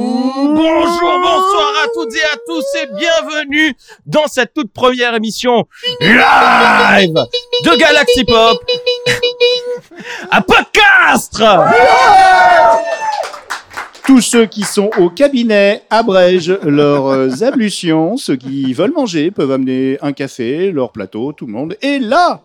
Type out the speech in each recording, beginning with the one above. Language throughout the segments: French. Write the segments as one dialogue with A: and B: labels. A: Bonjour, bonsoir à toutes et à tous et bienvenue dans cette toute première émission live de Galaxy Pop à Podcast
B: Tous ceux qui sont au cabinet abrègent leurs euh, ablutions. Ceux qui veulent manger peuvent amener un café, leur plateau, tout le monde. Et là,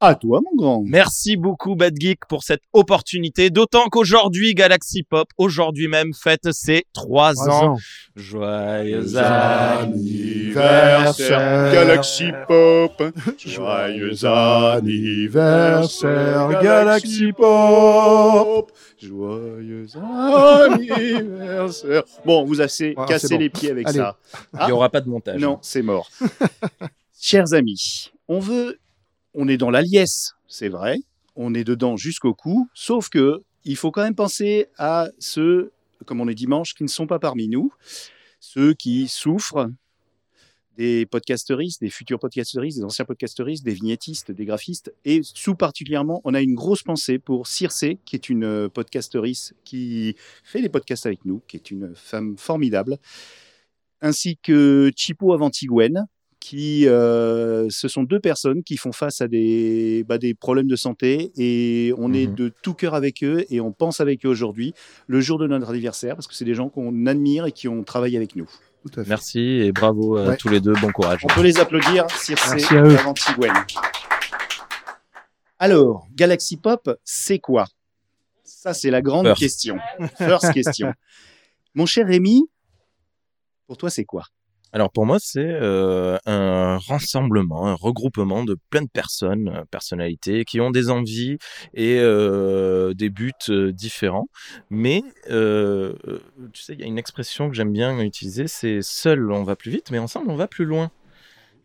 B: à toi, mon grand.
A: Merci beaucoup Bad Geek pour cette opportunité, d'autant qu'aujourd'hui Galaxy Pop, aujourd'hui même, fête ses trois ans. Joyeux
B: anniversaire, Galaxy Pop. Joyeux anniversaire, Galaxy Pop. Joyeux anniversaire. Bon, vous assez
C: Voilà,
B: cassé
C: Ah, c'est bon.
B: les pieds avec
C: Allez.
B: ça. Ah.
A: Il n'y aura pas de montage. hein.
B: Non, c'est mort. Chers amis, on veut, on est dans la liesse, c'est vrai, on est dedans jusqu'au cou, sauf que il faut quand même penser à ceux, comme on est dimanche, qui ne sont pas parmi nous, ceux qui souffrent des podcasteristes, des futurs podcasteristes, des anciens podcasteristes, des vignettistes, des graphistes, et sous particulièrement, on a une grosse pensée pour Circé, qui est une euh, podcasteriste qui fait les podcasts avec nous, qui est une femme formidable ainsi que Chipo Avantiguen, qui euh, ce sont deux personnes qui font face à des, bah, des problèmes de santé et on est
C: Mhm.
B: de tout cœur avec eux et on pense avec eux aujourd'hui, le jour de notre anniversaire, parce que c'est des gens qu'on admire et qui ont travaillé avec nous.
C: Tout à fait.
A: Merci et bravo à
C: Ouais.
A: tous les deux, bon courage.
B: On peut les applaudir, Circe
C: Merci
B: et
C: à eux.
B: Avantiguen. Alors, Galaxy Pop, c'est quoi Ça, c'est la grande
A: First.
B: question. First question. Mon cher Rémi, pour toi, c'est quoi
A: Alors pour moi, c'est euh, un rassemblement, un regroupement de plein de personnes, euh, personnalités, qui ont des envies et euh, des buts euh, différents. Mais euh, euh, tu sais, il y a une expression que j'aime bien utiliser, c'est seul on va plus vite, mais ensemble on va plus loin.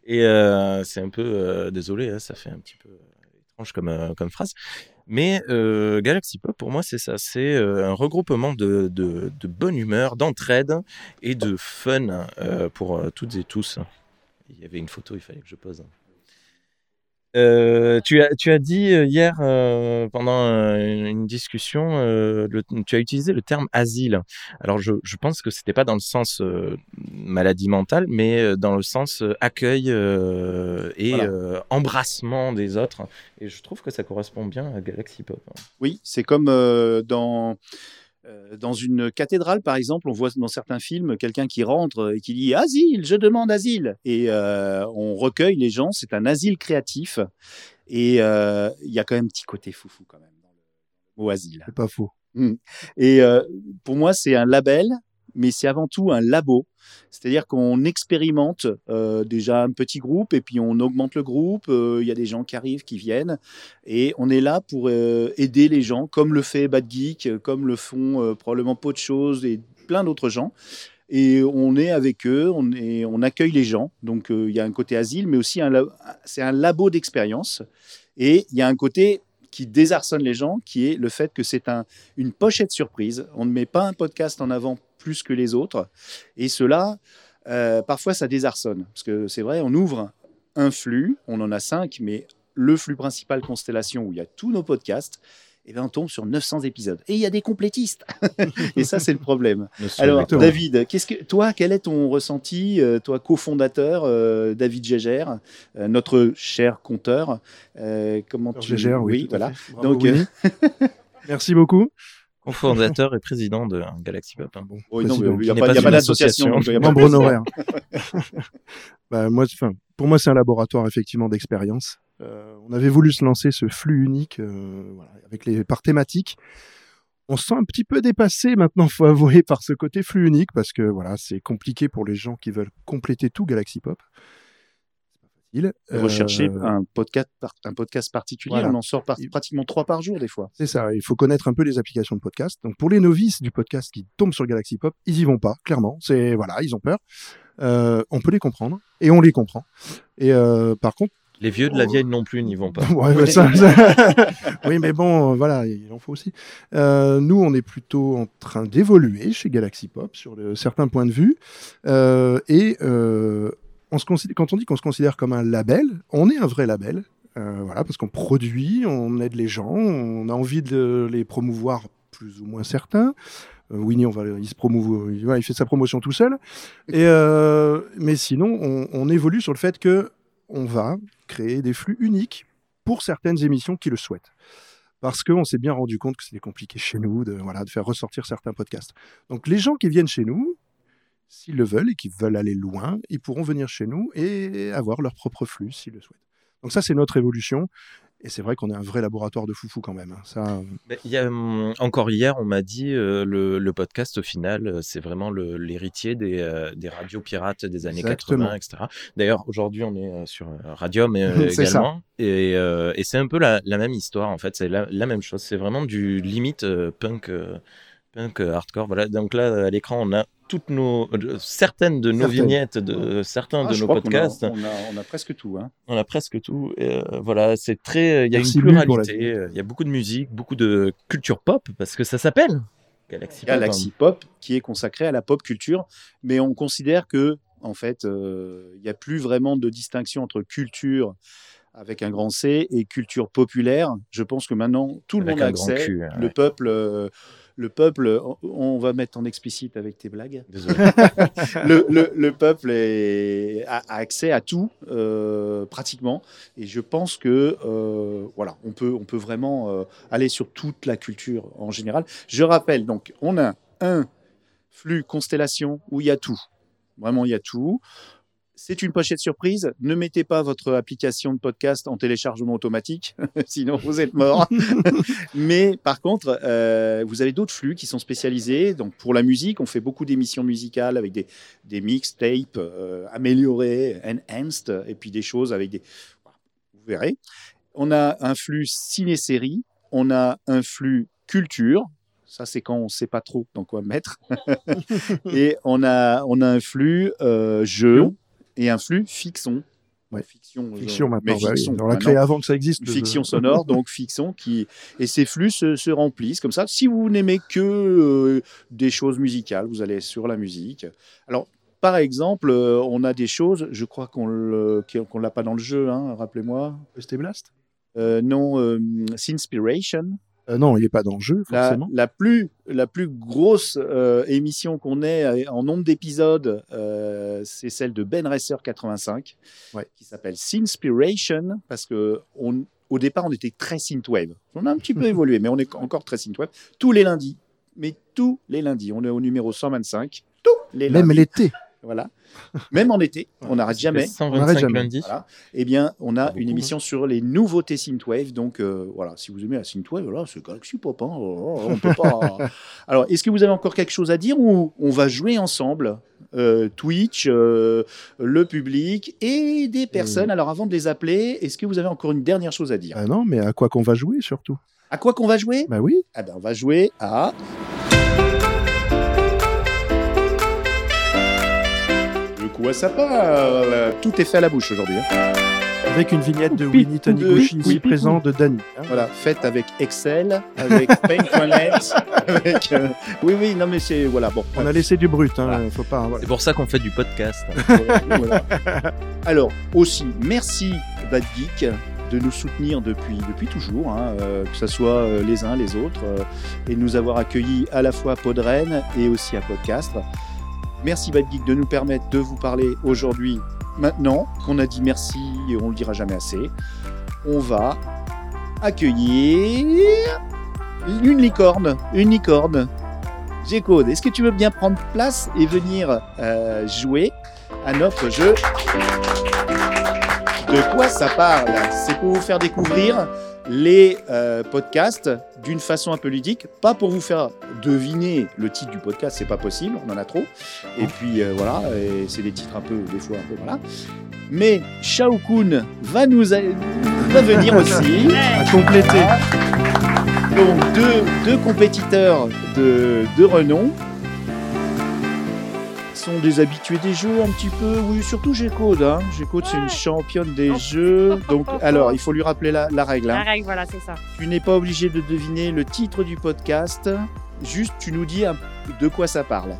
A: Et euh, c'est un peu, euh, désolé, hein, ça fait un petit peu euh, étrange comme, euh, comme phrase. Mais euh, Galaxy Pop, pour moi, c'est ça. C'est euh, un regroupement de, de, de bonne humeur, d'entraide et de fun euh, pour euh, toutes et tous. Il y avait une photo, il fallait que je pose. Euh, tu, as, tu as dit euh, hier, euh, pendant euh, une, une discussion, euh, le- tu as utilisé le terme asile. Alors, je, je pense que c'était pas dans le sens euh, maladie mentale, mais euh, dans le sens euh, accueil euh, et
B: Voilà.
A: euh, embrassement des autres. Et je trouve que ça correspond bien à Galaxy Pop. hein.
B: Oui, c'est comme euh, dans, euh, dans une cathédrale, par exemple, on voit dans certains films quelqu'un qui rentre et qui dit Asile, je demande asile. Et euh, on recueille les gens, c'est un asile créatif. Et euh, il y a quand même un petit côté foufou quand même dans le mot asile.
C: C'est pas faux.
B: Et euh, pour moi, c'est un label, mais c'est avant tout un labo. C'est-à-dire qu'on expérimente euh, déjà un petit groupe et puis on augmente le groupe. euh, Il y a des gens qui arrivent, qui viennent. Et on est là pour euh, aider les gens, comme le fait Bad Geek, euh, comme le font euh, probablement Pot de Choses et plein d'autres gens. Et on est avec eux, on, est, on accueille les gens. Donc euh, il y a un côté asile, mais aussi un la- c'est un labo d'expérience. Et il y a un côté qui désarçonne les gens, qui est le fait que c'est un une pochette surprise. On ne met pas un podcast en avant plus que les autres. Et cela, euh, parfois, ça désarçonne. Parce que c'est vrai, on ouvre un flux, on en a cinq, mais le flux principal Constellation, où il y a tous nos podcasts, et bien on tombe sur 900 épisodes. Et il y a des complétistes. et ça, c'est le problème. Alors,
C: Exactement.
B: David, qu'est-ce que, toi, quel est ton ressenti, euh, toi, cofondateur, euh, David Gégère, euh, notre cher compteur euh, Comment tu...
C: Gégère, oui. tout à
B: voilà.
C: fait. Bravo,
B: Donc, euh,
C: Winnie. Merci beaucoup.
A: cofondateur et président de hein, Galaxy Pop. hein.
B: Oh, non,
C: Président.
B: mais il n'y a
A: Qui
B: pas,
A: n'est
B: il y a
A: pas une
B: pas
A: association.
B: d'association. donc il y a pas
C: Membre
B: de-
C: honoraire. Bah, moi, enfin, pour moi, c'est un laboratoire effectivement d'expérience. Euh, on avait voulu se lancer ce flux unique euh, voilà, avec les par thématique. On se sent un petit peu dépassé maintenant, faut avouer, par ce côté flux unique parce que voilà, c'est compliqué pour les gens qui veulent compléter tout Galaxy Pop. C'est pas facile.
B: rechercher
C: Euh,
B: un podcast, par- un podcast particulier.
C: Voilà.
B: On en sort par-
C: Il-
B: pratiquement trois par jour des fois.
C: C'est ça, il faut connaître un peu les applications de podcast. Donc pour les novices du podcast qui tombent sur Galaxy Pop, ils y vont pas, clairement. C'est voilà, ils ont peur. Euh, on peut les comprendre et on les comprend. Et euh, par contre, Oh.
A: Les vieux de la vieille non plus n'y vont pas.
C: ouais, bah, ça- ça- oui, mais bon, voilà, il en faut aussi. Euh, nous, on est plutôt en train d'évoluer chez Galaxy Pop sur le- certains points de vue. Euh, et euh, on se considère, quand on dit qu'on se considère comme un label, on est un vrai label. Euh, voilà, parce qu'on produit, on aide les gens, on a envie de les promouvoir plus plus ou moins certain. Euh, Winnie, on va, il se promouve, il, voilà, il fait sa promotion tout seul. Et, euh, mais sinon, on, on évolue sur le fait que on va créer des flux uniques pour certaines émissions qui le souhaitent. Parce qu'on s'est bien rendu compte que c'était compliqué chez nous de, voilà, de faire ressortir certains podcasts. Donc les gens qui viennent chez nous, s'ils le veulent et qui veulent aller loin, ils pourront venir chez nous et avoir leur propre flux s'ils le souhaitent. Donc ça, c'est notre évolution. Et c'est vrai qu'on est un vrai laboratoire de foufou quand même. hein. Ça,
A: Ben, il y a, hum, encore hier, on m'a dit euh, le, le podcast, au final, euh, c'est vraiment le- l'héritier des, euh, des radios pirates des années
C: Exactement.
A: 80,
B: Ah,
A: etc. D'ailleurs, aujourd'hui, on est euh, sur euh, Radium euh,
C: C'est ça.
A: également. Et, euh, et c'est un peu la, la même histoire, en fait. C'est la, la même chose. C'est vraiment du limite euh, punk. euh, Punk euh, hardcore, voilà. Donc là, à l'écran, on a toutes nos, euh, certaines de nos
C: Certaines.
A: vignettes de certains
B: Ah,
A: de
B: je
A: nos
B: crois qu'on a-
A: podcasts.
B: On a, on a presque tout. hein.
A: On a presque tout. Et, euh, voilà, c'est très. euh, Il y a
C: Merci,
A: une
C: Bulle, pour la
A: pluralité. euh, Il y a beaucoup de musique, beaucoup de culture pop parce que ça s'appelle Galaxy. Pop. hein.
B: Galaxy Pop, qui est consacré à la pop culture, mais on considère que en fait, euh, il n'y a plus vraiment de distinction entre culture avec un grand C et culture populaire. Je pense que maintenant tout le
A: Avec
B: monde a
A: un grand
B: accès.
A: cul, hein,
B: le
A: ouais.
B: peuple, euh, le peuple, on- on va mettre en explicite avec tes blagues.
A: Désolé.
B: le, le- le peuple est- a, a accès à tout euh, pratiquement, et je pense que euh, voilà, on peut, on peut vraiment euh, aller sur toute la culture en général. Je rappelle donc, on a un flux constellation où il y a tout, vraiment il y a tout. C'est une pochette surprise. Ne mettez pas votre application de podcast en téléchargement automatique, sinon vous êtes mort. Mais par contre, euh, vous avez d'autres flux qui sont spécialisés. Donc pour la musique, on fait beaucoup d'émissions musicales avec des, des mixtapes euh, améliorés, enhanced, et puis des choses avec des. voilà, Vous verrez. On a un flux ciné-série. On a un flux culture. Ça, c'est quand on ne sait pas trop dans quoi mettre. et on a, on a un flux euh, jeu et un flux fiction.
C: Ouais.
B: Fiction, genre-
C: fiction maintenant.
B: mais
C: bah oui,
B: fiction,
C: on l'a
B: maintenant
C: créé avant que ça existe.
B: une
C: le-
B: fiction sonore, donc fiction qui et ces flux se, se remplissent comme ça. Si vous n'aimez que euh, des choses musicales, vous allez sur la musique. Alors par exemple, euh, on a des choses, je crois qu'on le qu'on qu'on l'a pas dans le jeu, hein, rappelez-moi.
C: C'était Blast
B: Euh, non, euh, Sinspiration.
C: Euh, Non, il n'est pas dans le jeu,
B: La,
C: forcément.
B: la plus, la plus grosse euh, émission qu'on ait euh, en nombre d'épisodes, euh, c'est celle de Ben Racer 85,
C: Ouais.
B: qui s'appelle Sinspiration, parce que on, au départ, on était très synthwave. On a un petit peu évolué, mais on est encore très synthwave. Tous les lundis, mais tous les lundis, on est au numéro 125. Tous les
C: Même
B: lundis,
C: l'été.
B: voilà. Même en été, on n'arrête jamais.
A: 125
C: jamais.
A: lundis.
B: Voilà. Eh bien, on a
A: Pas
B: une
C: hein.
A: beaucoup,
B: émission sur les nouveautés synthwave. Donc, euh, voilà, si vous aimez la synthwave, voilà, c'est Galaxy Pop. hein. Oh, on peut pas. Alors, est-ce que vous avez encore quelque chose à dire ou on va jouer ensemble euh, Twitch, euh, le public et
C: Euh,
B: des personnes. Alors, avant de les appeler, est-ce que vous avez encore une dernière chose à dire
C: Ah non, mais à quoi qu'on va jouer surtout
B: À quoi qu'on va jouer
C: Bah oui.
B: Ah ben, on va jouer à. De quoi ça parle Tout est fait à la bouche aujourd'hui. hein.
C: Avec une vignette de
B: Pitou,
C: Winnie Taniguchi,
B: de-
C: ici
B: oui, Pitou.
C: présent de Dany. hein.
B: Voilà, faites avec Excel, avec Paint.net, avec... euh, Oui, oui, non mais c'est... Voilà, bon.
C: On a laissé du brut, hein,
B: Voilà.
C: faut pas. voilà.
A: C'est pour ça qu'on fait du podcast. hein.
B: Euh, Voilà. Alors, aussi, merci Bad Geek de nous soutenir depuis, depuis toujours, hein, euh, que ce soit euh, les uns, les autres, euh, et de nous avoir accueillis à la fois à Podren et aussi à Podcast. Merci Bad Geek de nous permettre de vous parler aujourd'hui, maintenant qu'on a dit merci et on le dira jamais assez. On va accueillir une licorne, une licorne. J-Code, est-ce que tu veux bien prendre place et venir euh, jouer à notre jeu De quoi ça parle C'est pour vous faire découvrir les euh, podcasts d'une façon un peu ludique, pas pour vous faire deviner le titre du podcast, c'est pas possible, on en a trop. Et puis euh, voilà, et c'est des titres un peu, des fois un peu voilà. Mais Shao Kun va nous a- va venir aussi.
C: À compléter.
B: Donc deux, deux compétiteurs de, de renom sont des habitués des jeux un petit peu. Oui, surtout G-Code. Hein. G-Code, c'est une championne des jeux. Donc, alors, il faut lui rappeler la, la règle.
D: Oh. La
B: hein.
D: règle, voilà, c'est ça.
B: Tu n'es pas obligé de deviner le titre du podcast. Juste, tu nous dis un- de quoi ça parle.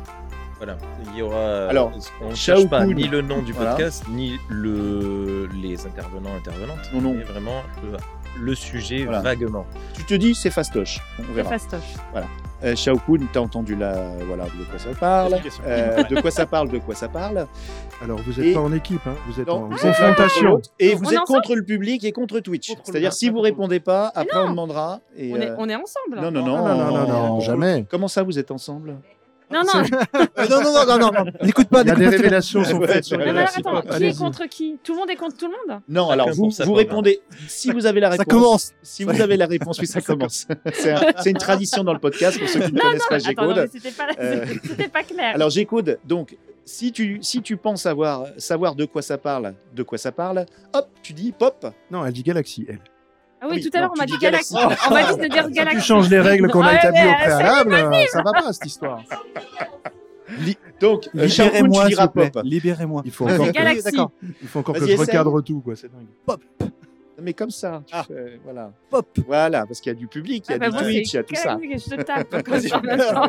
A: Voilà. Il y aura.
B: Alors,
A: on ne
B: Shao
A: cherche pas
B: Kun.
A: ni le nom du
B: Voilà.
A: podcast, ni le... les intervenants intervenantes.
B: Non, non.
A: Mais vraiment euh, le sujet
B: Voilà.
A: vaguement.
B: Tu te dis, c'est fastoche. On
D: C'est
B: verra.
D: fastoche.
B: Euh, Shaokun, t'as entendu là, voilà, de quoi ça parle. Euh, de quoi ça parle, de quoi ça parle.
C: Alors, vous
B: Et-
C: n'êtes pas en équipe, hein, vous êtes
B: Non,
C: en
B: vous êtes l'un contre
C: confrontation.
B: l'autre Et
D: On
B: vous
D: est
B: êtes
D: ensemble
B: contre le public et contre Twitch.
C: Contre le-
B: C'est-à-dire, si vous répondez pas, après on
D: non.
B: demandera. Et,
D: On est,
B: euh,
D: on est ensemble. hein.
B: Non, non, non,
C: Non, non, non, non, jamais.
B: Comment ça, vous êtes ensemble
D: Non, non, non,
E: Euh, non, non, non, non, non, non. N'écoute pas,
C: Il y a
E: n'écoute
C: des
E: pas. ce-
C: révélations sont faites sur
D: mais
C: les
D: alors,
C: récits.
D: attends, qui est
C: Allez-y.
D: contre qui Tout le monde est contre tout le monde
B: Non,
A: Chacun
B: alors vous,
A: pour sa
B: vous
A: part, hein.
B: répondez. Si vous avez la
E: Ça
B: réponse,
E: commence.
B: si vous avez la réponse, oui, ça commence. c'est un- c'est une tradition dans le podcast pour ceux qui ne
D: Non,
B: connaissent
D: non,
B: pas
D: attends, non, mais
B: G-Code.
D: c'était pas, la-
B: Euh,
D: c'était pas
F: Ah.
D: clair.
B: Alors G-Code, donc si tu si tu penses savoir savoir de quoi ça parle, de quoi ça parle, hop, tu dis pop.
C: Non, elle dit Galaxy, elle.
D: ah oui,
B: oui,
D: tout à l'heure,
B: non,
D: on m'a
B: tu
D: dit
B: dis Galaxy.
D: Galaxy. on m'a dit de dire
C: Tu
D: Galaxy.
C: changes les règles qu'on a
D: Ah,
C: établies
D: mais,
C: au
D: euh, ça-
C: préalable, euh, ça va pas cette histoire.
B: Donc euh, Shaoun, tu
E: Libérez-moi, s'il
B: diras
E: vous plaît.
B: pop.
E: Libérez-moi.
C: Il faut encore
D: C'est
C: que,
D: Galaxy.
E: D'accord.
C: il faut encore que
B: Vas-y,
C: je
B: essaye.
C: recadre tout, quoi, c'est dingue.
B: Mais comme ça, tu
E: Ah.
B: fais- voilà.
E: Pop.
B: Voilà, parce qu'il y a du public, il y a
D: Ah bah
B: du
D: moi,
B: Twitch, il
D: c'est
B: y a tout ça.
D: Galaxy que Je te tape comme ça, en même temps.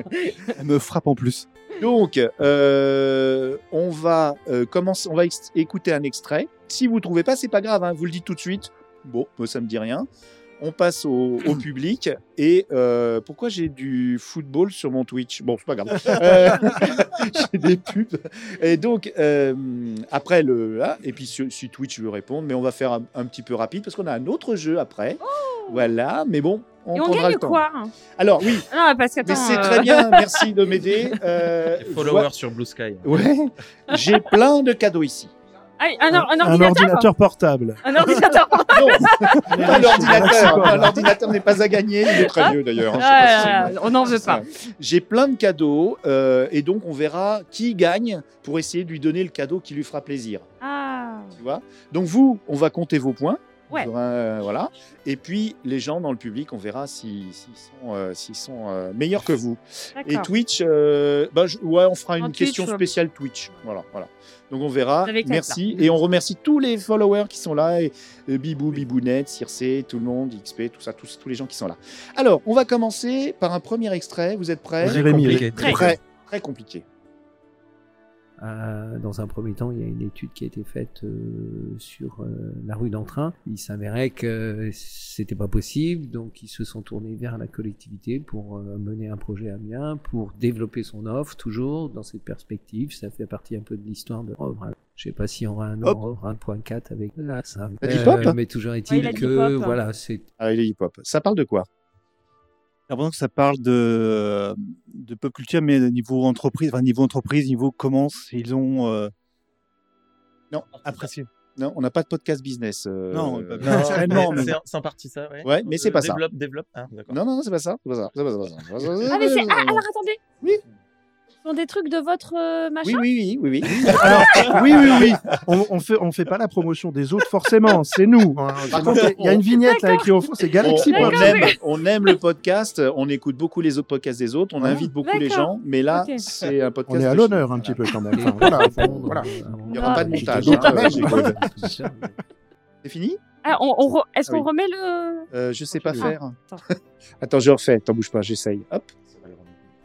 E: Elle me frappe en plus.
B: Donc, euh, on va euh, commencer, on va ex- écouter un extrait. Si vous trouvez pas, c'est pas grave, hein, vous le dites tout de suite. Bon, moi, ça me dit rien. On passe au, au public. Et euh, pourquoi j'ai du football sur mon Twitch Bon, c'est pas grave. Euh, j'ai des pubs. Et donc, euh, après le. là, et puis, si, si Twitch veut répondre, mais on va faire un, un petit peu rapide parce qu'on a un autre jeu après. Voilà, mais bon, on
D: Oh Et on
B: prendra
D: gagne
B: le temps.
D: quoi hein
B: Alors, oui,
D: Non, parce qu'attends.
B: mais c'est
D: euh,
B: très bien. Merci de m'aider. Euh,
A: Les
B: voilà.
A: followers sur Blue Sky.
B: Ouais, j'ai plein de cadeaux ici.
D: Ah, un, or- un
C: Un
D: ordinateur
C: ordinateur portable. Ah,
D: Un ordinateur
B: Non, pas l'ordinateur.
C: Voilà.
B: Non, L'ordinateur n'est pas à gagner. Il est très vieux d'ailleurs. hein, je sais pas
D: Ah, On n'en veut pas.
B: si- J'ai plein de cadeaux euh, et donc on verra qui gagne pour essayer de lui donner le cadeau qui lui fera plaisir.
D: Ah.
B: Tu vois Donc vous, on va compter vos points.
D: Ouais.
B: Sur un, euh, voilà. Et puis les gens dans le public, on verra si- s'ils sont, euh, s'ils sont euh, meilleurs que vous. Et
D: D'accord.
B: Twitch, euh, bah, je- ouais, on fera une
D: En Twitch, euh.
B: question
D: ouais.
B: spéciale Twitch. Voilà, voilà. Donc on verra.
D: Avec la
B: Merci.
D: carte.
B: Et on remercie tous les followers qui sont là. Et, et Bibou, Bibounette, Circe, tout le monde, XP, tout ça, tous, tous les gens qui sont là. Alors, on va commencer par un premier extrait. Vous êtes prêts
C: Vas-y, Rémi,
A: Compliqué.
D: Très.
B: Très, très compliqué.
G: Euh, dans un premier temps, il y a une étude qui a été faite euh, sur euh, la rue d'Entrain. Il s'avérait que euh, c'était pas possible, donc ils se sont tournés vers la collectivité pour euh, mener un projet à bien, pour développer son offre, toujours dans cette perspective. Ça fait partie un peu de l'histoire de Rouvre. Je sais pas si on aura un
B: Hop.
G: nombre 1.4 avec la ça.
B: T'as dit pop
G: Euh, mais toujours
D: Ouais, hein.
G: est-il
D: il a dit
G: que
D: pop.
G: voilà, c'est
B: Ah, il est hip-hop. Ça parle de quoi
E: J'ai l'impression que ça parle de, de pop culture, mais de niveau entreprise, enfin niveau entreprise, niveau comment ils ont euh,
B: Non,
A: Ah,
E: apprécié.
B: non, on n'a pas de podcast business. euh,
E: Non, pas-
B: non,
A: c'est-
E: Non, mais-
A: c'est c'est en partie ça, ouais. euh,
B: Ouais, mais c'est pas ça.
A: Développe, développe. Ah, d'accord.
B: non, non, c'est pas ça. C'est pas ça. c'est pas ça, c'est pas ça.
D: Ah, mais c'est. Ah, alors attendez.
B: Euh. Oui.
D: Ce sont des trucs de votre euh, machin
B: Oui, oui, oui, oui, oui.
D: Ah,
C: Alors, oui, oui, oui. On, on fait, on fait pas la promotion des autres, forcément. C'est nous. hein.
B: Par
C: Donc,
B: contre,
C: Il y a une vignette là écrit au fond, c'est
B: On,
C: Galaxy.
B: on
D: D'accord,
B: aime, on aime le podcast, on écoute beaucoup les autres podcasts des autres, on
C: Ah.
B: invite beaucoup les
D: D'accord.
B: gens, mais là,
D: Ok.
B: c'est un podcast.
C: On est à
B: de
C: l'honneur
B: chiffres.
C: un petit
B: Voilà.
C: peu quand même.
G: Il
C: Enfin, voilà, faut- voilà. Ah,
B: y aura
D: pas de
B: montage, hein. C'est fini
D: Ah, on, on re- Est-ce
B: Ah oui.
D: qu'on remet le.
B: Euh, Je sais pas
D: Ah,
B: faire.
D: attends.
B: Attends, je refais, t'en bouge pas, j'essaye. Hop.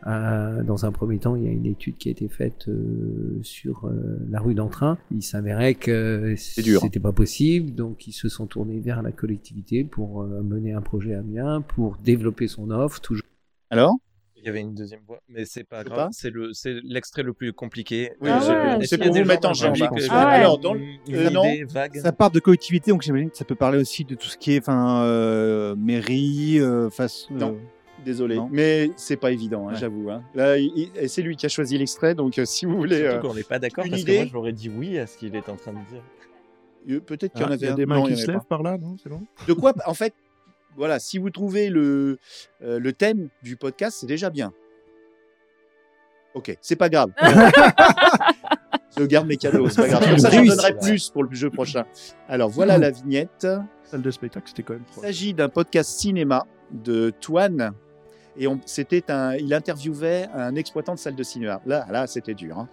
G: Euh, dans un premier temps, il y a une étude qui a été faite euh, sur euh, la rue d'Entrain. Il s'avérait que
B: dur.
G: c'était pas possible, donc ils se sont tournés vers la collectivité pour euh, mener un projet à bien, pour développer son offre, toujours.
B: Alors
A: Il y avait une deuxième voix, mais c'est pas
B: Je sais
A: grave.
B: pas.
A: C'est le, c'est l'extrait le plus compliqué. Euh,
B: Oui,
D: c'est-
A: est-ce
B: c'est
A: qu'il y a
B: pour
A: des
B: vous mettre
A: gens dans
B: en
A: le
B: jambe,
A: public,
D: hein.
A: euh,
D: Ah ouais.
A: alors, dans le-
B: Euh,
A: une
B: non.
A: idée vague.
E: Ça part de collectivité, donc j'imagine que ça peut parler aussi de tout ce qui est enfin euh, mairie, euh, face. euh,
B: Non. Désolé,
E: Non.
B: mais c'est pas évident, hein,
E: Ouais.
B: j'avoue. hein. Là, il- il- et c'est lui qui a choisi l'extrait, donc euh, si vous voulez,
A: Surtout qu'on n'est pas d'accord
B: une
A: parce que
B: idée.
A: moi j'aurais dit oui à ce qu'il est en train de dire.
B: euh, peut-être qu'il y en
C: Ah, Il y
B: avait
C: a
B: un-
C: des mains
B: non, il
C: qui
B: y en
C: se
B: avait
C: lèvent par là, non C'est bon
B: pas. De quoi, en fait, voilà, si vous trouvez le euh, le thème du podcast, c'est déjà bien. Ok, c'est pas grave. Je garde mes cadeaux, c'est pas grave. Comme ça, j'en
E: Réussi.
B: donnerai plus pour le jeu prochain. Alors voilà la vignette.
C: Salle de spectacle, c'était quand même
B: Il
C: proche.
B: s'agit d'un podcast cinéma de Toine. Et on, c'était un, il interviewait un exploitant de salle de cinéma. Là, là, c'était dur. hein.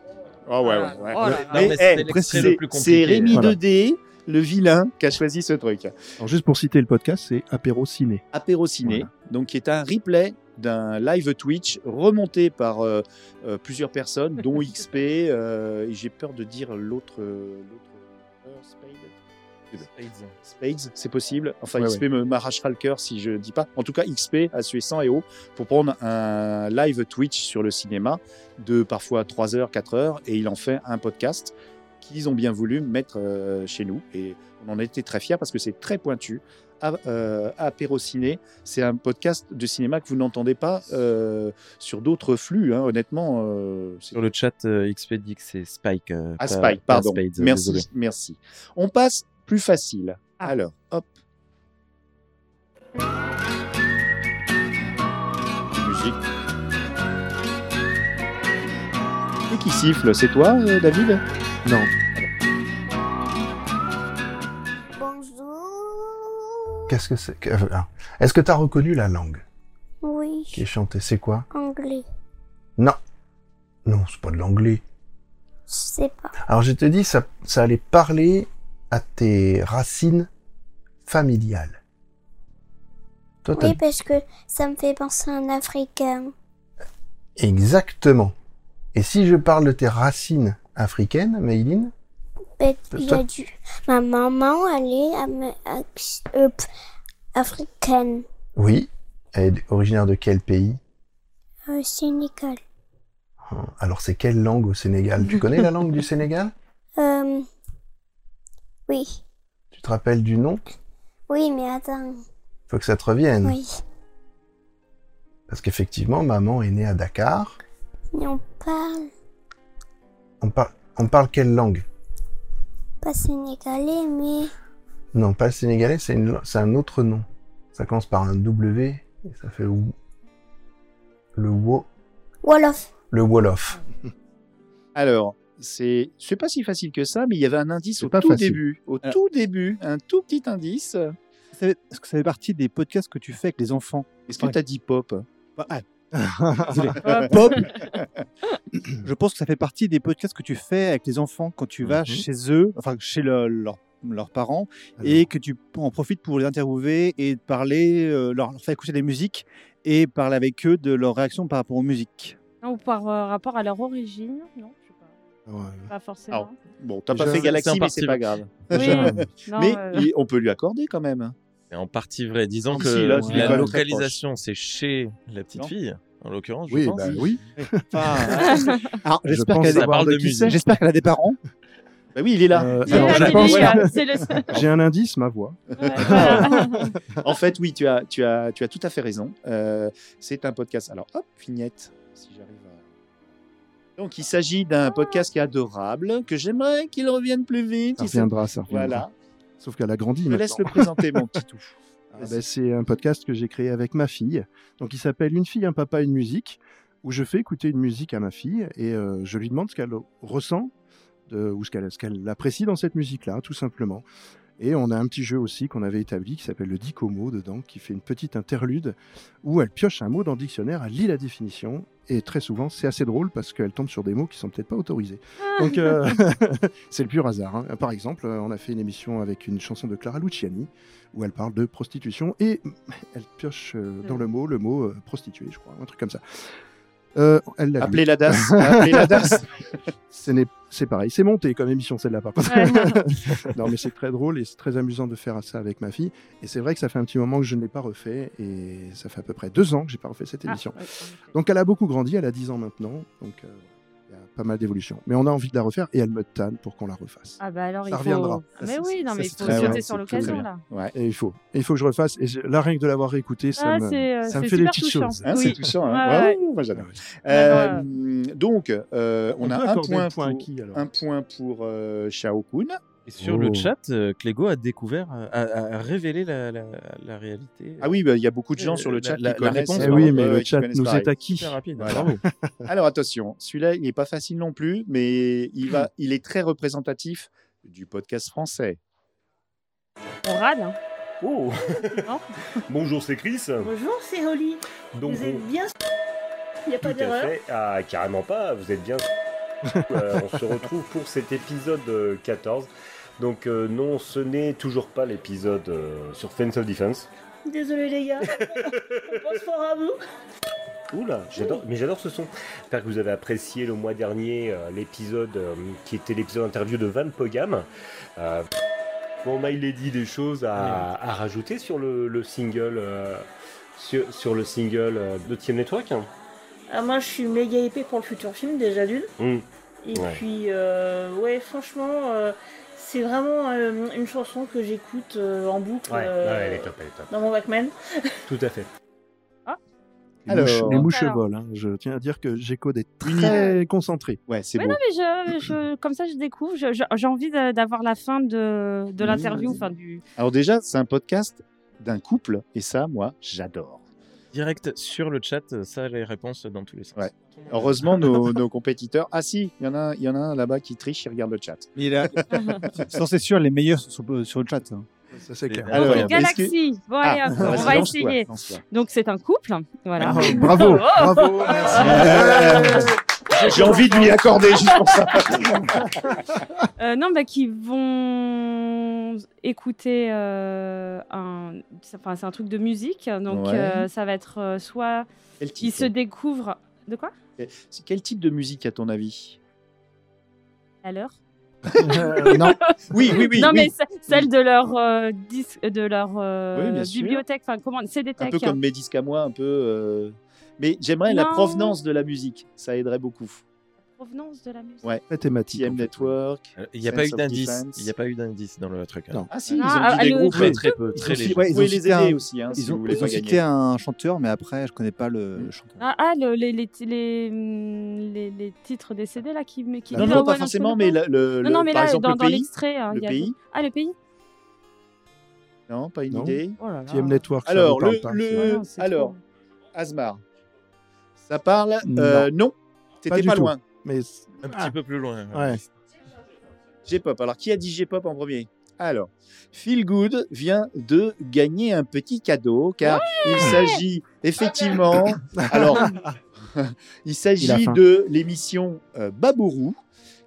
B: Ah ouais, ouais, ouais.
D: Oh là là.
A: Non, mais
B: eh,
A: c'était l'extrait
B: C'est,
A: le plus compliqué.
B: c'est Rémi
C: Voilà.
B: 2D, le vilain, qui a choisi ce truc.
C: Alors, juste pour citer le podcast, c'est Apéro Ciné.
B: Apéro Ciné, donc qui est un replay d'un live Twitch remonté par euh, euh, plusieurs personnes, dont XP. euh, et j'ai peur de dire l'autre. euh, l'autre- Spades, c'est possible. Enfin,
C: Ouais,
B: XP me m'arrachera le cœur si je dis pas. En tout cas, XP a sué 100 et haut pour prendre un live Twitch sur le cinéma de parfois 3 heures, 4 heures, et il en fait un podcast qu'ils ont bien voulu mettre euh, chez nous. Et on en était très fiers parce que c'est très pointu. À, euh, Apéro Ciné, c'est un podcast de cinéma que vous n'entendez pas euh, sur d'autres flux, hein, honnêtement. euh, c'est-
A: Sur le chat, euh, XP dit que c'est Spike. euh, pas-
B: à Ah, Spike,
A: pas
B: pardon.
A: Spades, euh,
B: merci,
A: désolé.
B: merci. On passe plus facile. Alors, hop. Musique. Et qui siffle C'est toi, euh, David
C: Non.
H: Bonjour.
I: Qu'est-ce que c'est que- euh, ah. Est-ce que t'as reconnu la langue
H: Oui,
I: qui est chantée C'est quoi
H: anglais.
I: Non, c'est pas de l'anglais.
H: Je sais pas.
B: Ah,
I: Alors je te dis, ça, ça allait parler à tes racines familiales. Toi, t'as-
H: Oui, parce que ça me fait penser à un Africain.
I: Exactement. Et si je parle de tes racines africaines, Mayline,
H: Ben, il y
I: Toi-
H: a du... Ma maman, elle est am- ax- euh, pff, africaine.
I: oui, elle est originaire de quel pays
H: Euh, Sénégal.
I: Hein, Alors c'est quelle langue au Sénégal Tu connais la langue du Sénégal
H: Euh... Oui.
I: Tu te rappelles du nom
H: Oui, mais attends.
I: Faut que ça te revienne.
H: Oui.
I: Parce qu'effectivement, maman est née à Dakar.
H: Mais on parle
I: On, par- on parle quelle langue
H: pas sénégalais, mais...
I: Non, pas le sénégalais, c'est une- c'est un autre nom. Ça commence par un W et ça fait le, wo- le, wo-
H: Wolof.
I: le Wolof.
B: Alors, c'est c'est pas si facile que ça, mais il y avait un indice
I: C'est
B: au
I: pas
B: tout
I: facile. Euh,
B: début. Au
E: Alors-
B: tout début, un tout petit indice.
E: Ça fait- Est-ce que ça fait partie des podcasts que tu fais avec les enfants
B: Est-ce que t'as dit pop
E: Bah, ah,
D: Hop. Hop.
E: Pop. Je pense que ça fait partie des podcasts que tu fais avec les enfants quand tu vas
I: Mhm.
E: chez eux, enfin chez le- leurs- leurs parents,
I: Alors.
E: et que tu en profites pour les interviewer et de parler, euh, leur, leur faire écouter des musiques et parler avec eux de leur réaction par rapport aux musiques.
D: Non, Ou par euh, rapport à leur origine. Non, je sais pas.
C: Ouais.
B: Euh,
D: Pas forcément.
B: Bon, t'as pas
C: Déjà,
B: fait
A: c'est
B: Galaxy,
A: un
B: mais c'est
A: parti-
B: pas grave.
D: Oui, non,
B: mais
D: euh,
B: il- on peut lui accorder quand même.
A: C'est en partie vrai. Disons
B: Ah,
A: que
B: si, là,
C: c'est
A: la
C: quand même
B: très
A: localisation, c'est chez la petite
E: Non.
A: fille, en l'occurrence, je
C: Oui,
A: pense.
C: bah oui.
B: Ah.
E: Enfin, alors,
C: Je
E: J'espère
C: pense
E: qu'elle
A: ça
E: a,
A: parle de
E: des-
A: musique.
E: j'espère qu'elle a des parents.
B: Bah oui, il est là.
C: Euh,
D: il
C: alors,
D: a
C: je
D: dit,
C: pense-
B: hein,
D: euh, c'est le-
C: J'ai un indice, ma voix.
D: Ouais, voilà.
B: En fait, oui, tu as, tu as, tu as tout à fait raison. Euh, c'est un podcast. Alors, hop, vignette, si j'arrive à. Donc, il s'agit d'un podcast qui est adorable, que j'aimerais qu'il revienne plus vite.
C: Ça
B: Il s'appelle-
C: reviendra, ça reviendra.
B: Voilà.
C: Sauf qu'elle a grandi.
B: Je te
C: maintenant.
B: laisse le présenter, mon petit tout.
C: Ah ben, c'est un podcast que j'ai créé avec ma fille. Donc il s'appelle Une fille, un papa, une musique, où je fais écouter une musique à ma fille et euh, je lui demande ce qu'elle ressent de- ou ce qu'elle, ce qu'elle apprécie dans cette musique-là, hein, tout simplement. Et on a un petit jeu aussi qu'on avait établi qui s'appelle le Dicomo dedans, qui fait une petite interlude où elle pioche un mot dans le dictionnaire, elle lit la définition. Et très souvent, c'est assez drôle parce qu'elle tombe sur des mots qui sont peut-être pas autorisés. Donc, euh, c'est le pur hasard. hein. Par exemple, euh, on a fait une émission avec une chanson de Clara Luciani où elle parle de prostitution et elle pioche
D: Mm.
C: euh, dans le mot le mot euh, prostituée, je crois, un truc comme ça. Euh, elle l'a lu.
B: Appelez la DAS. Appelez la DAS.
C: Ce n'est- C'est pareil, c'est monté comme émission celle-là par contre.
D: Ouais.
C: non mais c'est très drôle et c'est très amusant de faire ça avec ma fille. Et c'est vrai que ça fait un petit moment que je ne l'ai pas refait et ça fait à peu près deux ans que j'ai pas refait cette
D: Ah,
C: émission.
D: ouais, en effet.
C: Donc elle a beaucoup grandi, elle a 10 ans maintenant, donc euh, il y a pas mal d'évolution. Mais on a envie de la refaire et elle me tanne pour qu'on la refasse.
D: Ah bah alors
C: Ça
D: il faut...
C: reviendra.
D: Ah, Mais oui, non
B: ça,
D: mais il
B: c'est
D: faut
B: très
D: sauter sur
B: bien. C'est très
D: l'occasion
B: bien.
D: là.
B: Ouais.
C: Et il faut, il faut que je refasse. Et je- la règle de l'avoir écouté, ça
D: Ah,
C: me,
D: c'est, euh,
C: ça me
D: c'est
C: fait des
D: super
C: petites
D: touchant.
C: choses.
B: Hein,
D: Oui.
B: C'est touchant. Hein.
D: Ouais, ouais.
B: Ouh, moi, j'adore.
C: Ah ouais.
B: Euh, donc, euh, on, a
C: peut
B: un
C: accorder
B: point,
C: le point à
B: pour,
C: qui, alors
B: un point pour euh, Shao Kun.
A: Et sur
C: Oh.
A: le chat, euh, Clégo a découvert, euh, a, a révélé la, la- la réalité.
B: Ah oui, bah, il y a beaucoup de gens
A: Euh,
B: sur le
A: la-
B: chat
A: la-
B: qui
A: la
B: connaissent.
A: réponse,
C: Eh oui,
A: pardon.
C: mais
B: euh,
C: le
B: qui
C: chat
B: connaissent
C: nous
B: pareil.
C: est acquis.
A: Super rapide.
B: Voilà.
A: Bravo.
B: Alors attention, celui-là, il n'est pas facile non plus, mais il, va, il est très représentatif du podcast français.
D: On râle. hein.
J: Oh
D: Non.
J: Bonjour, c'est Chris.
K: Bonjour, c'est Holly.
J: Donc, oh.
K: Vous êtes
J: on-
K: bien Il n'y a pas
J: tout à
K: d'erreur
J: fait. Ah, carrément pas, vous êtes bien. Euh, on se retrouve pour cet épisode euh, 14. Donc, euh, non, ce n'est toujours pas l'épisode euh, sur Fence of Defense.
K: Désolé les gars. on pense fort à vous.
J: Oula, j'adore, mais j'adore ce son. J'espère que vous avez apprécié le mois dernier euh, l'épisode euh, qui était l'épisode interview de Van Pogam. Euh, Bon, Miley dit des choses à, à rajouter sur le, le single, euh, sur, sur le single euh, de Team Network. hein.
K: Ah, moi, je suis méga épée pour le futur film, déjà d'une.
J: Mm.
K: Et
J: Ouais.
K: puis, euh, ouais, franchement, euh, c'est vraiment euh, une chanson que j'écoute euh, en boucle
J: Ouais,
K: euh,
J: ouais, elle est top, elle est top.
K: dans mon Walkman.
J: Tout à fait.
C: Les mouches-
B: Alors-
C: les mouches
D: Alors.
C: volent. hein. Je tiens à dire que Géco est très concentré.
B: Ouais, c'est
D: Ouais, non, mais je, je- comme ça, je découvre. je- je- J'ai envie de- d'avoir la fin de, de
B: Oui,
D: l'interview.
B: vas-y.
D: Enfin, du...
B: Alors déjà, c'est un podcast d'un couple, et ça, moi, j'adore.
A: Direct sur le chat, euh, ça les réponses dans tous les sens.
B: Ouais. Heureusement, nos, nos compétiteurs. Ah si, il y en a, il y en a un là-bas qui triche, il regarde le chat.
E: Il a... Sans c'est sûr, les meilleurs sont sur, sur le chat. hein. ça.
C: Ça, c'est clair.
B: Alors,
D: Les
B: Ah, Bah, est-ce que-
D: galaxies. Bon, allez,
B: Ah,
D: hop,
B: vas-y,
D: on va
B: lance-toi,
D: essayer.
B: lance-toi.
D: Donc, c'est un couple. Voilà. Oh.
C: Ah, bravo, bravo, merci.
B: J'ai envie de lui accorder juste pour ça.
D: Euh, non, bah, qui vont écouter euh, un. c'est- Enfin, c'est un truc de musique. Donc,
B: Ouais.
D: euh, ça va être euh, soit.
B: Quel
D: Ils
B: type,
D: se découvrent. De quoi
B: quel type de musique, à ton avis
D: À l'heure
C: Euh, non.
B: Oui, oui, oui.
D: non,
B: oui.
D: mais ce- celle de leur, euh, dis- de leur euh,
B: Oui, bien sûr.
D: bibliothèque, enfin, comment, CD
B: Un
D: tech.
B: peu comme mes disques à moi, un peu. euh, Mais j'aimerais la
D: Non.
B: provenance de la musique, ça aiderait beaucoup.
D: provenance de la musique.
B: Ouais.
C: Très thématique.
B: TM
C: en fait.
B: Network.
A: Euh, Il n'y a pas eu
B: Sense of
A: d'indice.
B: Defense.
A: Il n'y a pas eu d'indice dans le truc. hein.
C: Non.
B: Ah si, ils
D: Non,
B: ont
D: ah,
B: dit des
D: le-
B: groupes.
A: Très,
B: euh,
A: très peu,
E: Ils
A: très
E: ont cité-
A: léger.
E: ouais,
B: Vous
E: ils
B: pouvez
E: ont
B: les
E: cité
B: aider
E: un-
B: aussi, hein, si
E: Ils
B: vous
E: ont,
B: voulez
E: ils ont
B: pas
E: cité
B: gagner.
E: un chanteur, mais après, je connais pas le le chanteur.
D: Ah, ah, le- les, les, les, hum, les, les titres des CD là qui. mais qui
B: Non,
D: disent,
B: non,
D: oh,
B: pas
D: ouais,
B: forcément,
D: je
B: mais
D: connais pas.
B: le, le-
D: Non, non,
B: le-
D: mais
B: par
D: là,
B: exemple
D: dans,
B: le
D: dans
B: pays.
D: l'extrait. hein,
B: le
D: il y a-
B: pays.
D: Ah, le pays
B: Non, pas une
C: Non.
B: idée.
D: Oh là là.
C: TM Network. ça
B: Alors,
C: vous parle
B: le-
C: pas,
B: le-
C: c'est vrai.
D: Ah, non, c'est
B: alors.
D: trop.
B: Asmar. Ça parle euh, Non,
C: Pas
B: t'étais
C: du
B: pas
C: tout.
B: loin.
C: Mais
A: Un petit
C: Ah.
A: peu plus loin. ouais.
C: ouais.
B: J-pop. Alors, qui a dit J-pop en premier Alors, Feel Good vient de gagner un petit cadeau, car il s'agit effectivement. alors, il
C: Il a
B: s'agit
C: faim.
B: de l'émission euh, Babourou,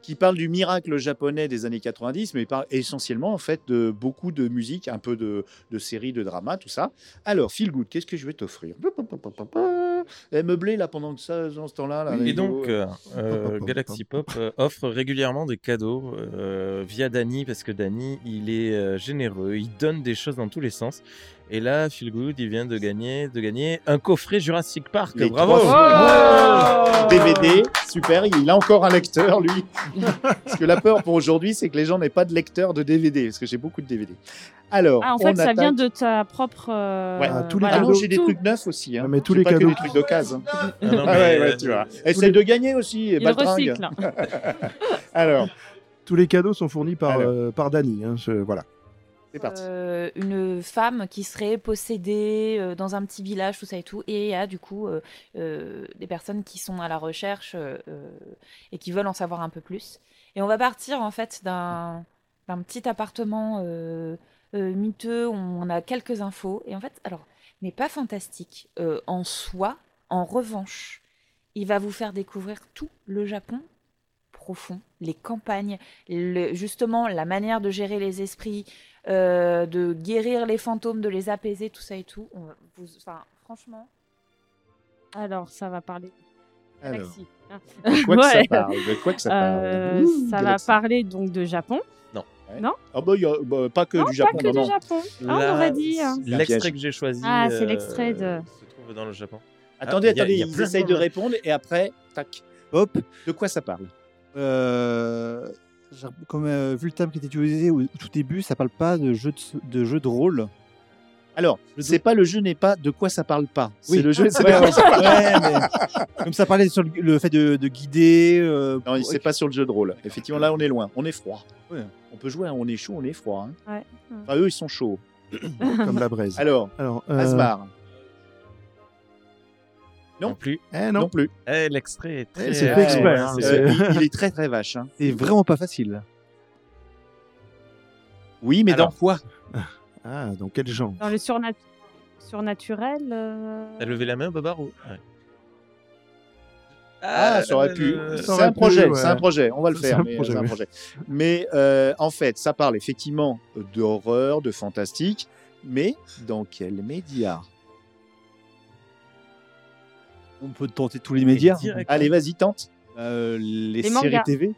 B: qui parle du miracle japonais des années 90, mais parle essentiellement en fait de beaucoup de musique, un peu de, de séries, de dramas, tout ça. Alors, Feel Good, qu'est-ce que je vais t'offrir Eh, Meublé là pendant que ça, dans ce temps-là. là, les
A: Et donc,
B: gros-
A: euh, euh, Galaxy Pop euh, offre régulièrement des cadeaux euh, via Dany, parce que Dany, il est euh, généreux, il donne des choses dans tous les sens. Et là, Phil Good, il vient de gagner, de gagner un coffret Jurassic Park.
B: Les
A: Bravo
D: Oh
B: trois films DVD, super, il a encore un lecteur, lui. Parce que la peur pour aujourd'hui, c'est que les gens n'aient pas de lecteur de DVD, parce que j'ai beaucoup de DVD. Alors,
D: Ah, en fait,
B: on
D: ça
B: attaque-
D: vient de ta propre. euh,
B: Ouais,
C: tous les
B: Ah non,
C: cadeaux.
B: j'ai des
D: Tout.
B: trucs neufs aussi. Hein.
C: Mais tous
B: J'ai
C: les
B: pas que
C: cadeaux.
B: des trucs d'occasion. hein.
A: Ah non,
B: Ah
A: mais,
B: ouais, ouais,
A: euh,
B: tu vois. Essaye de gagner aussi,
D: Il
B: baltringue.
D: recycle.
B: Alors,
C: Tous les cadeaux sont fournis par,
B: Alors.
C: euh, par Dany. hein, ce- voilà.
B: c'est parti.
L: Euh, une femme qui serait possédée euh, dans un petit village, tout ça et tout, et il y a du coup euh, euh, des personnes qui sont à la recherche euh, euh, et qui veulent en savoir un peu plus. Et on va partir en fait d'un d'un petit appartement euh, euh, miteux, où on a quelques infos, et en fait, alors, n'est pas fantastique euh, en soi, en revanche, il va vous faire découvrir tout le Japon profond, les campagnes, le- justement la manière de gérer les esprits, euh, de guérir les fantômes, de les apaiser, tout ça et tout. On- vous- enfin, franchement,
D: Alors, ça va parler.
B: Alors,
D: Galaxy. Ah.
B: de quoi que ça
D: Ouais.
B: parle De quoi que ça parle
D: Euh,
B: Ouh,
D: ça va
B: Galaxy.
D: parler donc de Japon.
B: Ah bah, il y a- bah, pas que
D: non,
B: du Japon,
D: pas que
B: non,
D: du
B: non.
D: Japon. Ah,
A: là,
D: on aurait dit. hein.
B: un
A: L'extrait
B: piège.
A: que j'ai choisi.
D: Ah, c'est l'extrait de-
A: Se trouve dans le Japon.
B: Attendez,
A: Ah, il y a-
B: attendez,
A: il y a
B: ils
A: plein de
B: essayent de
A: monde.
B: répondre et après, tac.
E: Hop.
B: De quoi ça parle
E: Euh, genre, comme euh, vu le thème qui était utilisé au tout début, ça parle pas de jeu de, de, jeu de rôle.
B: Alors,
E: Le
B: c'est pas le jeu n'est pas de quoi ça parle pas. C'est
E: Oui.
B: le jeu. c'est
E: Ouais,
B: pas-
E: ouais, mais comme ça parlait sur le, le fait de, de guider. euh,
B: Non, il- c'est pas sur le jeu de rôle. Effectivement, là, on est loin. On est froid.
E: Ouais.
B: On peut jouer, à on est chaud, on est froid. hein.
D: Ouais.
B: Enfin, eux, ils sont chauds.
C: Comme la braise.
B: Alors,
C: Alors, euh,
B: Asmar, Non.
A: Non plus.
C: eh,
B: non,
C: non.
B: plus.
A: Eh, l'extrait est très.
C: Eh,
B: fait
C: c'est
A: Ouais,
B: exprès,
A: ouais,
C: hein,
A: c'est-
B: Euh, il, il est très, très vache. hein.
E: C'est vraiment pas facile.
B: Oui, mais
A: Alors.
B: dans quoi
C: Ah, dans quel genre
D: Dans le surnat- surnaturel. euh,
A: T'as levé la main, Babar ou- ouais.
B: Ah, ça aurait pu.
A: euh,
B: C'est
C: ça aurait
B: un
C: pu,
B: projet,
C: ouais.
B: c'est un projet. On va le
C: C'est
B: faire.
C: un
B: mais,
C: projet,
B: c'est un
C: oui.
B: projet. Mais, euh, en fait, ça parle effectivement d'horreur, de fantastique, mais dans quel média
E: On peut tenter tous les médias.
A: Direct.
B: Allez, vas-y, tente.
E: Euh,
D: Les
E: les, séries
D: mangas.
E: TV.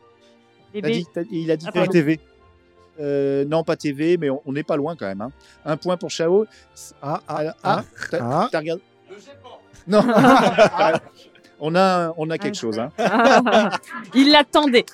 D: les
B: T'as
D: B-
B: dit- t'as- il a dit
D: Ah,
E: Séries
D: pardon.
E: TV.
B: Euh, non, pas TV, mais on on n'est pas loin quand même. hein. Un point pour Chao.
M: Ah,
B: ah,
M: ah,
B: t'as-
M: ah.
B: t'as regardé Non. on a, on a quelque chose. hein.
D: Il l'attendait.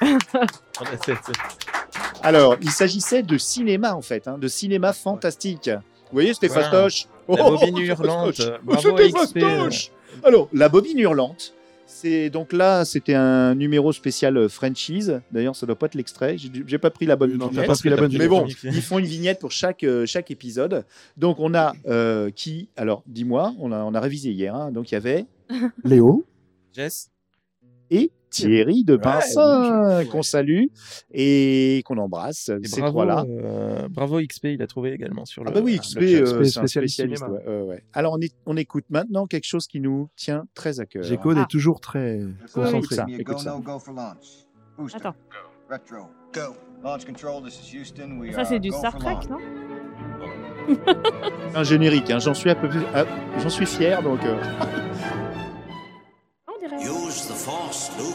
B: Alors, il s'agissait de cinéma en fait, hein, de cinéma fantastique. Vous voyez, c'était
A: Voilà.
B: fastoche. Oh,
A: La bobine hurlante.
B: fastoche. Oh,
A: Bravo,
B: C'était
A: XP.
B: fastoche. Alors, la bobine hurlante. C'est donc là, c'était un numéro spécial euh, franchise. D'ailleurs, ça doit pas être l'extrait. J'ai dû- J'ai pas pris la bonne
M: Non, t'as
B: vignette.
M: pas pris la bonne
B: Mais bon,
M: vignette.
B: ils font une vignette pour chaque euh, chaque épisode. Donc on a euh, qui Alors, dis-moi, on a on a révisé hier. hein. donc il y avait
M: Léo.
A: Jess
B: et Thierry de
A: Ouais,
B: Pinson qu'on salue et qu'on embrasse.
A: Et
B: Ces
A: bravo,
B: trois-là.
A: euh, bravo XP, il a trouvé également sur le.
B: Ah bah oui,
A: le
B: XP,
A: chat.
B: euh, c'est un spécialiste. ouais, ouais, ouais. Alors on, est- on écoute maintenant quelque chose qui nous tient très à cœur.
M: Gécode est toujours très
B: Ah. Écoute
M: concentré.
B: ça,
N: Give me a
B: écoute
N: go, no
B: ça.
N: go for launch. Booster.
D: Attends.
N: Retro. Go. Launch control, this is Houston. We
D: Ça,
N: are
D: c'est du
N: go
D: Star
N: for
D: Trek,
N: launch.
D: non
B: C'est un générique, hein, j'en suis, un peu plus- ah, j'en suis fier. Donc, euh,
O: Use the force, Luke.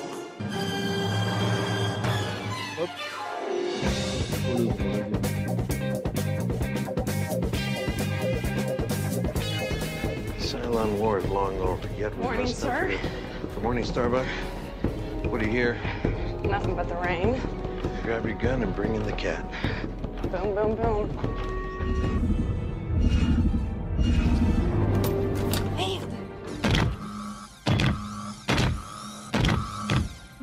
P: Cylon War is long gone to get with
H: Morning,
P: us.
H: sir.
P: Good morning, Starbuck. What do you hear?
H: Nothing but the rain.
P: Grab your gun and bring in the cat.
H: Boom, boom, boom.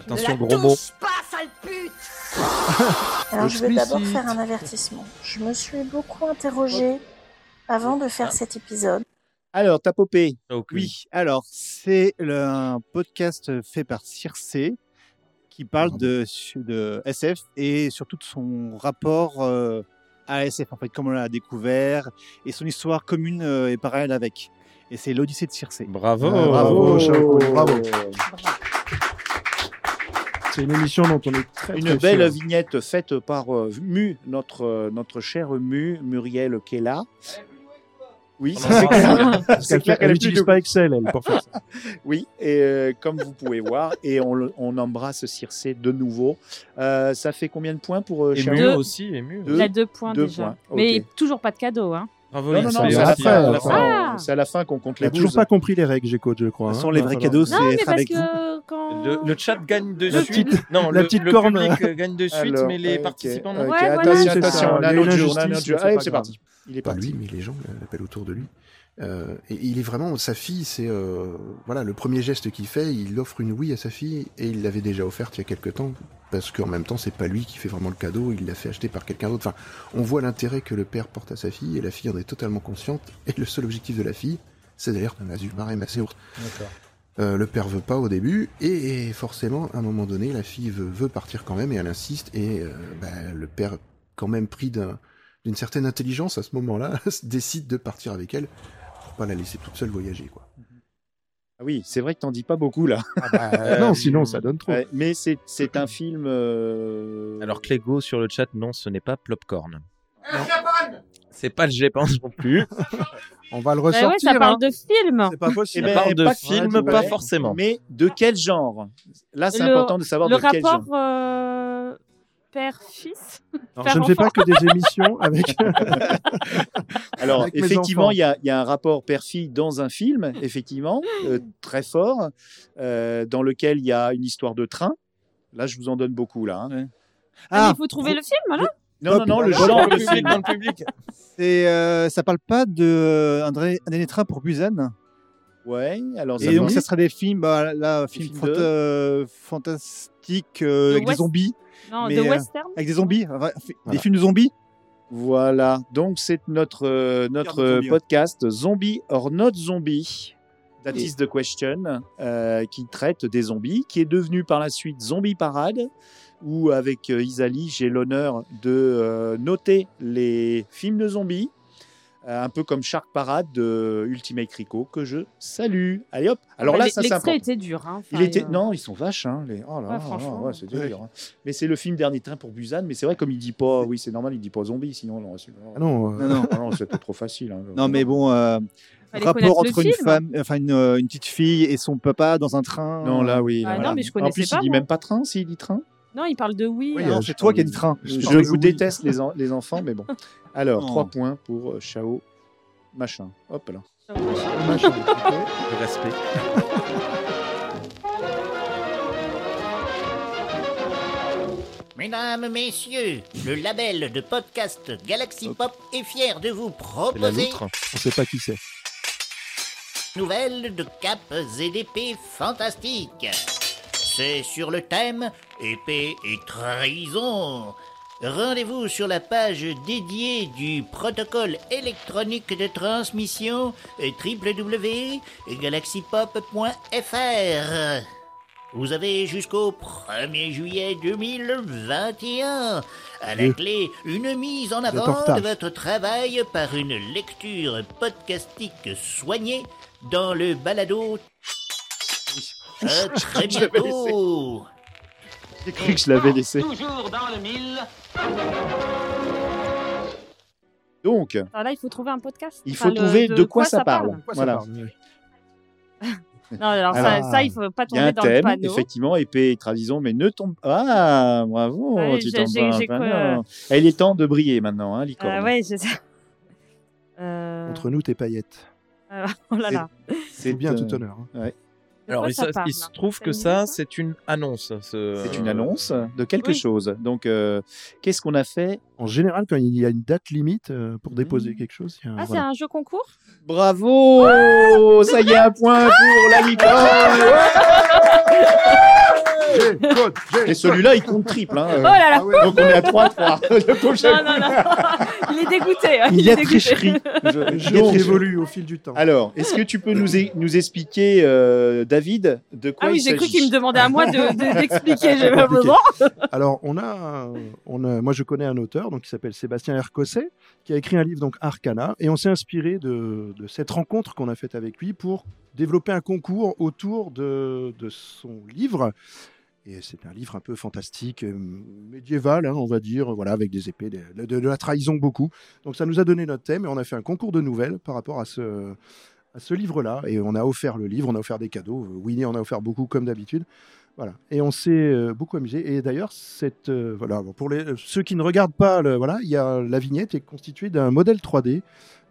A: Attention, gros mot.
F: Alors, je vais d'abord
A: Explicite.
F: faire un avertissement. Je me suis beaucoup interrogée avant de
J: Ah.
F: faire cet épisode.
B: Alors, t'as popé.
E: Oui, alors c'est le- un podcast fait par Circe qui parle de, su- de SF et surtout de son rapport euh, à SF, en fait, comment on l'a découvert et son histoire commune euh, et parallèle avec. Et c'est l'Odyssée de Circe. Ah,
A: Bravo,
M: bravo,
E: Oh.
M: Charles Cool, bravo. C'est une émission dont on est très,
B: Une
M: très
B: belle
M: fiers.
B: vignette faite par euh, Mu, notre, euh, notre chère Mu, Muriel Kella. Oui,
M: On
B: ça,
M: l'embrasse.
B: c'est clair.
M: Parce
B: C'est
M: qu'elle
B: clair
M: fait- elle
B: est plus
M: utilise
B: de-
M: pas Excel, elle, pour faire ça.
B: oui, et euh, comme vous pouvez voir, et on, le- on embrasse Circe de nouveau. Euh, ça fait combien de points pour euh,
A: Et
B: Charles
A: Mu Deux. aussi, et Mu.
D: Il a deux points
B: deux
D: déjà.
B: points, ok.
D: Mais toujours pas de cadeau. Hein.
A: Bravo,
B: Non, non,
A: XP.
B: non, c'est à la
A: aussi.
B: fin, à la
A: Ah.
B: fin, Oh, c'est à la fin qu'on compte
M: Elle
B: les
M: a toujours
B: boules.
M: pas compris les règles, Gécode, je crois.
B: Ce
M: hein.
B: sont les
M: Va
B: vrais
M: falloir-
B: cadeaux,
D: Non, mais parce que quand.
A: Euh, Le, le chat gagne de
M: La
A: suite.
M: petite-
A: non,
M: la
A: le,
M: petite
A: le
M: corne.
A: public euh, gagne de suite,
B: Alors,
A: mais les
B: ok,
A: participants
B: ok,
A: non.
B: attention,
C: c'est
B: attention,
C: ça.
B: on a
C: Il y une
B: l'autre jour, on a l'autre
C: injustice, mais
B: jour.
C: c'est
B: Allez,
C: pas
B: c'est
C: grave.
B: parti. Il est
C: Pas
B: parti.
C: lui, mais les gens l'appellent autour de lui. Euh, et il est vraiment sa fille, c'est euh, voilà le premier geste qu'il fait, il offre une Wii à sa fille et il l'avait déjà offerte il y a quelques temps parce qu'en même temps c'est pas lui qui fait vraiment le cadeau, il l'a fait acheter par quelqu'un d'autre. Enfin, on voit l'intérêt que le père porte à sa fille et la fille en est totalement consciente et le seul objectif de la fille, c'est d'ailleurs de Mazumar et Maseourt.
B: D'accord.
C: Euh, le père veut pas au début, et, et forcément, à un moment donné, la fille veut, veut partir quand même, et elle insiste, et euh, bah, le père, quand même pris d'un- d'une certaine intelligence à ce moment-là, décide de partir avec elle pour pas la laisser toute seule voyager. Quoi.
B: Ah oui, c'est vrai que t'en dis pas beaucoup là. Euh,
C: Ah
M: bah, non, sinon, ça donne trop.
B: Ouais, mais c'est c'est un film. euh,
A: Alors, Clégo sur le chat, non, ce n'est pas Plopcorn. C'est pas le Japon non plus.
M: On va le
D: Bah ouais, ça parle de film.
M: C'est pas
B: Eh
M: possible.
B: ben,
A: parle de
B: hein. pas
A: film,
B: ouais,
A: pas forcément.
B: Mais de quel genre Là, c'est
D: Le-
B: important de savoir
D: le
B: de quel genre.
D: rapport euh, père-fils.
M: Alors, je ne fais pas que des émissions avec.
B: Alors,
M: avec mes
B: effectivement,
M: enfants.
B: il y, a- il y a un rapport père-fille dans un film, effectivement, euh, très fort, euh, dans lequel il y a une histoire de train. Là, je vous en donne beaucoup, là. hein.
D: Ah, mais il faut trouver le film, alors
B: Non, non, non, le
E: Pop-
B: genre
E: Pop-
B: de
E: Pop-
B: film.
E: Dans le
A: public.
E: C'est, euh, ça parle pas de euh, un dernier un dernier train pour Busan.
B: Ouais, alors
E: Et donc
B: va.
E: ça serait des films, bah, là, films
B: films
E: fanta-
B: de-
E: euh, fantastiques euh,
B: De
E: avec des
B: west-
E: zombies.
D: Non,
E: mais,
D: de
E: euh,
D: western
E: Avec des zombies, enfin, fi-
B: Voilà.
E: des films de zombies.
B: Voilà, donc c'est notre, euh, notre
E: Regarde, zombie,
B: euh,
E: ouais.
B: podcast Zombie or Not Zombie, That is the Question, euh, qui traite des zombies, qui est devenu par la suite Zombie Parade, où avec euh, Isali, j'ai l'honneur de euh, noter les films de zombies, euh, un peu comme Shark Parade de Ultimate Rico, que je salue. Allez hop, alors
D: Bah,
B: là,
D: les-
B: ça c'est
D: L'extrait
B: important.
D: était dur. hein. Enfin,
B: Il était...
D: euh,
B: Non, ils sont vaches, hein, les... Oh là
D: Ouais,
B: là,
D: franchement.
B: ouais, c'est dur. hein. Mais c'est le film Dernier Train pour Busan, mais c'est vrai, comme il dit pas, oui, c'est normal, il dit pas zombie, sinon, non, c'est-
M: Ah non, euh,
E: Non, non.
B: Ah non, c'était trop facile. hein.
E: Non, mais bon, euh,
D: Fallait
E: rapport
D: connaître le
E: entre une
D: film.
E: femme, enfin une, euh, une petite fille et son papa dans un train.
B: Non, là, oui. là,
D: Ah non,
B: voilà.
D: mais je
B: en
D: connaissais
B: plus,
D: pas,
B: il dit
D: moi.
B: même pas train, s'il dit train.
D: Non, il parle de oui.
B: Oui,
D: hein.
B: euh,
E: c'est
B: je
E: toi
B: parle-
E: qui as dit train.
B: Je,
E: Je parle de
B: vous
E: oui.
B: déteste, les, en- les enfants, mais bon. Alors,
E: Oh.
B: trois points pour euh, Chao Machin. Hop là.
E: Machin.
A: Le respect.
O: Mesdames, messieurs, le label de podcast Galaxy Pop est fier de vous proposer
C: On sait pas qui c'est.
O: une nouvelle de capes et d'épées fantastiques. C'est sur le thème épée et trahison. Rendez-vous sur la page dédiée du protocole électronique de transmission www.galaxypop.fr. Vous avez jusqu'au 1er juillet 2021 à la
C: Oui.
O: clé une mise en
C: Vous êtes en
O: avant
C: retard.
O: de votre travail par une lecture podcastique soignée dans le balado. À très
B: Je l'avais
O: bientôt.
B: J'ai cru que je l'avais laissé.
O: Toujours dans le mille.
B: Donc,
D: Alors là, il faut trouver un podcast.
B: il
D: Enfin,
B: faut
D: le-
B: trouver de, quoi, ça parle.
D: Quoi ça
B: Voilà.
D: parle. Non, alors, ça, ça, il faut pas
B: Ah, Il y
D: tomber
B: a un
D: dans le
B: thème,
D: panneau.
B: effectivement, épée et trahison, mais ne tombe pas. Ah, bravo,
D: Ouais,
B: tu
D: j'ai-
B: tombes
D: j'ai-
B: pas.
D: j'ai
B: Enfin,
D: quoi,
B: non. Il est temps de briller maintenant, hein, licorne.
D: Euh, ouais, c'est ça. Euh,
C: Entre nous, tes paillettes.
D: euh, oh là là.
C: C'est bien,
B: euh,
C: tout honneur. hein.
B: ouais.
D: De
A: Alors,
D: quoi
A: il,
D: ça
A: se-
D: parle,
A: il se
D: hein
A: trouve
D: Ça
A: que
D: nous dit
A: ça, c'est une annonce. ce-
B: C'est une annonce de quelque
D: Oui.
B: chose. Donc, euh, qu'est-ce qu'on a fait
C: En général, quand il y a une date limite euh, pour déposer quelque chose, il y a un-
D: Ah, c'est
C: voilà.
D: un jeu concours
B: Bravo Oh, Ça y est, un point pour la licorne Et celui-là, il compte triple. hein.
D: Oh là
C: Ah
D: là.
B: Donc, on est à 3-3. Le prochain
D: Non, non, non. il est dégoûté. hein,
B: Il
D: il
B: y a
D: est dégoûté.
B: tricherie.
C: Le
B: Je-
C: jeu
B: Donc,
C: évolue au fil du temps.
B: Alors, est-ce que tu peux nous, é- nous expliquer, euh, David, de quoi
D: Ah oui,
B: il
D: j'ai cru
B: s'agit
D: qu'il me demandait à moi de- de- d'expliquer.
C: C'est
D: j'ai pas
C: compliqué.
D: besoin.
C: Alors, on a, euh, on a- moi je connais un auteur donc, qui s'appelle Sébastien Ercosset, qui a écrit un livre, donc Arcana, et on s'est inspiré de, de cette rencontre qu'on a faite avec lui pour développer un concours autour de, de son livre. Et c'est un livre un peu fantastique, euh, médiéval, hein, on va dire, voilà, avec des épées, des- de, de la trahison beaucoup. Donc ça nous a donné notre thème et on a fait un concours de nouvelles par rapport à ce, à ce livre-là. Et on a offert le livre, on a offert des cadeaux. Winnie en a offert beaucoup, comme d'habitude. Voilà. Et on s'est euh, beaucoup amusé. Et d'ailleurs, cette, euh, voilà, bon, pour les, euh, ceux qui ne regardent pas, le, voilà, il y a, la vignette est constituée d'un modèle 3D,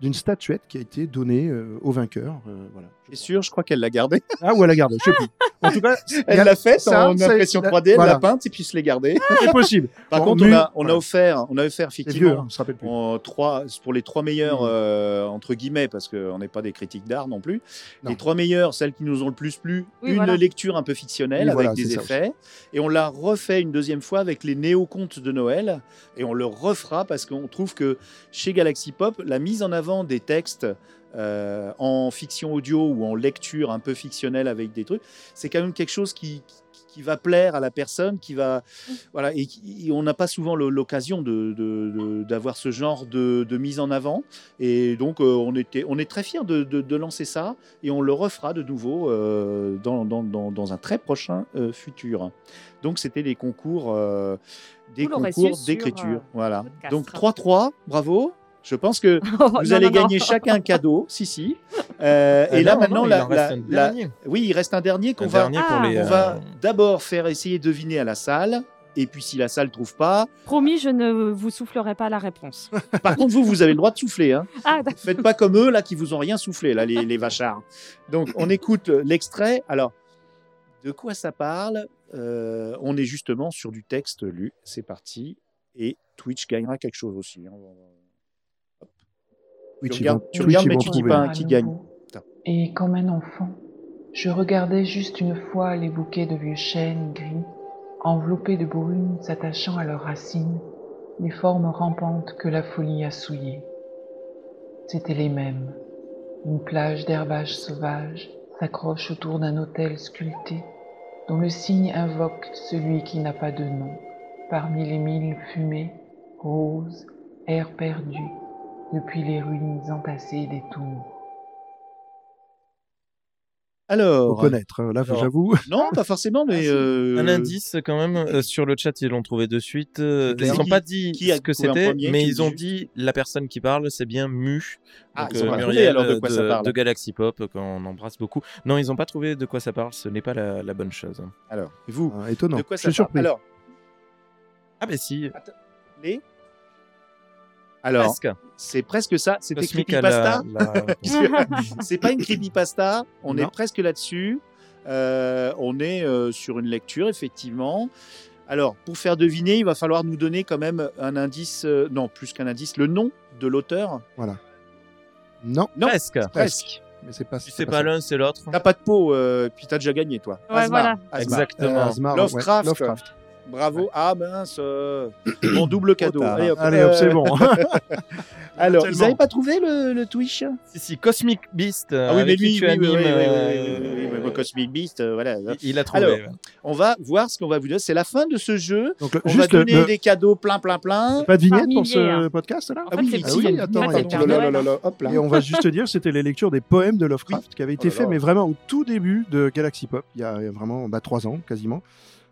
C: d'une statuette qui a été donnée euh, au vainqueur. euh, voilà.
B: T'es sûr Je crois qu'elle l'a gardé.
C: Ah, ou à la garder, je sais plus. En tout cas, il y a-
B: Elle l'a faite
C: ça,
B: en
C: ça,
B: impression
C: la-
B: 3D, elle
C: voilà.
B: l'a peinte et puis se l'est gardée.
C: C'est possible.
B: Par
C: Bon,
B: contre,
C: nu,
B: on a, on
C: voilà.
B: a offert, on a offert
C: vieux, hein,
B: effectivement
C: on se rappelle plus. Mm.
B: en trois, pour les trois meilleurs euh, entre guillemets, parce qu'on n'est pas des critiques d'art non plus. Les trois meilleurs, celles qui nous ont le plus plu,
D: Oui,
B: une
D: voilà.
B: lecture un peu fictionnelle
C: Oui,
B: avec
C: voilà,
B: des
C: c'est ça
B: effets, et on l'a refait une deuxième fois avec les néo-contes de Noël, et on le refera parce qu'on trouve que chez Galaxy Pop, la mise en avant des textes euh, en fiction audio ou en lecture un peu fictionnelle avec des trucs, c'est quand même quelque chose qui, qui- qui va plaire à la personne, qui va
D: Mm.
B: voilà, et, qui- et on n'a pas souvent le- l'occasion de- de- de- d'avoir ce genre de, de mise en avant, et donc euh, on était, on est très fiers de, de- de lancer ça, et on le refera de nouveau euh, dans, dans- dans- dans un très prochain euh, futur. Donc c'était les concours, euh, des
D: Vous l'aurez
B: concours
D: su sur,
B: d'écriture,
D: euh,
B: voilà.
D: podcast. Oh,
B: Donc 3-3, bravo. Je pense que vous
D: non, non,
B: allez
D: non.
B: gagner chacun un cadeau, si si. Euh,
A: Euh,
B: et là
A: non,
B: maintenant,
A: non, il
B: la-
A: en reste
B: la-
A: un
B: la-
A: dernier.
B: oui, il reste un dernier qu'on
A: Un
B: va,
A: dernier pour Ah. les,
B: qu'on
A: euh,
B: va d'abord faire essayer de deviner à la salle. Et puis si la salle trouve pas,
D: Promis, je ne vous soufflerai pas la réponse.
B: par contre vous, vous avez le droit de souffler. Hein.
D: Ah, d'accord.
B: Faites pas comme eux là qui vous ont rien soufflé là, les, les vachards. Donc on écoute euh, l'extrait. Alors de quoi ça parle Euh, On est justement sur du texte lu. C'est parti. Et Twitch gagnera quelque chose aussi. hein.
C: Twitch, ils
B: regardes-
C: vont-
B: tu
C: Twitch,
B: regardes,
C: ils
B: mais
C: vont
B: tu dis
C: trouver.
B: pas hein,
Q: Ah,
B: qui gagne.
Q: Et comme un enfant, je regardais juste une fois les bouquets de vieux chênes gris, enveloppés de brume s'attachant à leurs racines, les formes rampantes que la folie a souillées. C'étaient les mêmes. Une plage d'herbage sauvage s'accroche autour d'un autel sculpté, dont le signe invoque celui qui n'a pas de nom, parmi les mille fumées, roses, airs perdus, depuis les ruines entassées des tours.
B: Alors,
C: Faut connaître, hein, là,
A: Alors,
C: j'avoue.
B: Non, pas forcément, mais euh,
A: Ah, Un indice quand même euh, sur le chat, ils l'ont trouvé de suite. euh,
B: C'est
A: ils
B: clair.
A: n'ont pas
B: Qui-
A: dit
B: qui a
A: ce que
B: trouvé en
A: c'était,
B: premier,
A: mais
B: tu
A: ils ont
B: dis
A: dit la personne qui parle, c'est bien Mu.
B: Ah,
A: donc,
B: ils
A: euh,
B: ont pas trouvé,
A: Muriel,
B: alors, de quoi ça parle.
A: de Galaxy Pop, euh, qu'on embrasse beaucoup. Non, ils n'ont pas trouvé de quoi ça parle. Ce n'est pas la, la bonne chose.
B: Alors, vous,
C: Ah, étonnant.
B: de quoi
A: Je
B: ça
A: suis
B: parle
A: surpris.
B: Alors,
A: Ah, mais si.
B: Les Alors,
A: Presque.
B: c'est presque ça. C'était
A: Cosmic
B: creepypasta.
A: à la- la-
B: c'est pas une creepypasta. On
A: Non.
B: est presque là-dessus. Euh, on est euh, sur une lecture, effectivement. Alors, pour faire deviner, il va falloir nous donner quand même un indice, euh, non, plus qu'un indice, le nom de l'auteur.
C: Voilà. Non.
A: Presque.
B: Presque.
C: Mais c'est pas.
A: Si c'est pas l'un, c'est l'autre.
B: T'as pas de peau, euh, puis t'as déjà gagné, toi.
A: Ouais, voilà. Exactement.
B: Euh,
A: Asmar,
B: Lovecraft.
A: ouais, Lovecraft.
B: Bravo. Ah mince. euh, Mon double cadeau.
A: tard.
B: Allez, hop,
A: Oh, Allez, hop, c'est bon.
B: Alors, vous
A: Tellement.
B: n'avez pas trouvé le, le Twitch
A: Si, si, Cosmic Beast. euh,
B: Ah oui, mais
A: avec qui
B: lui,
A: tu
B: oui,
A: animes,
B: oui, oui, oui,
A: euh,
B: oui, oui, oui, oui, oui, oui, Cosmic Beast, euh, voilà. Il,
A: il a trouvé,
B: Alors,
A: ouais.
B: on va voir ce qu'on va vous donner. C'est la fin de ce jeu.
C: Donc, le-
B: on va
C: juste
B: donner
C: le-
B: des cadeaux plein, plein, plein.
C: Pas de vignette pour ce podcast là
B: Ah oui,
C: Ah
B: si, il y a une
C: attends,
B: vignette avec
C: attends.
B: Père Noël, hein.
C: Et on va juste te dire, c'était les lectures des poèmes de Lovecraft qui avaient été
B: Oh là
C: faits,
B: là.
C: mais vraiment au tout début de Galaxy Pop, il y a il y a vraiment bah, trois ans quasiment.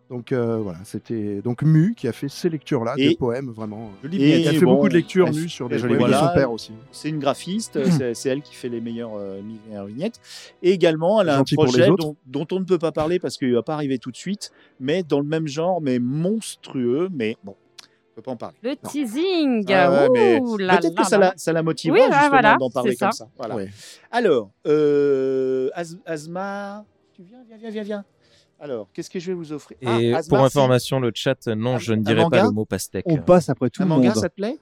C: Donc euh, voilà, c'était donc Mu qui a fait ces lectures-là,
B: Et-
C: des poèmes vraiment.
B: Je lis
C: Et il a
B: bien.
C: fait
B: bon,
C: beaucoup de lectures
B: elle-
C: Mu sur des
B: elle-
C: poèmes de
B: voilà,
C: son père aussi. Mmh.
B: C'est une graphiste, c'est- c'est elle qui fait les meilleures euh, mi- meilleures vignettes. Et également, elle a un
C: Gentil pour les
B: projet
C: autres.
B: dont, dont on ne peut pas parler parce qu'il ne va pas arriver tout de suite, mais dans le même genre, mais monstrueux, mais bon, on ne peut pas en parler.
D: Le
B: Non.
D: teasing.
B: Ah ouais, mais
D: ouh là
B: Peut-être
D: là
B: que ça
D: là.
B: la, ça la motivera
D: Oui, ouais,
B: justement
D: voilà,
B: d'en parler
D: c'est
B: comme
D: ça.
B: ça. Voilà. Alors, euh, Az- Asma, tu viens, viens, viens, viens, viens. Alors, qu'est-ce que je vais vous offrir Ah,
A: Et
B: Asma,
A: pour
B: si. Ah,
A: information, le chat, euh, non, je ne dirai
B: manga
A: pas le mot pastèque.
E: On passe après tout
B: Un
E: le
B: manga,
E: monde.
B: ça te plaît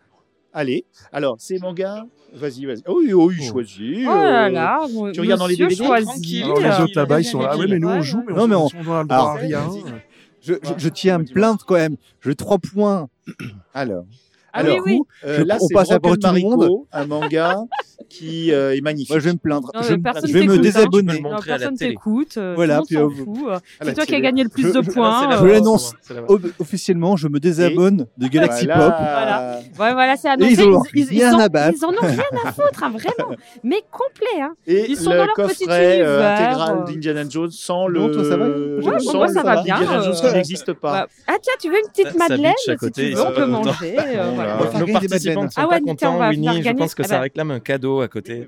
B: Allez, alors, c'est manga. Vas-y, vas-y. Oh, oui, oh, oui, choisis.
D: Oh là
B: euh,
D: là,
B: tu regardes dans les
D: monsieur
B: DVD
D: choisit.
B: Tranquille.
C: Alors les autres là-bas, ils sont là. Oui, mais nous on joue, mais
E: Non, mais on-
C: on doit le droit à
E: Alors,
C: rien.
E: Je, je- je tiens à me plaindre quand même. Je 3 points.
B: Alors.
D: Ah
B: Alors,
D: oui, oui.
B: euh,
E: Je-
B: là,
E: on
B: c'est
E: passe à
B: Broken
E: part tout le monde.
B: Mariko, un manga qui euh, est magnifique.
E: Moi, je vais me plaindre.
D: Non,
E: je,
D: mais personne
E: je vais me
D: t'écoute, hein.
E: désabonner.
D: Non, personne t'écoute. euh,
E: Voilà,
D: tout le monde
E: puis,
D: s'en
E: euh,
D: fout.
B: la
D: C'est toi qui as
B: télé. Ah,
D: gagné le plus
E: Je-
D: de
E: je-
D: points.
E: Je l'annonce ob- officiellement, je me désabonne de Galaxy
B: Voilà.
E: Pop.
D: Voilà. Ouais, voilà, c'est annoncé.
E: ils en ont rien
D: sont-
E: à battre.
D: ils en ont rien à foutre, hein, vraiment. Mais complet. Hein.
B: Et
D: ils sont
B: le
D: dans leur petit
B: coffret euh,
D: univers,
B: intégral
D: euh.
B: d'Indiana Jones sans
E: Non,
B: le.
E: toi, ça va
D: Ouais,
B: sans
D: pour moi,
B: le
D: ça va bien.
B: Indiana Jones qui
D: euh,
B: n'existe pas.
D: ouais. Ah tiens, tu veux une petite
A: Sa- sa
D: madeleine
A: bitch à
D: si
A: côté,
D: tu
A: ils
D: veux,
A: sont
D: on peut
A: contents.
D: manger. euh, voilà.
E: va
A: Nos
E: faire gagner des
A: participants ne
E: madeleines.
A: sont
D: Ah
A: pas
D: ouais, tiens, on
A: contents.
D: va
A: Winnie,
D: faire
A: je
D: gagner.
A: pense que
D: Ah
A: ça
D: bah.
A: réclame un cadeau à côté.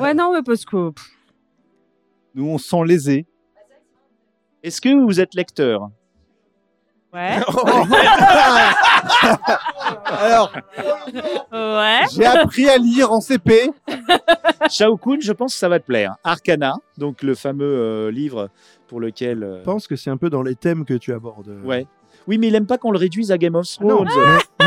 D: Ouais, non, mais parce que pff,
E: Nous, on se sent lésés.
B: Est-ce que vous êtes lecteur
D: ouais,
E: Alors,
D: ouais.
E: j'ai appris à lire en CP.
B: Shaokun, je pense que ça va te plaire. Arcana, donc le fameux euh, livre pour lequel. euh,
C: Je pense que c'est un peu dans les thèmes que tu abordes. Ah
B: Ouais. Oui, mais il aime pas qu'on le réduise à Game of Thrones.
C: Mais,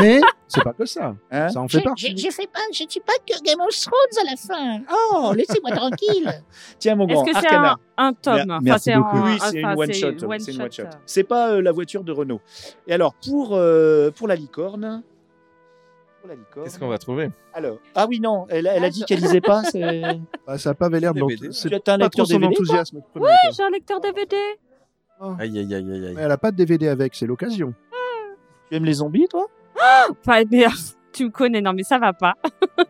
C: mais c'est pas que ça.
B: Hein
C: ça en fait
O: J'ai-
C: partie.
O: j'ai- J'ai fait pas, j'ai dit pas que Game of Thrones à la fin. Oh, laissez-moi tranquille.
B: Tiens, mon
D: Est-ce
B: grand,
D: que c'est
B: Arcana.
D: un, un tome
E: Mer-
D: Enfin,
E: merci
D: c'est un-
E: beaucoup.
B: Oui, c'est
D: enfin,
B: une one shot.
D: one
B: C'est une
D: shot.
B: one shot. C'est pas euh, la voiture de Renault. Et alors pour euh, pour la licorne. Pour la licorne.
A: Qu'est-ce qu'on va trouver
B: Alors ah oui non, elle, a- elle a dit qu'elle lisait pas. c'est-
C: Bah, ça n'a pas avait l'air de
A: Des
C: l'ent-
A: BD.
C: c'est
B: Tu as un
C: pas trop
B: lecteur
C: son
B: DVD, toi
C: enthousiasme. premier, quoi.
D: J'ai un lecteur DVD.
A: Aïe, aïe, aïe, aïe, aïe.
C: Mais elle a pas de DVD avec, c'est l'occasion.
B: Tu aimes les zombies toi
D: Ah, Enfin, mais, euh, tu me connais, non mais ça va pas.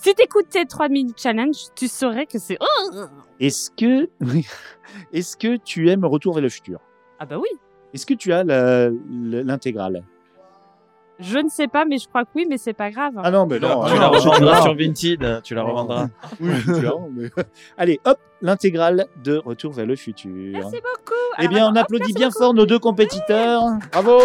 D: si t'écoutes tes 3 minutes challenge, tu saurais que c'est... Oh
B: Est-ce que est-ce que tu aimes Retour vers le futur
D: Ah bah oui,
B: Est-ce que tu as la- la- l'intégrale
D: je ne sais pas, mais je crois que oui, mais c'est pas grave. hein.
B: Ah non mais
A: Tu la-
B: non.
A: tu
B: ah
A: la
B: non, je- tu
A: revendras
B: l'as.
A: sur Vinted, tu la revendras.
B: Oui, tu l'as, mais- Allez hop l'intégrale de Retour vers le futur.
D: Merci beaucoup.
B: Eh
D: Alors,
B: bien, on
D: attends, hop,
B: applaudit
D: merci
B: bien
D: beaucoup.
B: fort nos deux compétiteurs. Bravo.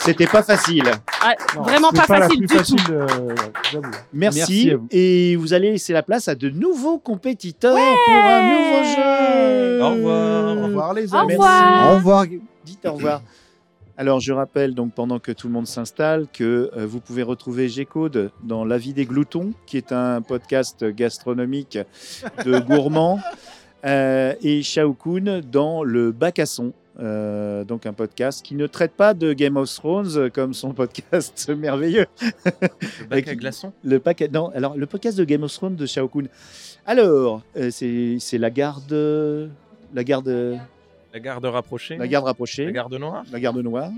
B: C'était pas facile.
D: Ah,
C: Non,
D: vraiment
C: c'est
D: pas,
C: la
D: facile
C: plus
D: du tout.
C: facile, euh, ouais, j'avoue.
B: Merci.
E: Merci à vous.
B: Et vous allez laisser la place à de nouveaux compétiteurs pour un nouveau jeu.
A: Au revoir.
C: Au revoir les
D: Au
C: amis.
D: revoir.
E: Au revoir.
B: Dites au revoir. Alors, je rappelle, donc, pendant que tout le monde s'installe, que euh, vous pouvez retrouver G-Code dans La vie des gloutons, qui est un podcast gastronomique de gourmands, euh, et Shaokun dans Le bac à son, euh, donc un podcast qui ne traite pas de Game of Thrones euh, comme son podcast merveilleux.
A: Le
B: bac
A: bac
B: à
A: à glaçons
B: Le, paquet, non, alors, le podcast de Game of Thrones de Shao Kun. Alors, euh, c'est c'est la garde. La garde,
A: La garde rapprochée
B: la garde
A: La
B: rapprochée,
A: garde noire
B: la garde noire,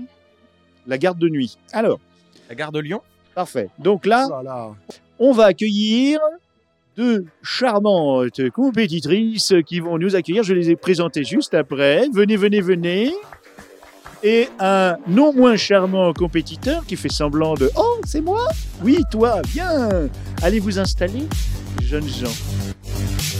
B: la garde de nuit. Alors,
A: La garde Lyon
B: parfait. Donc là,
D: Oh
C: Voilà.
B: on va accueillir deux charmantes compétitrices qui vont nous accueillir. Je les ai présentées juste après. Venez, venez, venez. Et un non moins charmant compétiteur qui fait semblant de Oh, c'est moi Oui, toi, viens Allez vous installer, jeunes gens.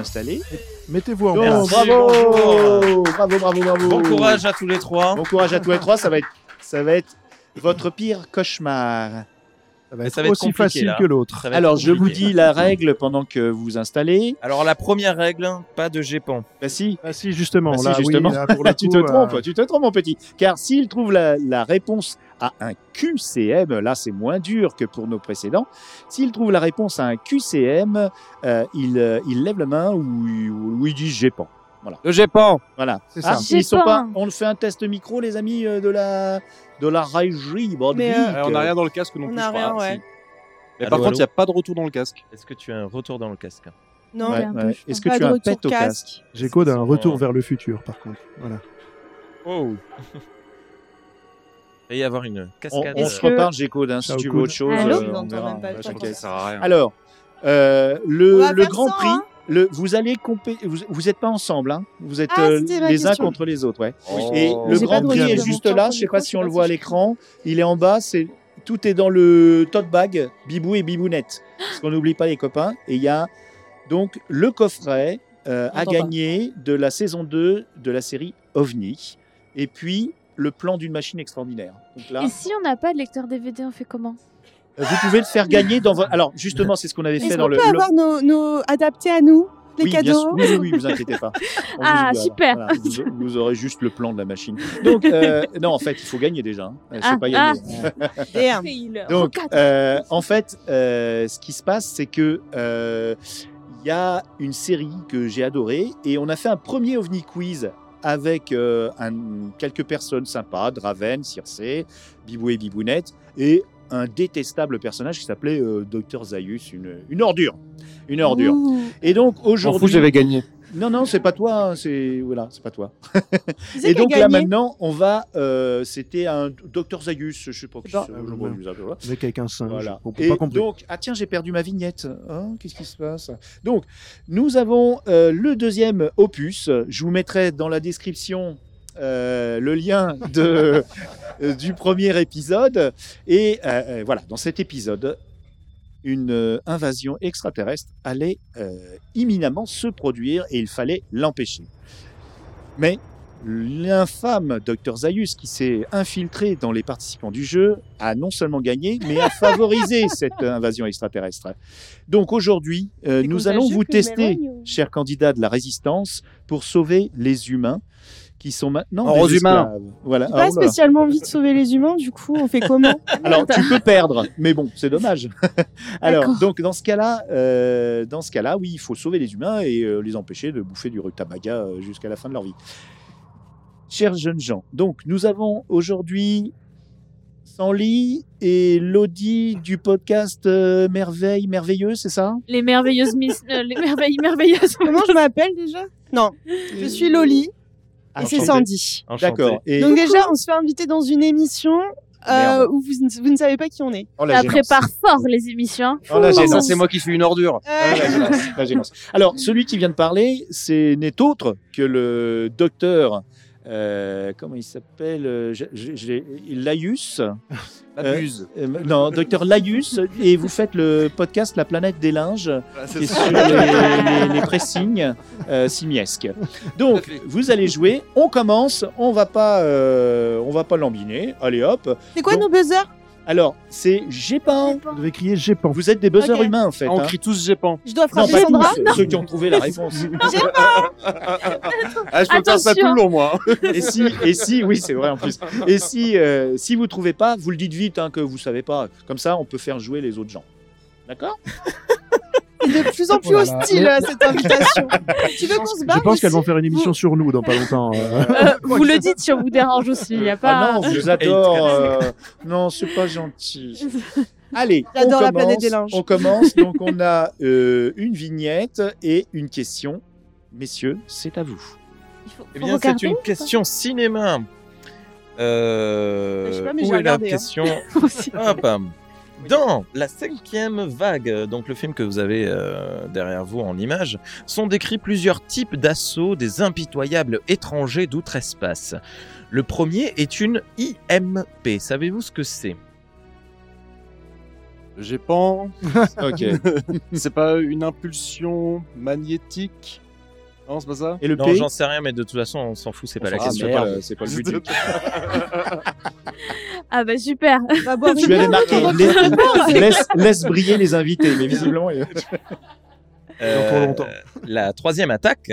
B: installé.
C: Mettez-vous en
B: Donc,
C: place.
B: bravo, bravo, bravo, bravo.
A: Bon courage à tous les trois.
B: Bon courage à tous les trois. Ça va être, ça va être votre pire cauchemar. Ça va
A: être Ça va être aussi compliqué, facile là. que l'autre. Ça va être
B: Alors, je vous
A: compliqué.
B: dis la règle pendant que vous vous installez.
A: Alors la première règle, pas de GEPAN.
B: Bah si.
C: Bah si, justement.
B: Bah si, justement. tu te trompes,
D: euh,
A: euh,
B: tu te trompes, mon petit. Car s'il trouve la, la réponse à un QCM, là c'est moins dur que pour nos précédents. S'il trouve la réponse à un QCM, euh, il, euh, il lève la main ou, il- ou il dit GEPAN. Voilà.
A: Le GEPAN.
B: Voilà.
A: C'est
B: Ah,
A: ça.
B: ils sont pas.
A: GEPAN.
B: On fait un test micro, les amis euh, de la de la euh. régie. Bordric.
R: Ouais, euh, on n'a rien dans le casque non
S: on
R: plus.
S: n'a
R: je crois,
S: rien,
R: hein,
S: ouais.
R: si. Mais par
A: Allô,
R: contre, il n'y a
A: allô
R: pas de retour dans le casque.
A: Est-ce que tu as un retour dans le casque
S: Non,
B: Ouais,
S: il y a un peu,
B: ouais.
S: je
B: Est-ce
S: crois.
B: que tu
S: Pas
B: as
S: de
B: un pet
S: retour
B: au
S: casque.
B: casque
C: Géco d'un retour vers le futur, par contre. Voilà.
A: Oh. Il va y avoir une
B: On,
A: cascade.
B: on se reparle, Gécode, hein, si tu veux autre chose. euh, on verra, on va checker. Alors, euh,
S: On
B: le,
S: va
B: le
S: faire
B: Grand
S: sans,
B: Prix,
S: hein.
B: le, vous allez compé- vous, vous êtes pas ensemble, hein. vous êtes
S: Ah,
B: euh,
S: c'était ma
B: les uns
S: question.
B: contre les autres, ouais.
S: Oui.
B: Et
S: Oh.
B: le
S: J'ai pas
B: Grand
S: de
B: Prix
S: regard
B: est
S: de
B: juste
S: mon
B: là,
S: temps
B: je
S: sur
B: sais
S: le
B: pas
S: micro,
B: si
S: je
B: on
S: sais
B: le
S: pas
B: voit à
S: si je-
B: l'écran, il est en bas, c'est tout est dans le tote bag, bibou et bibounette, parce qu'on n'oublie pas les copains. Et il y a donc le coffret euh, à
S: Entends pas.
B: gagner de la saison 2 de la série OVNI, et puis le plan d'une machine extraordinaire. Donc là,
F: Et si on n'a pas de lecteur DVD, on fait comment
B: euh, vous pouvez le faire gagner dans votre. Alors justement, c'est ce qu'on avait
S: Est-ce
B: fait
S: qu'on
B: dans
S: peut
B: le.
S: avoir nos, nos adaptés à nous les
B: oui, bien
S: cadeaux
B: sûr. Oui, oui, oui, vous inquiétez pas. On vous
S: Ah,
B: aidera.
S: super.
B: vous, vous aurez juste le plan de la machine. Donc, euh, non, en fait, il faut gagner déjà. hein. Euh, C'est
S: Ah,
B: pas gagné.
S: ah. Damn.
B: Donc,
S: Rocade.
B: euh, en fait, euh, ce qui se passe, c'est que euh, il y a une série que j'ai adorée et on a fait un premier OVNI quiz avec euh, un- quelques personnes sympas, Draven, Circe, Bibou et Bibounette, et un détestable personnage qui s'appelait euh, Dr Zaius, une, une ordure. Une ordure.
S: Ouh.
B: Et donc
R: Je m'en
B: aujourd'hui...
R: fous, j'avais gagné.
B: Non, non, c'est pas toi, hein, c'est voilà, c'est pas toi.
S: Qui c'est qui a
B: Et donc là
S: gagné
B: maintenant, on va. euh, C'était un docteur Zaius, je sais pas qui c'est. je vois, je vois pas.
C: Avec avec un singe.
B: Voilà.
C: On peut
B: Et
C: pas comprendre.
B: donc, ah tiens, j'ai perdu ma vignette. Hein, Qu'est-ce qui se passe Donc, nous avons euh, le deuxième opus. Je vous mettrai dans la description euh, le lien de, euh, du premier épisode. Et euh, euh, voilà, dans cet épisode, une euh, invasion extraterrestre allait euh, imminemment se produire et il fallait l'empêcher. Mais l'infâme Dr Zaius, qui s'est infiltré dans les participants du jeu, a non seulement gagné, mais a favorisé cette invasion extraterrestre. Donc aujourd'hui, euh, nous allons
S: contagieux
B: vous
S: que je
B: tester,
S: m'éloigne, ou-
B: chers candidats de la résistance, pour sauver les humains qui sont maintenant
S: Or aux
B: des
S: humains.
B: esclaves. Voilà.
S: J'ai
B: Ah,
S: pas
B: oh là là.
S: spécialement envie de sauver les humains, du coup, on fait comment
B: Alors, tu peux perdre, mais bon, c'est dommage. Alors, donc, dans ce cas-là, euh, dans ce cas-là, oui, il faut sauver les humains et euh, les empêcher de bouffer du rutabaga euh, jusqu'à la fin de leur vie. Chers jeunes gens, donc, nous avons aujourd'hui Sanli et Lodi du podcast euh, Merveille Merveilleux, c'est ça
F: Les merveilleuses miss, euh, les merveilles merveilleuses.
S: Comment je m'appelle déjà Non, je suis Loli et c'est
B: Enchanté.
S: Sandy.
B: Enchanté. D'accord. Et-
S: Donc déjà, on se fait inviter dans une émission euh,
R: Merde.
S: où vous, ne- vous ne savez pas qui on est.
B: Oh, la gênance.
F: prépare fort les émissions.
B: Oh, la
R: ça,
B: gênance.
R: c'est moi qui suis une ordure.
B: Ah, la gênance, la gênance. Alors, celui qui vient de parler, c'est n'est autre que le docteur. euh, comment il s'appelle euh, je- je- je- Laius.
R: Babuse.
B: Euh, euh, non, docteur Laius. Et vous faites le podcast La planète des linges,
R: Ah, c'est
B: qui est
R: ça.
B: sur les, les- les pressings euh, simiesques. Donc, vous allez jouer. On commence. On va pas, euh, on va pas l'embiner. Allez hop.
S: C'est quoi
B: Donc-
S: nos buzzers
B: Alors, c'est Gépan.
C: Vous devez crier Gépan.
B: Vous êtes des buzzers
S: Ok.
B: humains en fait.
S: Ah, on
B: hein.
S: crie
R: tous Gépan.
S: Je dois
B: Non,
S: frapper
B: pas
S: Sandra
B: tous, ceux qui ont trouvé la réponse.
R: Ah, je peux faire ça tout le long, moi.
B: Et si, et si, oui, c'est vrai en plus. Et si, euh, si vous trouvez pas, vous le dites vite hein, que vous savez pas. Comme ça, on peut faire jouer les autres gens. D'accord
S: Il est de plus en plus
C: Oh là là.
S: hostile
C: Mais-
S: cette invitation. tu veux qu'on se barre
C: Je pense qu'elles
S: aussi
C: vont faire une émission sur nous dans pas longtemps. euh.
S: Ah,
F: Euh, vous le dites si on vous dérange aussi. Il n'y a pas.
B: Ah non, on vous adore. euh, non, c'est pas gentil. Allez, on
S: J'adore
B: commence,
S: la planète des linges.
B: on commence. Donc, on a euh, une vignette et une question. Messieurs, c'est à vous.
A: Eh bien, c'est une question cinéma. Euh,
B: Je sais pas, mais
A: où
B: j'ai
A: est
B: regardé,
A: la
B: hein.
A: question Hop, hum. Dans la cinquième vague, donc le film que vous avez euh, derrière vous en image, sont décrits plusieurs types d'assauts des impitoyables étrangers d'outre-espace. Le premier est une IMP. Savez-vous ce que c'est
R: Gépan.
B: Ok.
R: c'est pas une impulsion magnétique
E: Non, c'est pas ça
B: Et le
A: non,
B: pays
A: j'en sais rien, mais de toute façon, on s'en fout, c'est pas la
B: Ah,
A: question.
B: merde, c'est pas le but du-
F: Ah bah super.
B: Tu avais marqué laisse, laisse- laisse briller les invités, mais visiblement. il y a-
A: Euh, La troisième attaque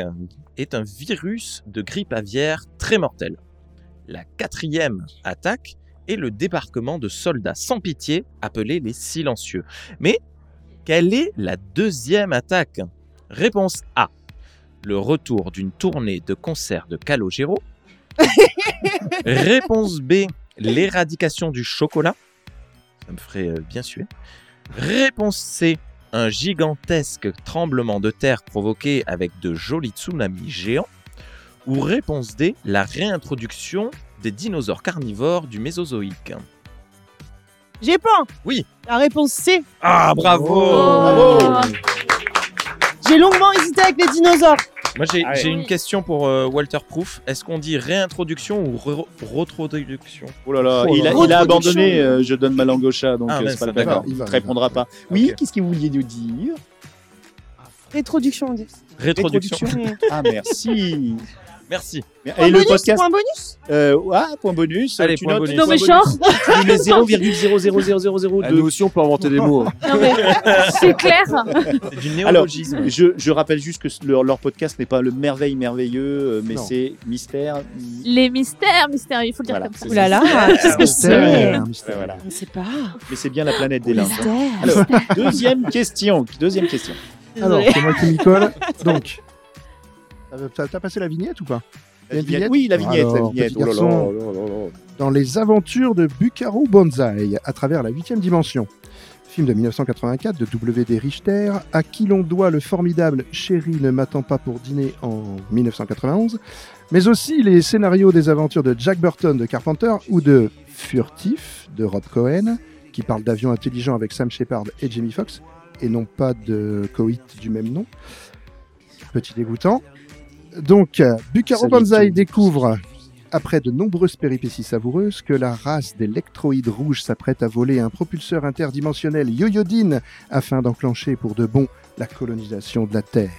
A: est un virus de grippe aviaire très mortel. La quatrième attaque est le débarquement de soldats sans pitié appelés les silencieux. Mais quelle est la deuxième attaque Réponse A. Le retour d'une tournée de concerts de Calogero. Réponse B. L'éradication du chocolat. Ça me ferait euh, bien suer. Réponse C. Un gigantesque tremblement de terre provoqué avec de jolis tsunamis géants. Ou réponse D. La réintroduction des dinosaures carnivores du Mésozoïque.
S: J'ai pas.
A: Oui.
S: La réponse C.
A: Ah, bravo
S: Oh. J'ai longuement hésité avec les dinosaures.
A: Moi, j'ai
S: Ah ouais.
A: j'ai une question pour euh, Walter Proof. Est-ce qu'on dit réintroduction ou re- retroduction
B: Oh là là, il a, il a abandonné, euh, je donne ma langue au chat, donc
A: Ah,
B: euh,
A: mince,
B: c'est pas la peine,
A: d'accord.
B: il
A: Il
B: ne
A: va,
B: répondra pas. Oui, qu'est-ce que vous vouliez nous dire
S: Rétroduction, on dit.
A: Rétroduction.
S: Rétroduction.
B: ah, merci.
A: Merci.
S: Point bonus, point bonus
B: Euh, ah, point bonus.
S: Allez,
B: tu
S: point
B: notes
S: bonus. Non, mais genre.
B: Tu mets 0,00002.
E: Ah, nous aussi, on peut inventer des mots.
S: Non, mais c'est clair.
A: C'est du
B: Alors,
A: néologisme.
B: je, je rappelle juste que leur, leur podcast n'est pas le merveille merveilleux, euh, mais
A: Non.
B: c'est mystère.
F: Les mystères, mystères, il faut le dire
B: Voilà,
F: comme ça.
B: c'est ça. Mystère, mystère, mystère, voilà.
F: Je sais pas.
B: Mais c'est bien la planète des
F: Mystère.
B: lynx. hein. Alors, deuxième question. Deuxième question.
C: Alors, c'est moi qui m'y colle. Donc, t'as- t'as t'as passé la vignette ou pas
B: La vignette. Oui, la vignette, la
C: Alors,
B: vignette.
C: petit
B: Oh là là,
C: garçon,
B: oh là là là là.
C: dans les aventures de Bucaro Banzai à travers la huitième dimension. Film de 1984 de W.D. Richter, à qui l'on doit le formidable Chéri ne m'attend pas pour dîner en 1991, mais aussi les scénarios des aventures de Jack Burton de Carpenter ou de Furtif de Rob Cohen, qui parle d'avions intelligents avec Sam Shepard et Jamie Foxx, et non pas de coït du même nom. Petit dégoûtant. Donc, euh, Bucaro
I: Salut,
C: Banzai
I: Tom.
C: découvre, après de nombreuses péripéties savoureuses, que la race d'électroïdes rouges s'apprête à voler un propulseur interdimensionnel yoyodine afin d'enclencher pour de bon la colonisation de la Terre.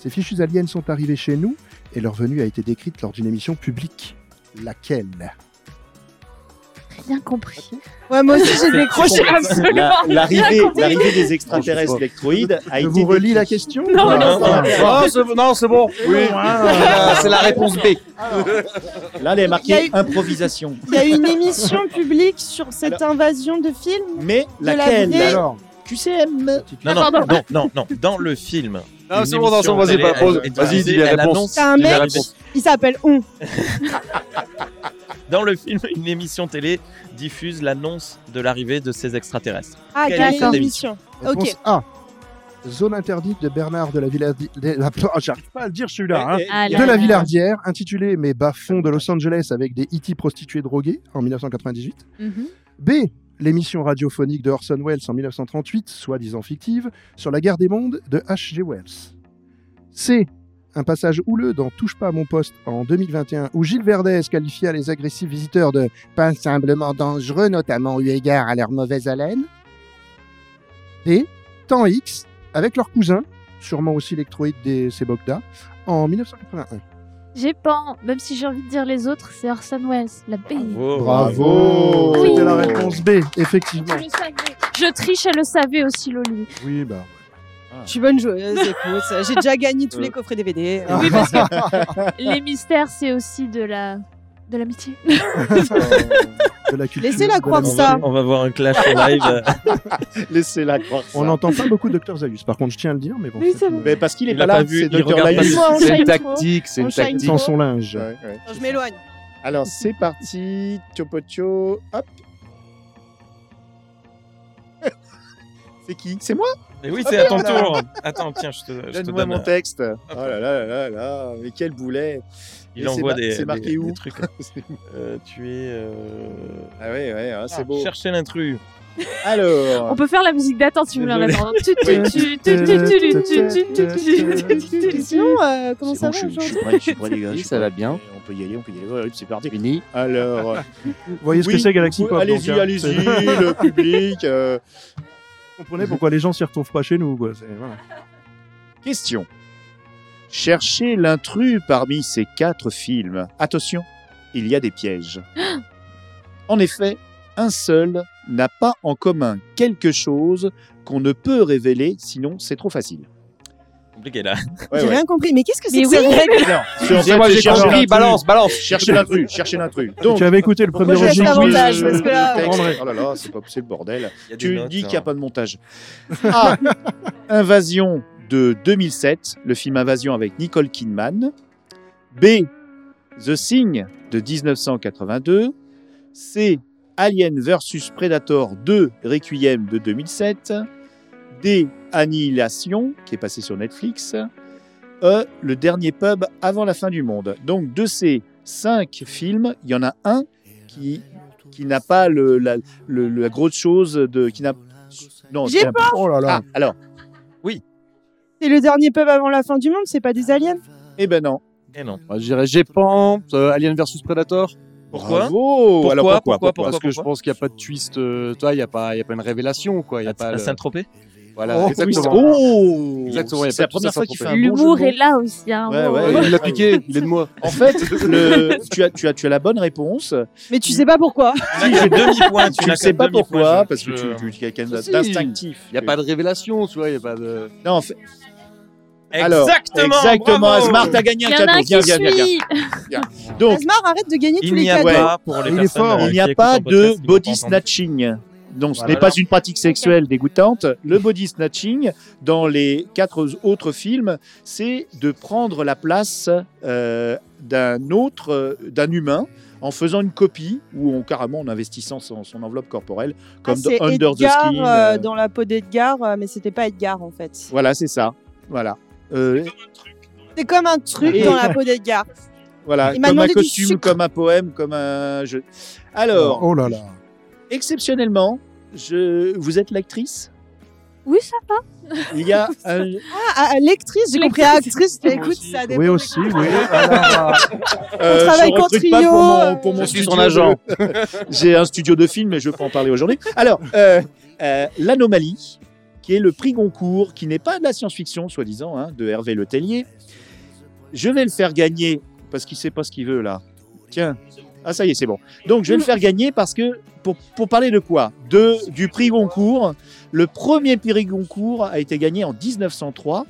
C: Ces fichus aliens sont arrivés chez nous et leur venue a été décrite lors d'une émission publique. Laquelle
F: Rien compris.
S: Ouais, moi aussi, j'ai décroché
C: complexe.
S: absolument.
C: La-
B: l'arrivée-
S: Rien compris.
B: l'arrivée des extraterrestres électroïdes a
C: Je
B: été
C: vous relis la question
S: Non,
B: non, ça va.
R: c'est bon. Non, c'est bon. Oui.
C: hein.
R: Euh, c'est la réponse B.
B: Là, elle est
S: Il y a
B: marquée
S: eu-
B: improvisation.
S: Il y a une émission publique sur cette invasion de films.
B: Mais
S: de la
B: laquelle
S: vraie
B: alors QCM.
S: Ah,
A: Non, non, non, non, non, dans le film.
R: Non,
A: une
R: c'est bon, non, c'est bon,
A: émission
R: vas-y,
A: télé,
R: pas-
A: elle-
R: pose.
A: elle-
R: Vas-y,
A: elle-
R: dis les
A: elle
R: réponses.
A: annonce
S: C'est un
A: les
S: mec,
A: réponses.
S: il s'appelle On.
A: Dans le film, une émission télé diffuse l'annonce de l'arrivée de ces extraterrestres.
S: Ah,
A: Quelle est cette
S: d'accord.
A: émission
C: Réponse
S: Ok.
C: A. Zone interdite de Bernard de la Villardière. J'arrive pas à le dire celui-là. hein.
S: Eh, eh, Ah là
C: de
S: là.
C: la Villardière, intitulé Mes bas-fonds de Los Angeles avec des E.T. prostituées droguées en 1998. B. L'émission radiophonique de Orson Welles en 1938, soi-disant fictive, sur la guerre des mondes de H.G. Wells. C. Un passage houleux dans Touche pas à mon poste en 2021, où Gilles Verdez qualifia les agressifs visiteurs de passablement dangereux, notamment eu égard à leur mauvaise haleine. D. Temps X, avec leur cousin, sûrement aussi électroïde des Sebokda, en 1981.
F: J'ai pas, même si j'ai envie de dire les autres, c'est Orson Welles, la B.
C: Bravo
F: Oui.
C: C'était la réponse B, effectivement.
F: Je triche, elle le savait aussi, Loli.
C: Oui, bah.
B: Ah.
S: Je suis bonne joueuse, écoute. J'ai déjà gagné
B: Euh.
S: tous les coffrets DVD.
F: Oui, parce que les mystères, c'est aussi de la de l'amitié.
C: De la culture,
S: Laissez-la
C: de
S: croire
C: musique.
S: ça.
A: On va voir un clash en live.
B: Laissez-la croire ça.
C: On n'entend pas beaucoup Dr Zayus, par contre, je tiens à le dire, mais bon.
S: Oui,
C: c'est
S: c'est
C: tout.
S: vrai.
B: Mais parce qu'il est
C: Il
B: pas
C: a
B: là,
C: pas vu,
B: c'est
C: il
B: Dr.
C: regarde pas
B: Laïus.
C: ses- C'est une
S: shine trop.
C: tactique, c'est
S: On
C: une
S: shine
C: tactique.
S: trop.
C: Dans son linge.
B: Ouais, ouais.
S: Je m'éloigne.
B: Alors, c'est parti. Topotio. Hop. C'est qui C'est moi Ah,
A: Mais oui, c'est à ton tour. Attends, tiens, je te, je te
B: Donne-moi
A: donne.
B: mon texte. Oh là là là là là, mais quel boulet
A: Il
B: Et c'est
A: envoie
B: mar-
A: des-
B: C'est marqué
A: des-
B: où
A: des trucs. Euh, tu es.
B: Ah ouais, ouais, ah, c'est
A: euh, Ah,
B: beau.
A: Chercher l'intrus.
B: Alors.
F: On peut faire la musique d'attente si vous voulez en
A: Désolé.
F: attendre. Tu, tu, tu, tu, tu, tu, tu, tu, tu, tu, tu, tu.
S: Sinon, euh, comment ça va
B: Je suis
S: aujourd'hui
B: prêt, je suis prêt, les gars. je suis
R: ça
B: prêt.
R: va bien.
B: On peut y aller, on peut y aller. Ouais, c'est parti. Alors. Vous
C: voyez ce que c'est, Galaxy Pop,
B: Allez-y,
C: donc, hein.
B: allez-y,
C: C'est-
B: le public. euh,
C: Vous comprenez pourquoi les gens s'y retrouvent pas chez nous, quoi. c'est- voilà.
B: Question. Cherchez l'intrus parmi ces quatre films. Attention, il y a des pièges. En effet, un seul n'a pas en commun quelque chose qu'on ne peut révéler, sinon c'est trop facile.
A: Compliqué là.
B: Ouais,
S: J'ai
B: ouais.
S: rien compris. Mais qu'est-ce que c'est
B: Mais
S: que cette
B: oui.
S: règle
B: Non,
S: sur-
B: c'est-
R: moi,
B: c'est
R: j'ai
B: chercher
R: compris.
B: l'intrus.
R: Balance, balance.
B: Cherchez l'intrus, cherchez l'intrus.
C: tu avais écouté le premier
B: Moi, j'ai
C: Roger
B: un
C: Quiz,
B: montage,
C: euh,
B: parce que là-
C: vous comprendrez.
B: Oh là là, c'est pas c'est le
A: Il
B: bordel.
A: y a des
B: Tu
A: notes,
B: dis qu'il n'y
A: hein.
B: a pas de montage. Ah, Invasion de 2007, le film Invasion avec Nicole Kidman. B, The Thing de 1982. C, Alien vs Predator 2, Requiem de 2007. D, Annihilation, qui est passé sur Netflix. E, le dernier pub avant la fin du monde. Donc de ces cinq films, il y en a un qui, qui n'a pas le, la, le- la grosse chose de... Qui n'a, non,
S: J'ai
B: c'est un-
S: peur
C: Oh
B: Ah,
C: là
B: alors,
S: C'est le dernier pub avant la fin du monde, c'est pas des aliens
B: eh ben non.
A: Eh non.
R: Moi, Bah, je dirais Gépan, euh, Alien versus Predator.
A: Pourquoi
R: Bravo
A: Pourquoi,
R: Alors,
A: pourquoi, pourquoi,
R: Parce que je
A: pourquoi
R: pense qu'il n'y a pas de twist. euh, toi, il n'y a, pas- il y a pas une révélation. quoi. Il y a pas
A: à
R: le-
A: Saint-Tropez
R: Voilà,
C: Oh,
R: exactement.
B: Oh
R: Exactement, il y a
B: C'est
R: pas tout ça
B: la première
R: sans
B: fois qu'il fait un
R: tromper.
B: bon jeu
F: L'humour
B: de
F: est
B: mots.
F: là aussi. Hein,
B: Ouais,
F: bon.
B: ouais,
R: Il l'a piqué, il est de moi.
B: En fait, le- tu, as, tu, as, tu as la bonne réponse.
S: Mais tu sais pas pourquoi.
A: Tu n'as que demi-point,
B: Tu ne sais pas pourquoi, parce que tu, tu es quelqu'un
R: Si,
B: d'instinctif.
R: Il n'y a pas de révélation, tu vois. Il y a pas de.
B: Non, en fait- alors,
A: Exactement
B: exactement,
A: bravo
B: Asmar, t'as gagné un
F: Il y en a
B: cadeau.
F: un
B: Viens,
F: qui
B: viens, viens, viens.
F: suit.
B: Donc,
S: Asmar, arrête de gagner tous
A: Il
S: les
A: n'y a
S: cadeaux.
A: pas, pour les
C: Il est
A: personnes
C: fort,
A: euh,
B: il
A: qui
B: n'y a
A: écoutent
B: pas
A: en podcast,
B: de
A: qui l'ont
B: body
A: pas entendu.
B: snatching. Donc, ce
A: Voilà.
B: n'est pas une pratique sexuelle dégoûtante. Le body snatching, dans les quatre autres films, c'est de prendre la place euh, d'un autre, euh, d'un humain, en faisant une copie ou en carrément en investissant son, son enveloppe corporelle,
S: Ah,
B: comme
S: c'est
B: dans Under
S: Edgar,
B: the Skin.
S: euh,
B: euh,
S: dans la peau d'Edgar, euh, mais c'était pas Edgar en fait.
B: Voilà, c'est ça. Voilà. Euh,
S: C'est comme un truc
B: Et-
S: dans la peau d'Edgar.
B: voilà,
S: Il m'a
B: comme un
S: demandé du
B: costume,
S: sucre.
B: comme un poème, comme un jeu. Alors,
C: Oh là là.
B: exceptionnellement, je... vous êtes l'actrice
F: Oui, ça va.
B: Il y a un,
S: Ah, ah, lectrice, j'ai compris.
F: Lectrice.
S: Actrice, écoute, ça dépend.
C: Oui, aussi, oui. Ah Alors,
B: Euh,
S: travaille
B: je
S: qu'en
B: recrute pas
S: trio,
B: pour mon,
S: euh.
B: pour mon
R: Je suis son
B: studio
R: agent.
B: de- J'ai un studio de film, mais je peux en parler aujourd'hui. Alors, euh, euh, l'anomalie, qui est le prix Goncourt, qui n'est pas de la science-fiction, soi-disant, hein, de Hervé Le Tellier. Je vais le faire gagner parce qu'il sait pas ce qu'il veut là. Tiens, ah ça y est, c'est bon. Donc je vais le faire gagner parce que pour, pour parler de quoi De du prix Goncourt. Le premier prix Goncourt a été gagné en 1903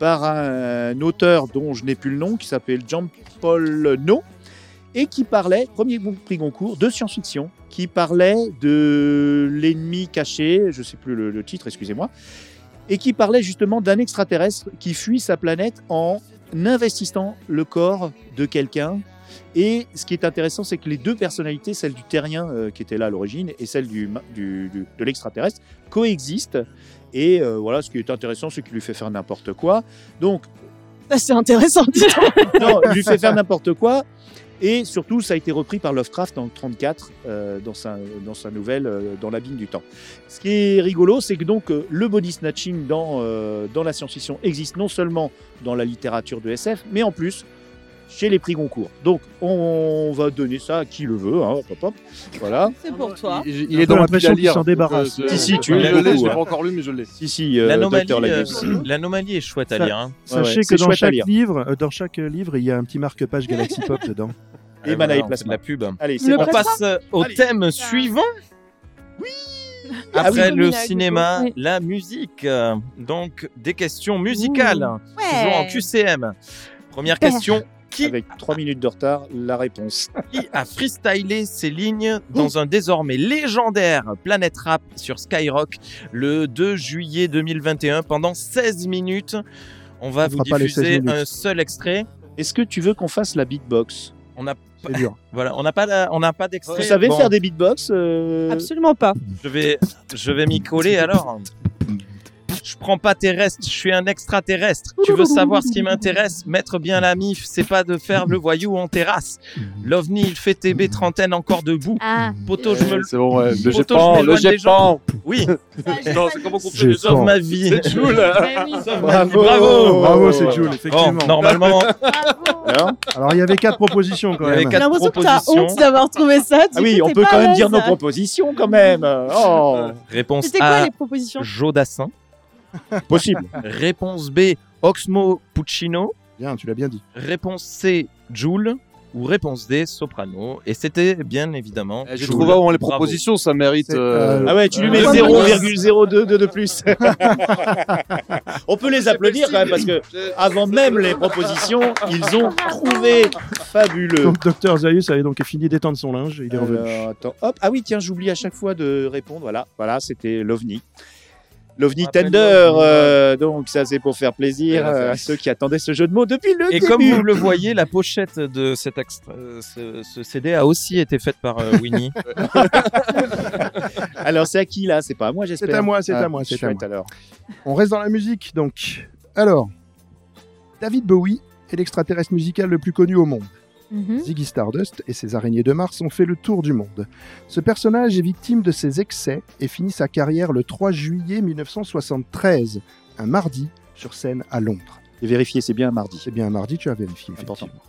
B: par un auteur dont je n'ai plus le nom, qui s'appelle Jean-Paul No, et qui parlait, premier prix Goncourt, de science-fiction, qui parlait de l'ennemi caché, je ne sais plus le, le titre, excusez-moi, et qui parlait justement d'un extraterrestre qui fuit sa planète en investissant le corps de quelqu'un. Et ce qui est intéressant, c'est que les deux personnalités, celle du terrien euh, qui était là à l'origine et celle du, ma- du- du- de l'extraterrestre, coexistent. Et euh, voilà, ce qui est intéressant, c'est qu'il lui fait faire n'importe quoi. Donc,
S: Ça, C'est intéressant. dis donc.
B: non, il lui fait faire n'importe quoi. Et surtout, ça a été repris par Lovecraft en 34 euh, dans, sa, dans sa nouvelle euh, Dans l'abîme du temps. Ce qui est rigolo, c'est que donc euh, le body snatching dans, euh, dans la science-fiction existe non seulement dans la littérature de SF, mais en plus chez les prix Goncourt. Donc on va donner ça à qui le veut. hein, hop, hop, hop. Voilà.
S: C'est pour toi.
R: Il, il
C: J'ai un
R: est
C: peu
R: dans ma pile
C: l'impression
R: à
C: qu'il
R: lire.
C: s'en
R: donc,
C: débarrasse.
R: euh,
B: Si, si, tu
R: oui,
B: l'as
R: je l'ai,
B: beaucoup,
R: je l'ai
B: hein.
R: pas encore lu, mais je l'ai.
B: Si, si, euh,
A: L'anomalie,
B: Dr.
A: euh,
B: Lagus.
A: L'anomalie est chouette à
C: Ça-
A: lire. hein.
C: Sachez
B: ouais,
C: que
B: c'est
C: dans
B: chouette à
C: chaque,
B: lire.
C: livre, euh, dans chaque livre, il y a un petit marque-page Galaxy Pop dedans.
B: Et
A: Ouais, Ah, voilà, on
B: Mana et
A: fait de
B: Plasma.
A: la pub.
B: Allez, c'est
S: Le
A: On
B: parti.
S: presse-
A: passe euh, au
B: Allez.
A: thème suivant. Oui. Après
S: Ah oui.
A: le
S: Mina,
A: cinéma,
S: du coup.
A: la musique. Euh, Donc des questions musicales.
S: Ouais.
A: Toujours en QCM. Première
S: Super.
A: question. Qui
B: Avec 3 minutes de retard, la réponse.
A: qui a freestylé ces lignes dans un désormais légendaire Planet Rap sur Skyrock le 2 juillet 2021 pendant 16 minutes. On va
C: On
A: vous
C: fera pas les 16
A: diffuser
C: minutes.
A: un seul extrait.
B: Est-ce que tu veux qu'on fasse la beatbox
C: C'est dur.
A: Voilà, on n'a pas la- on n'a pas d'extrait.
B: Vous savez
A: Bon,
B: faire des beatbox euh,
S: Absolument pas.
A: je vais je vais m'y coller alors. Je prends pas tes restes, je suis un extraterrestre. Tu veux savoir ce qui m'intéresse Mettre bien la mif, c'est pas de faire le voyou en terrasse. L'ovni, il fait TB trentaine encore debout.
F: Ah,
A: Poteau, je me
R: Ouais, Eh, C'est bon, ouais, Euh, le
A: Autant
R: Gépan,
A: je
R: le
A: m'éloigne des
R: Gépan.
A: Oui,
R: Non, c'est comment qu'on
C: J'ai
A: sauve
C: faim.
A: ma vie.
B: Bravo,
A: Bravo.
C: Bravo, c'est Jules, effectivement.
A: Bon, normalement,
B: Alors
C: Alors, il y avait quatre propositions quand
A: Il y avait
C: même.
A: quatre
S: J'ai l'impression que t'as
A: propositions.
S: honte d'avoir trouvé ça. Du
B: Ah oui,
S: coup,
B: on
S: t'es
B: peut
S: pas
B: quand
S: à
B: même dire
S: l'aise.
B: nos propositions quand même. Oh,
A: réponse
S: C'était quoi
A: A,
S: les propositions
A: Jodassin.
B: possible.
A: Réponse B, Oxmo Puccino.
C: Bien, tu l'as bien dit.
A: Réponse C, Joule. Ou réponse D, Soprano. Et c'était bien évidemment.
R: Eh, J'ai
A: Joule.
R: trouvé avant les
A: Bravo.
R: propositions, ça mérite. euh,
B: Ah ouais, tu lui
R: euh,
B: mets
R: ouais,
B: 0,022 de plus. On peut les applaudir quand même parce que avant même les propositions, ils ont trouvé fabuleux.
C: Donc, docteur Zaius avait donc fini d'étendre son linge et il est revenu.
B: Alors, attends, hop. Ah oui, tiens, j'oublie à chaque fois de répondre. Voilà, voilà, c'était l'OVNI. L'OVNI
A: Rappelle-le,
B: Tender, euh, donc ça c'est pour faire plaisir
A: Bien
B: euh,
A: fait.
B: à ceux qui attendaient ce jeu de mots depuis le
A: Et
B: début.
A: comme vous le voyez, la pochette de cet extra- euh, ce, ce CD a aussi été faite par euh, Winnie.
B: Alors c'est à qui là C'est pas à moi j'espère.
C: C'est à moi, c'est
B: Ah,
C: à moi, c'est à
B: chouette,
C: moi.
B: alors.
C: On reste dans la musique, donc. Alors, David Bowie est l'extraterrestre musical le plus connu au monde. Ziggy Stardust et ses araignées de Mars ont fait le tour du monde. Ce personnage est victime de ses excès et finit sa carrière le 3 juillet 1973, un mardi, sur scène à Londres.
B: Et vérifier, c'est bien un mardi.
C: C'est bien un mardi, tu as vérifié, effectivement.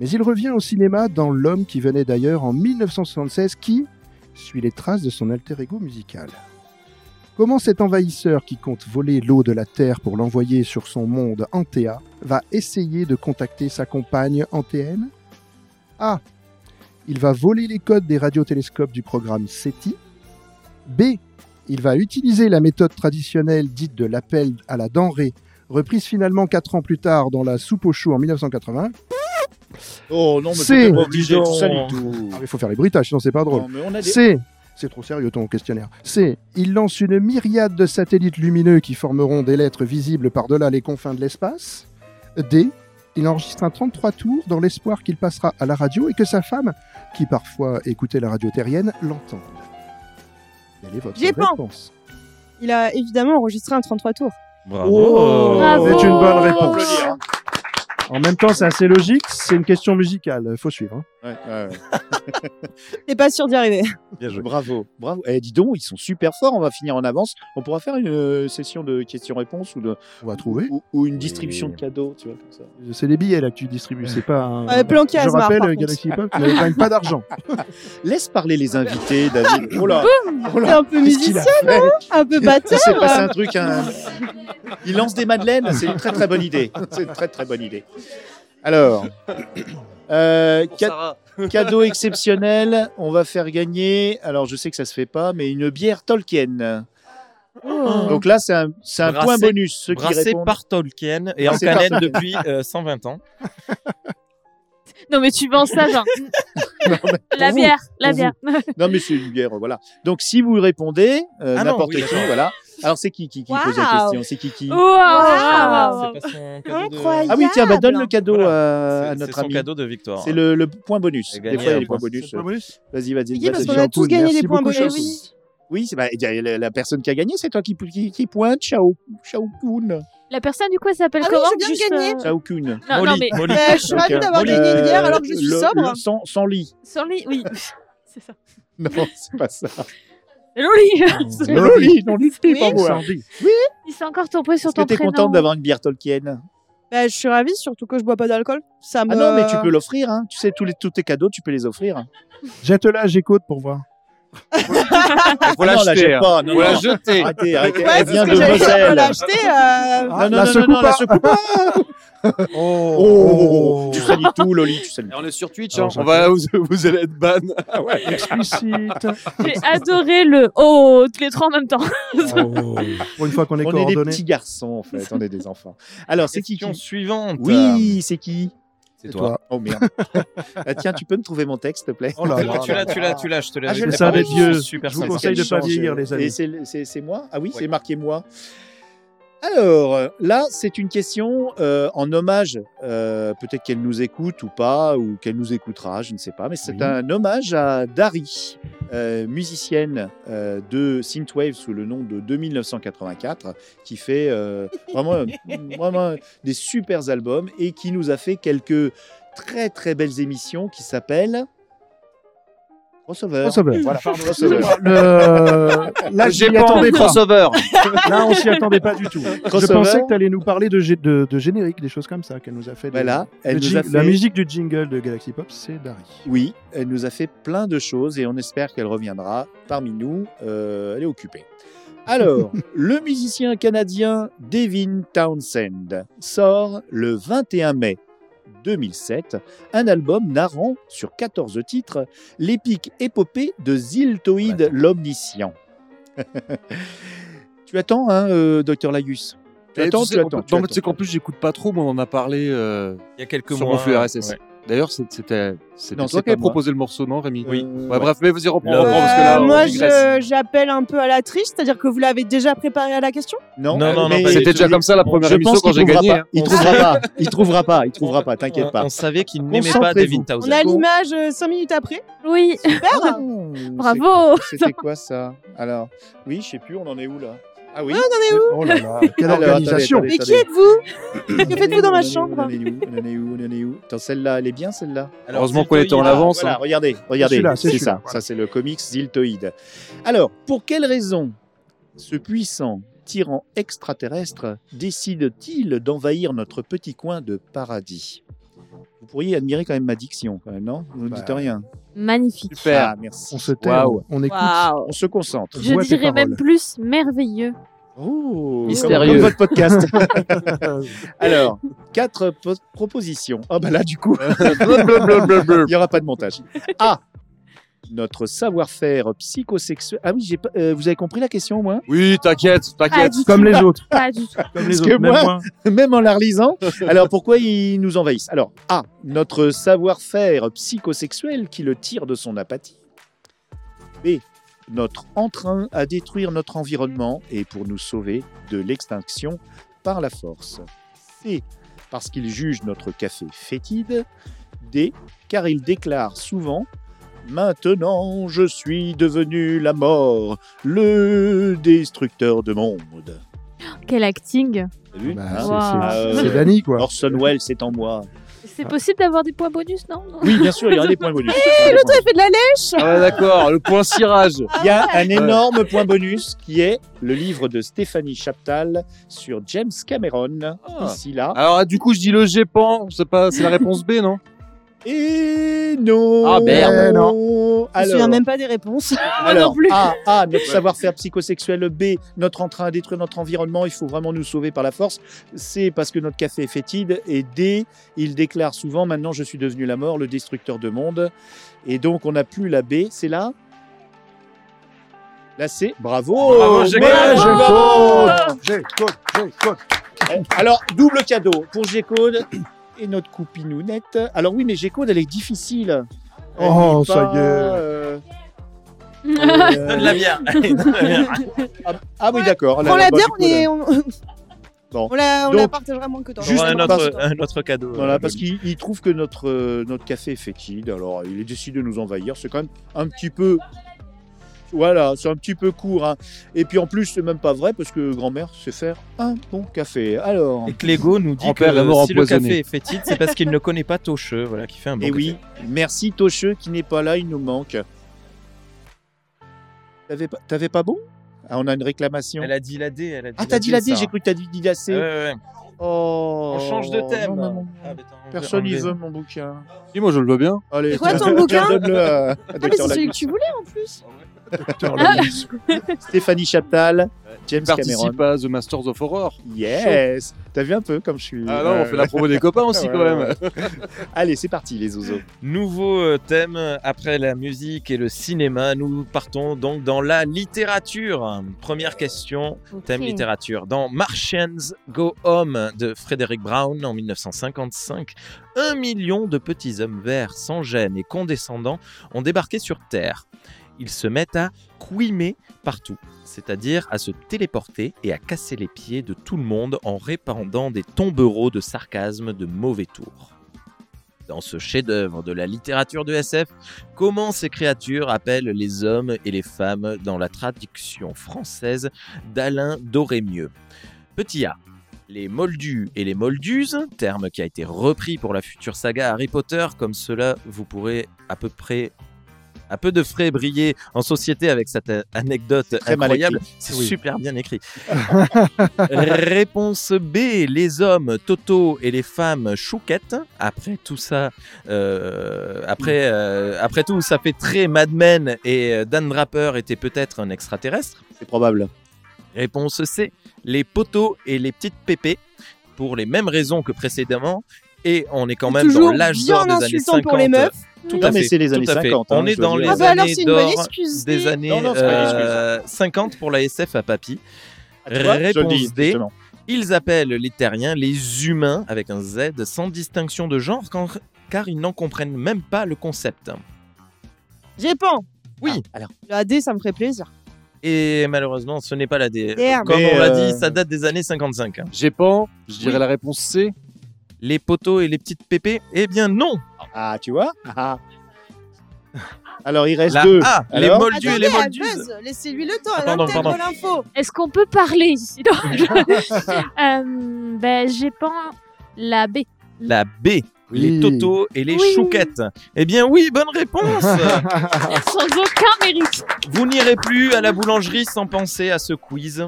C: Mais il revient au cinéma dans L'homme qui venait d'ailleurs en 1976, qui suit les traces de son alter ego musical. Comment cet envahisseur qui compte voler l'eau de la Terre pour l'envoyer sur son monde Antea va essayer de contacter sa compagne Antéenne A. Il va voler les codes des radiotélescopes du programme SETI. B. Il va utiliser la méthode traditionnelle dite de l'appel à la denrée, reprise finalement 4 ans plus tard dans la soupe au chou en 1980.
B: Oh non, mais
C: C'est-
B: c'est pas obligé de tout ça du tout.
C: Ah, mais Il faut faire les bruitages, sinon c'est pas drôle.
B: Non, mais on a des-
C: C'est. C'est trop sérieux ton questionnaire. C'est. Il lance une myriade de satellites lumineux qui formeront des lettres visibles par-delà les confins de l'espace. D. Il enregistre un 33 tours dans l'espoir qu'il passera à la radio et que sa femme, qui parfois écoutait la radio terrienne, l'entende. Quelle est votre
S: J'ai pas.
C: réponse
S: Il a évidemment enregistré un 33 tours.
C: Oh,
S: Bravo.
C: C'est une bonne réponse.
B: hein.
C: En même temps, c'est assez logique, c'est une question musicale, faut suivre. hein.
S: T'es pas sûr d'y arriver.
B: Bravo, bravo. Eh, dis donc, ils sont super forts. On va finir en avance. On pourra faire une euh, session de questions-réponses ou de.
C: On va trouver.
B: Ou, ou une distribution de cadeaux, tu vois, comme ça.
C: C'est les billets là que tu distribues, c'est pas un...
S: Ouais, planqué à
C: Je
S: Asmar,
C: rappelle,
S: par
C: euh,
S: contre.
C: Galaxy Pop, tu ne gagnes pas d'argent.
B: Laisse parler les invités, David. Oh là,
S: Boum
B: oh là,
S: T'es un peu
B: qu'est-ce qu'il
S: musicien,
B: a fait
S: non Un peu batteur.
B: C'est passé un truc. un- Il lance des madeleines. C'est une très très bonne idée. C'est une très très bonne idée. Alors, euh, ca- cadeau exceptionnel. On va faire gagner. Alors, je sais que ça se fait pas, mais une bière Tolkien. Donc là, c'est un, c'est un point
A: Brassé-
B: bonus. Ceux qui
A: brassé
B: répondent.
A: par Tolkien et en
B: Brassé par
A: canette
B: Tolkien.
A: depuis euh, 120 ans.
F: Non, mais tu vends ça, genre. la
B: Pour vous,
F: bière, la
B: pour
F: bière.
B: vous. Non, mais c'est une bière, voilà. Donc, si vous répondez, euh,
A: Ah non,
B: n'importe
A: oui,
B: qui,
A: d'accord.
B: voilà. Alors, c'est qui qui, qui pose la
F: Waouh.
B: question C'est Ah, qui qui
F: Waouh, waouh,
A: C'est pas son cadeau de-
S: Incroyable.
B: Ah oui, tiens, bah, donne le cadeau à- à
A: C'est c'est
B: notre
A: son
B: ami.
A: cadeau de victoire.
B: C'est le, le point bonus.
A: Et
B: Des
A: gagner
B: fois, il y a
A: un
B: les points
A: point.
B: bonus.
A: C'est le point bonus
B: Vas-y, vas-y.
S: Guy, parce
B: vas-y.
S: qu'on a tous gagné
C: merci
S: des points
C: beaucoup,
S: bonus.
C: Chance.
S: Oui.
B: Oui, c'est- bah, il y a la, la personne qui a gagné, c'est toi qui, qui, qui pointe. Ciao. Ciao Kun.
F: La personne, du coup, elle s'appelle
S: Ah oui,
F: comment
S: je viens de
F: juste, euh,
S: gagner.
B: Ciao Kun.
F: Non, non,
A: Molly,
F: mais.
A: Molly.
S: Bah, je suis
B: Donc,
S: ravie
B: euh,
S: d'avoir gagné une bière alors que je suis
B: le-
S: sobre.
B: le- sans, sans lit.
F: Sans lit, oui. C'est ça.
B: Non, c'est pas ça.
F: Hello, Lee
B: Non, lit, non, lit,
S: Oui.
B: pas moi.
C: Sans dit.
F: Il s'est encore tombé sur
B: Est-ce que
F: ton
B: t'es
F: prénom.
B: contente d'avoir une bière Tolkien
C: Ah,
S: Bah, je suis ravie, surtout que je bois pas d'alcool. Ça me.
B: Ah non, mais
C: bah,
B: tu peux l'offrir. Hein. Tu sais, tous, les, tous tes cadeaux, tu peux les offrir.
C: Jette-la à Gécode pour voir.
R: Faut
B: Ah non, la
R: l'acheter.
B: jette
R: hein.
B: pas, non,
R: Faut la
B: non. Ah,
R: jeter.
B: Arrêtez, arrêtez.
S: Ouais, c'est
B: Elle
S: ce
B: vient
S: que
B: de
S: j'allais dire, on
B: Moselle.
S: l'a acheté. euh,
B: Non, non,
C: la
B: non,
C: secoue
B: non, non, la
C: pas.
B: secoue pas.
R: Oh.
B: Oh, tu salis tout, Loli, tu salis.
R: Et
B: tout.
R: on est sur Twitch, hein.
C: Alors,
R: on va, vous, vous allez être ban. Ah
C: Explicite.
F: J'ai adoré le oh tous les trois en même temps.
B: Oh,
C: Pour une fois qu'on est
B: On est des
C: coordonnés.
B: petits garçons, en fait. On est des enfants. Alors, c'est qui
A: Question
B: qui
A: suivante.
B: Oui, c'est qui
A: c'est
C: Et
A: toi.
C: toi
B: Oh merde. Ah, tiens, tu peux me trouver mon texte, s'il te plaît
C: Oh là là.
A: Tu l'as, tu l'as, tu l'as, je te l'ai
B: Ah, je
A: récupéré.
B: l'ai pas.
C: C'est un des vieux.
A: Super
C: Je vous
A: sympa.
C: conseille de pas vieillir, les amis.
B: Et c'est le- c'est c'est moi Ah oui,
A: Ouais.
B: c'est marqué moi. Alors euh, là, c'est une question euh, en hommage. euh, Peut-être qu'elle nous écoute ou pas, ou qu'elle nous écoutera, je ne sais pas. Mais c'est
C: Oui.
B: un hommage à Dari, euh, musicienne euh, de synthwave sous le nom de 2984, qui fait euh, vraiment, vraiment des super albums et qui nous a fait quelques très très belles émissions qui s'appellent Crossover.
C: Crossover.
B: Voilà, pardon, Crossover.
C: Le- Là, je
R: J'ai
C: m'y
R: pas
C: attendais
R: envie
C: pas.
R: crossover.
C: Là, on s'y attendait pas du tout. Je
B: Crossover.
C: pensais que tu allais nous parler de, gé- de, de générique, des choses comme ça qu'elle nous a fait. des-
B: Voilà, elle
C: le
B: nous
C: jing-
B: a fait-
C: La musique du jingle de Galaxy Pop, c'est Dari.
B: Oui, elle nous a fait plein de choses et on espère qu'elle reviendra parmi nous. Euh, elle est occupée. Alors, le musicien canadien Devin Townsend sort le 21 mai 2007 un album narrant sur 14 titres l'épique épopée de Ziltoïde l'Omniscient. tu attends, hein, euh, Dr. Lagus Tu
R: Et
B: attends,
R: sais
B: tu
R: qu'en
B: attends.
R: plus-
B: tu
R: non, mais
B: attends.
R: tu sais qu'en plus, j'écoute pas trop, mais on en a parlé euh,
A: Il y a quelques
R: sur
A: mois,
R: mon flux RSS.
A: ouais.
R: D'ailleurs, c'est- c'était c'est
A: Non,
R: toi
A: c'est
R: qui avais
A: pas moi.
R: proposé le morceau, non, Rémi
A: Oui.
R: Ouais,
A: Ouais.
R: Bref, mais vas-y, reprends,
A: Là,
R: reprends, parce que
S: Euh,
R: là, on
S: moi,
R: digresse.
S: je- j'appelle un peu à la triche, c'est-à-dire que vous l'avez déjà préparé à la question
B: Non,
A: Non, non, non,
B: mais-
A: pas du
R: C'était déjà
A: tout.
R: comme ça la première
B: Je
R: émission
B: pense
R: quand
B: qu'il
R: j'ai
B: trouvera
R: gagné.
B: pas.
R: hein.
B: Il trouvera pas. Il trouvera pas. Il trouvera pas. T'inquiète pas.
A: On savait qu'il
B: On
A: n'aimait
B: s'en
A: pas
B: prévaut.
A: Devin
S: On
A: Townsend.
S: a l'image 5 minutes après
D: Oui.
S: Super
D: Bravo
B: C'était quoi ça Alors, oui, je sais plus. On en est où là Ah oui.
S: Ouais, on en est où
B: Oh là là,
C: quelle
B: Alors,
C: organisation.
B: attendez,
S: Mais qui
B: attendez,
S: êtes-vous
B: attendez.
S: Que faites-vous dans ma
B: On en est où,
S: chambre
B: On en est où On en est où On en est où Attends, celle-là, elle est bien celle-là.
A: Alors,
R: Heureusement qu'on était en
B: Voilà,
R: avance.
B: Voilà,
R: hein.
B: regardez, regardez,
C: celui-là, c'est
B: c'est
C: celui-là,
B: ça.
C: voilà.
B: Ça, c'est le comics Ziltoïde. Alors, pour quelle raison ce puissant tyran extraterrestre décide-t-il d'envahir notre petit coin de paradis Vous pourriez admirer quand même ma diction, quand même, non Vous ne
C: Bah,
B: dites rien.
D: Magnifique.
R: Super.
B: Ah, merci.
C: On se tait,
R: Waouh.
C: on écoute.
D: Waouh.
B: On se concentre.
C: Vois
D: Je
C: tes
D: dirais même
C: paroles.
D: plus merveilleux.
B: Oh,
R: Mystérieux.
B: Comme, comme votre podcast. Alors, quatre po- propositions. Ah bah là, du coup, il n'y aura pas de montage. A. Notre savoir-faire psychosexuel. Ah oui, j'ai pas- euh, vous avez compris la question au moins
R: Oui, t'inquiète,
D: Pas
R: t'inquiète.
D: du
C: Comme
D: tout.
C: les autres.
D: Pas du tout.
C: Comme
B: Parce
C: les
B: que
C: autres. Même
B: moi-
C: moi.
B: Même en la relisant. Alors, pourquoi ils nous envahissent Alors, A. Notre savoir-faire psychosexuel qui le tire de son apathie. B. Notre entrain à détruire notre environnement et pour nous sauver de l'extinction par la force. C. Parce qu'il juge notre café fétide. D. Car il déclare souvent Maintenant, je suis devenu la mort, le destructeur de monde.
F: Quel acting
B: T'as vu
C: Bah,
B: Hein
C: c'est-
D: Waouh.
C: c'est-
B: Ah,
C: C'est
B: euh,
C: Dany, quoi.
B: Orson Welles, c'est en moi.
D: C'est possible d'avoir des points bonus, non
B: Oui, bien sûr, il y aura des points Ah.
S: Eh,
B: bonus. Il y aura des
S: Fais de la lèche
R: Ah ouais, d'accord, le point cirage.
B: points bonus. Il y a un énorme point bonus qui est le livre de Stéphanie Chaptal sur James Cameron,
R: Ah.
B: ici là.
R: Alors, du coup, je dis le GEPAN, c'est pas, c'est la réponse B, non
B: Et non
R: Ah, merde.
C: Eh
B: non
S: Je me souviens même pas des réponses.
B: alors, ah,
S: non plus.
B: A, A, notre savoir-faire psychosexuel, B, notre entrain à détruire notre environnement, il faut vraiment nous sauver par la force, C, parce que notre café est fétide, et D, il déclare souvent, maintenant je suis devenu la mort, le destructeur de monde, et donc on n'a plus la B, c'est là La C, bravo
E: Oh,
C: Oh,
A: Bravo, j'ai
B: Bravo
A: gagné.
C: J'ai code, j'ai code.
B: Eh, Alors, double cadeau pour G-Code et notre coupinounette. Alors oui, mais G-Code, elle est difficile. Elle
C: Oh,
B: n'est
C: ça
B: pas,
C: y est.
B: euh,
A: Donne la bière. Allez, donne la bière.
B: Ah, ah oui, d'accord.
S: On
B: Là, là,
S: la
B: bah,
S: dire,
B: du
S: on
B: coup, là.
S: est. On,
B: Bon.
S: on la, on
B: Donc,
S: la partagera moins que toi.
A: On
B: Juste
A: aura un
B: pour
A: autre,
B: pas-
A: un autre cadeau. euh,
B: Voilà, parce qu'il il trouve que notre, euh, notre café est fétide, alors il décide de nous envahir. C'est quand même un petit peu. Voilà, c'est un petit peu court. hein. Et puis en plus, c'est même pas vrai parce que grand-mère sait faire un bon café. Alors.
A: Et que Lego nous dit que
R: Grand-père est mort
A: si le
R: empoisonné.
A: café est fétide, c'est parce qu'il ne connaît pas Tocheux, voilà, qui fait un bon
B: Et
A: café.
B: Eh oui, merci Tocheux qui n'est pas là, il nous manque. T'avais pas, t'avais pas bon Ah, on a une réclamation.
A: Elle a dit la D, elle a dit
B: Ah, t'as dit la D,
A: Sarah.
B: j'ai cru que t'as dit la C.
A: Ouais, ouais, ouais.
B: Oh,
A: On change de thème.
B: non, non, non.
A: Ah, mais attends, on veut
B: Personne n'y
A: enlever.
B: veut mon bouquin.
R: Si, moi, je le veux bien.
B: Allez,
S: C'est quoi
B: tiens,
S: ton bouquin
B: tiens, donne-le à- à
S: Ah, mais
B: Dr.
S: c'est celui que
B: Lagus.
S: tu voulais en plus. Ah,
B: Stéphanie Chaptal, James Cameron.
R: Participe à The Masters of Horror.
B: Yes T'as vu un peu comme je suis. euh,
R: Ah non, on fait la promo des copains aussi,
B: Ouais,
R: quand même.
B: Allez, c'est parti les oiseaux.
A: Nouveau euh, thème après la musique et le cinéma. Nous partons donc dans la littérature. Première question, thème
D: Ok.
A: littérature. Dans Martians Go Home de Frédéric Brown en 1955, un million de petits hommes verts sans gêne et condescendants ont débarqué sur Terre. Ils se mettent à couimer partout, c'est-à-dire à se téléporter et à casser les pieds de tout le monde en répandant des tombereaux de sarcasme de mauvais tours. Dans ce chef-d'œuvre de la littérature de SF, comment ces créatures appellent les hommes et les femmes dans la traduction française d'Alain Dorémieux Petit A. Les moldus et les molduses, terme qui a été repris pour la future saga Harry Potter, comme cela vous pourrez à peu près à peu de frais briller en société avec cette euh, anecdote
B: Très mal
A: incroyable. C'est super bien écrit. Réponse B, les hommes Toto et les femmes Chouquette. Après tout ça, euh, après, euh, après tout, ça fait très Mad Men et euh, Dan Draper était peut-être un extraterrestre.
B: C'est probable.
A: Réponse C, les poteaux et les petites pépées, pour les mêmes raisons que précédemment. Et on est quand même dans
S: Toujours
A: l'âge
S: bien
A: d'or des années
S: insultant
A: 50.
S: pour les meufs.
A: Tout
S: Oui.
A: à
S: Non, mais
A: fait,
S: c'est les
A: tout
S: années
A: à fait.
S: 50, hein,
A: on est
S: je
A: dans
S: veux
A: les
S: dire. Ah bah alors,
A: années
S: c'est une bonne
A: d'or
S: excuse,
A: des
S: dis.
A: années
S: Non, non, c'est pas une excuse.
A: euh, 50 pour la SF à papy.
S: tu vois, je le
A: Réponse
S: dis,
A: D.
S: justement.
A: Ils appellent les terriens les humains avec un Z sans distinction de genre quand- car ils n'en comprennent même pas le concept.
S: J'y réponds.
A: Oui.
S: alors. La D, ça me ferait plaisir.
A: Et malheureusement, ce n'est pas la D.
S: Merde.
A: Comme
S: Mais,
A: on l'a
S: euh,
A: dit, ça date des années 55.
R: J'ai pas, je dirais la réponse C.
A: Les poteaux et les petites pépées Eh bien non
B: Ah, tu vois Alors, il reste
A: La
B: deux.
A: A, les
B: Alors
A: moldus et les moldues.
S: Eh, Laissez-lui le temps,
A: Ah, pardon, pardon.
F: Est-ce qu'on peut parler sinon je- Euh, ben, J'ai pas la B.
A: La B, les totos et les
F: Oui.
A: chouquettes. Eh bien oui, bonne réponse
F: Sans aucun mérite.
A: Vous n'irez plus à la boulangerie sans penser à ce quiz.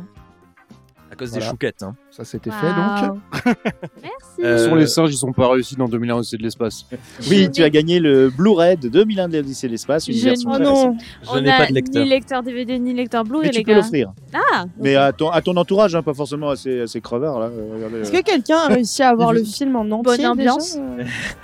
A: À cause
R: Voilà.
A: des chouquettes. hein.
C: Ça c'était
F: fait, donc. Merci.
R: Ce sont
A: Euh,
R: les singes, ils n'ont pas réussi dans 2001 Odyssée de l'espace.
B: Oui, tu as gagné le Blu-ray de 2001 de l'Odyssée de l'espace, une
F: Je
B: version
F: n'ai-
B: très récente.
F: On a ni lecteur DVD ni lecteur Blu-ray,
B: Mais
F: les
B: tu peux
F: gars.
B: l'offrir.
F: Ah
B: Mais à ton, à ton entourage, hein, pas forcément à ces, à ces crevards là. Euh,
S: Est-ce que quelqu'un a réussi à voir le film en entier déjà
F: ambiance.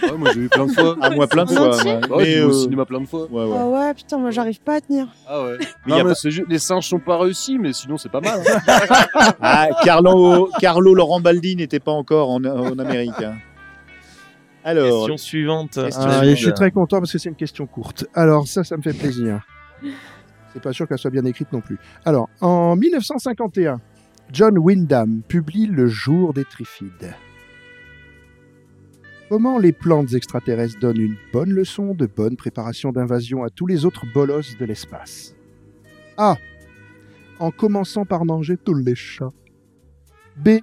R: Ouais, moi j'ai vu plein de fois.
B: Ah, moi, plein de
S: En
B: fois,
S: entier
B: moi.
R: Ouais, j'ai
B: Mais,
R: vu au
B: euh,
R: cinéma plein de fois.
B: Ouais,
S: Ah ouais, putain, moi j'arrive pas à tenir.
R: Ah ouais.
B: Mais y
R: Non,
B: a
R: mais
B: pas-
R: c'est juste, les singes sont pas réussis, mais sinon c'est pas mal. hein.
B: Ah, Carlo, Carlo Laurent Baldi n'était pas encore en, en Amérique. hein. Alors,
A: Question suivante. euh,
C: Ah,
A: David.
C: et je suis très content parce que c'est une question courte. Alors ça, ça me fait plaisir. C'est pas sûr qu'elle soit bien écrite non plus. Alors, en 1951, John Wyndham publie Le jour des Trifides. Comment les plantes extraterrestres donnent une bonne leçon de bonne préparation d'invasion à tous les autres bolosses de l'espace A. En commençant par manger tous les chats. B.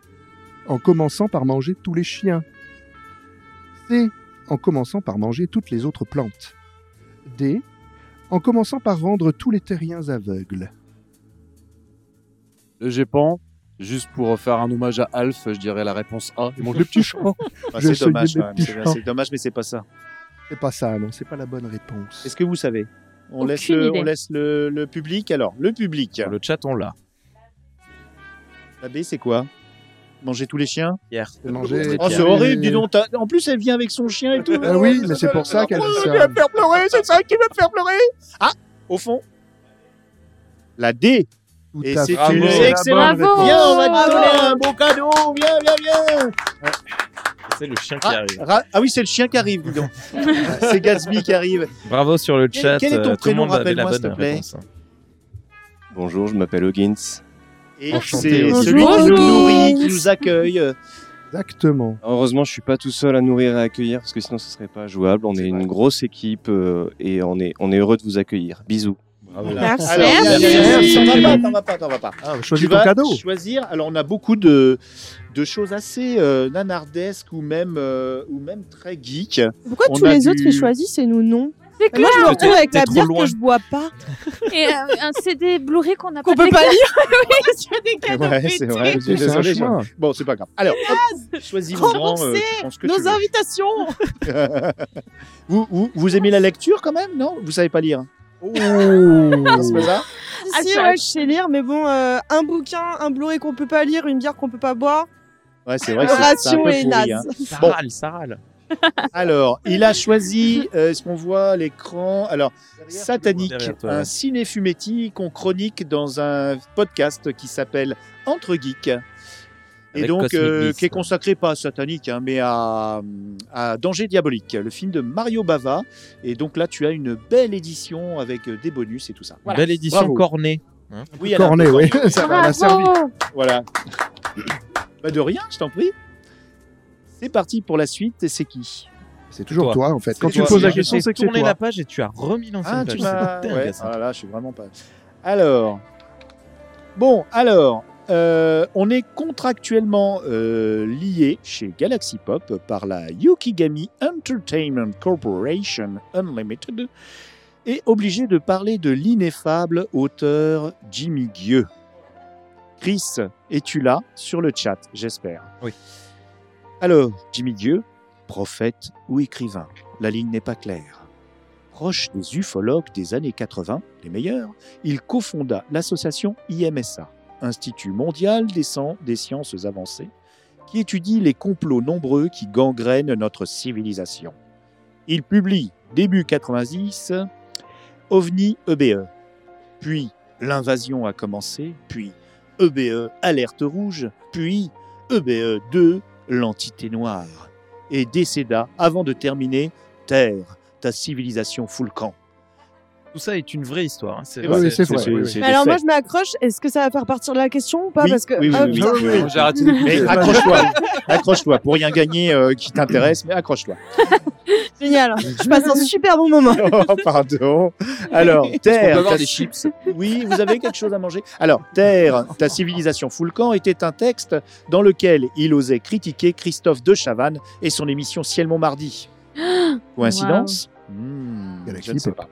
C: En commençant par manger tous les chiens. C. En commençant par manger toutes les autres plantes. D. En commençant par rendre tous les terriens aveugles.
R: Le Gépan, juste pour faire un hommage à Alf, je dirais la réponse A. Il mange les petits chats.
B: bah,
C: Je
B: c'est
C: sais, il y a
B: dommage,
C: des
B: quand même,
C: petits
B: c'est-
C: chats.
B: c'est dommage, mais c'est pas ça.
C: C'est pas ça, non, c'est pas la bonne réponse.
B: Est-ce que vous savez on
C: Aucune
B: laisse, le,
C: idée.
B: on laisse le, le public. Alors, le public.
A: Le chat, on l'a.
B: La B, c'est quoi Manger tous les chiens
A: Pierre.
C: Manger
B: Oh, c'est
C: Pierre.
B: horrible,
E: euh,
B: dis donc. t'as- En plus, elle vient avec son chien et tout.
C: Ah oui, mais c'est pour ça qu'elle dit
B: Tu
C: ça.
B: vas me faire pleurer, c'est ça qui va me faire pleurer. Ah, au fond. La D. et
C: à
B: c'est
C: fait.
B: une
C: Bravo, la
B: excellente
C: bonne réponse.
B: Viens, on va te
C: Bravo.
B: donner un beau cadeau. Viens, viens, viens.
A: C'est le chien qui
B: Ah,
A: arrive.
B: ra- ah oui, c'est le chien qui arrive, dis donc. c'est Gatsby qui arrive.
A: Bravo sur le
B: Quel-
A: chat.
B: quel est ton
A: euh, tout le
B: prénom,
A: monde avait la
B: rappelle-moi, s'il
A: bonne
B: te plaît.
A: réponse. hein.
G: Bonjour, je m'appelle Huggins.
B: Et
G: Enchanté.
B: c'est
G: Bonjour.
B: celui qui nous
G: Bonjour.
B: nourrit, qui nous accueille.
C: Exactement.
G: Heureusement, je suis pas tout seul à nourrir et à accueillir parce que sinon ce serait pas jouable. On est, une grosse équipe euh, et on est, on est heureux de vous accueillir. Bisous.
B: Merci. Alors,
C: Merci.
B: T'en vas pas, t'en vas pas, t'en vas pas.
C: Ah, choisis
B: tu
C: ton
B: vas
C: cadeau.
B: choisir. Alors, on a beaucoup de, de choses assez euh, nanardesques ou même, euh, ou même très geek.
S: Pourquoi
B: On
S: tous
B: a
S: les
B: du-
S: autres ils choisissent et nous non
F: C'est
S: Moi je me
B: clair.
S: retrouve avec
B: T'es
S: la
B: trop
S: bière
B: loin.
S: que je bois pas.
F: Et euh, un CD Blu-ray qu'on n'a
S: Qu'on
F: pas
S: peut pas
F: déclaré.
S: oui, sur des cadeaux
B: Ouais, c'est vrai. je suis
C: C'est un
B: désolé,
C: choix.
B: je- Bon, c'est pas grave. Alors, hop, choisis mon grand. euh, tu prends ce que tu
S: nos
B: veux.
S: invitations
B: vous, vous, vous aimez la lecture quand même, non Vous savez pas lire
C: Oh.
B: Non, c'est pas ça
S: Si, si, ouais, je sais lire, mais bon, euh, un bouquin, un Blu-ray qu'on peut pas lire, une bière qu'on peut pas boire.
B: Ouais, c'est vrai que
S: Le
B: c'est- c'est un peu
S: ratio est
B: pourri.
S: naze.
B: hein.
S: Ça
B: Bon,
A: râle, ça râle.
B: Alors, il a choisi, euh, est-ce qu'on voit à l'écran Alors, Satanique,
A: derrière toi,
B: un
A: ouais.
B: ciné-fumetti qu'on chronique dans un podcast qui s'appelle Entre Geeks. Et
A: Avec
B: donc,
A: Cosmic
B: euh,
A: Beast,
B: qui est consacré pas à Satanique, hein, mais à, à Danger Diabolique, le film de Mario Bava. Et donc là, tu as une belle édition avec euh, des bonus et tout ça. Voilà.
A: Belle édition
B: Bravo.
A: cornée. hein.
B: Oui, elle a un peu
C: Cornet, oui.
B: corné.
C: Ça va, elle a servi.
B: Voilà. Bah, de rien, je t'en prie. C'est parti pour la suite. C'est qui
C: C'est toujours toi, en fait.
B: C'est
C: Quand tu
B: toi.
C: poses la
B: J'ai
C: question, c'est que c'est
B: tourné
C: toi.
B: la
A: page et tu as remis l'ancienne
B: Ah,
A: page.
B: tu
A: C'est
B: m'as.
A: dingue,
B: ouais,
A: ça.
B: ah là là, je suis vraiment pas. Alors. Bon, alors. euh, on est contractuellement euh, lié chez Galaxy Pop par la Yokigami Entertainment Corporation Unlimited et obligé de parler de l'ineffable auteur Jimmy Guieux. Chris, es-tu là sur le chat, j'espère
A: Oui.
B: Alors, Jimmy Dieu, prophète ou écrivain, la ligne n'est pas claire. Proche des ufologues des années 80, les meilleurs, il cofonda l'association IMSA, Institut mondial des, Cen- des sciences avancées, qui étudie les complots nombreux qui gangrènent notre civilisation. Il publie, début 90, OVNI EBE, puis L'invasion a commencé, puis EBE Alerte Rouge, puis E EBE 2 L'entité noire, et décéda avant de terminer Terre, ta civilisation fout le camp.
A: Tout ça est une vraie histoire. hein.
B: Eh Oui, oui, c'est vrai, oui, oui.
S: Mais alors moi je m'accroche, est-ce que ça va faire partir de la question ou pas
B: Oui,
S: Parce que
B: oui, oui,
S: Ah,
B: oui,
S: putain.
B: oui, oui.
A: J'ai arrêté d'écouter.
B: Mais accroche-toi, accroche-toi pour rien gagner euh, qui t'intéresse, mais accroche-toi.
S: génial, je passe un super bon moment.
B: Oh, pardon. Alors,
S: Est-ce qu'on
B: Terre.
S: peut avoir
B: ta-
S: des chips
B: Oui, vous avez quelque chose à manger Alors, Terre, ta civilisation fout le camp était un texte dans lequel il osait critiquer Christophe de Chavannes et son émission Ciel Montmardi. Coïncidence Hmm, Je ne sais pas.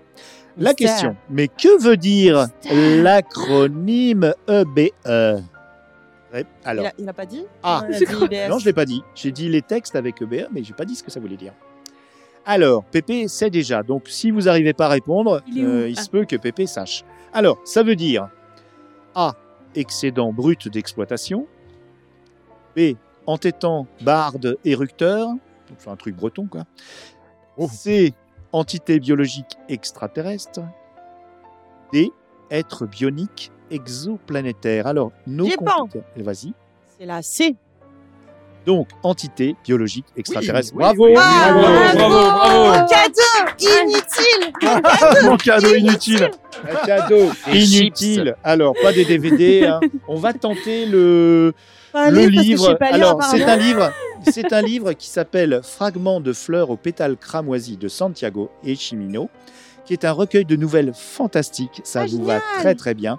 B: La
S: Mystère.
B: question, mais que veut dire l'acronyme E EBE Ré- Alors,
S: Il, a, il a pas dit
B: ah,
S: On a dit E IBS.
B: non, je ne l'ai pas dit. J'ai dit les textes avec EBE, mais je n'ai pas dit ce que ça voulait dire. Alors, Pépé sait déjà. Donc, si vous n'arrivez pas à répondre, euh,
S: Il
B: il,
S: est où Ah.
B: se peut que Pépé sache. Alors, ça veut dire A. Excédent brut d'exploitation. B. Entêtant, barde, éructeur. Donc, c'est un truc breton, quoi.
S: Oh.
B: C. Entité biologique extraterrestre. D. Être bionique exoplanétaire. Alors, nos
S: J'y pense.
B: compétences- Vas-y.
S: C'est la C.
B: Donc, entité biologique extraterrestre.
S: oui,
B: bravo,
S: oui.
B: bravo,
S: Ah,
B: bravo,
S: Un
B: bravo.
S: cadeau inutile
B: Ah, Mon cadeau inutile. Un cadeau
S: Ah, Des
B: inutile.
S: chips.
B: Alors, pas des DVD. hein. On va tenter le,
S: Pas un
B: le
S: livre, parce que je sais
B: livre.
S: pas lire,
B: Alors, c'est un
S: apparemment.
B: livre. C'est un livre qui s'appelle Fragments de fleurs aux pétales cramoisis de Santiago et Chimino, qui est un recueil de nouvelles fantastiques.
S: Ah,
B: Ça vous va très très bien.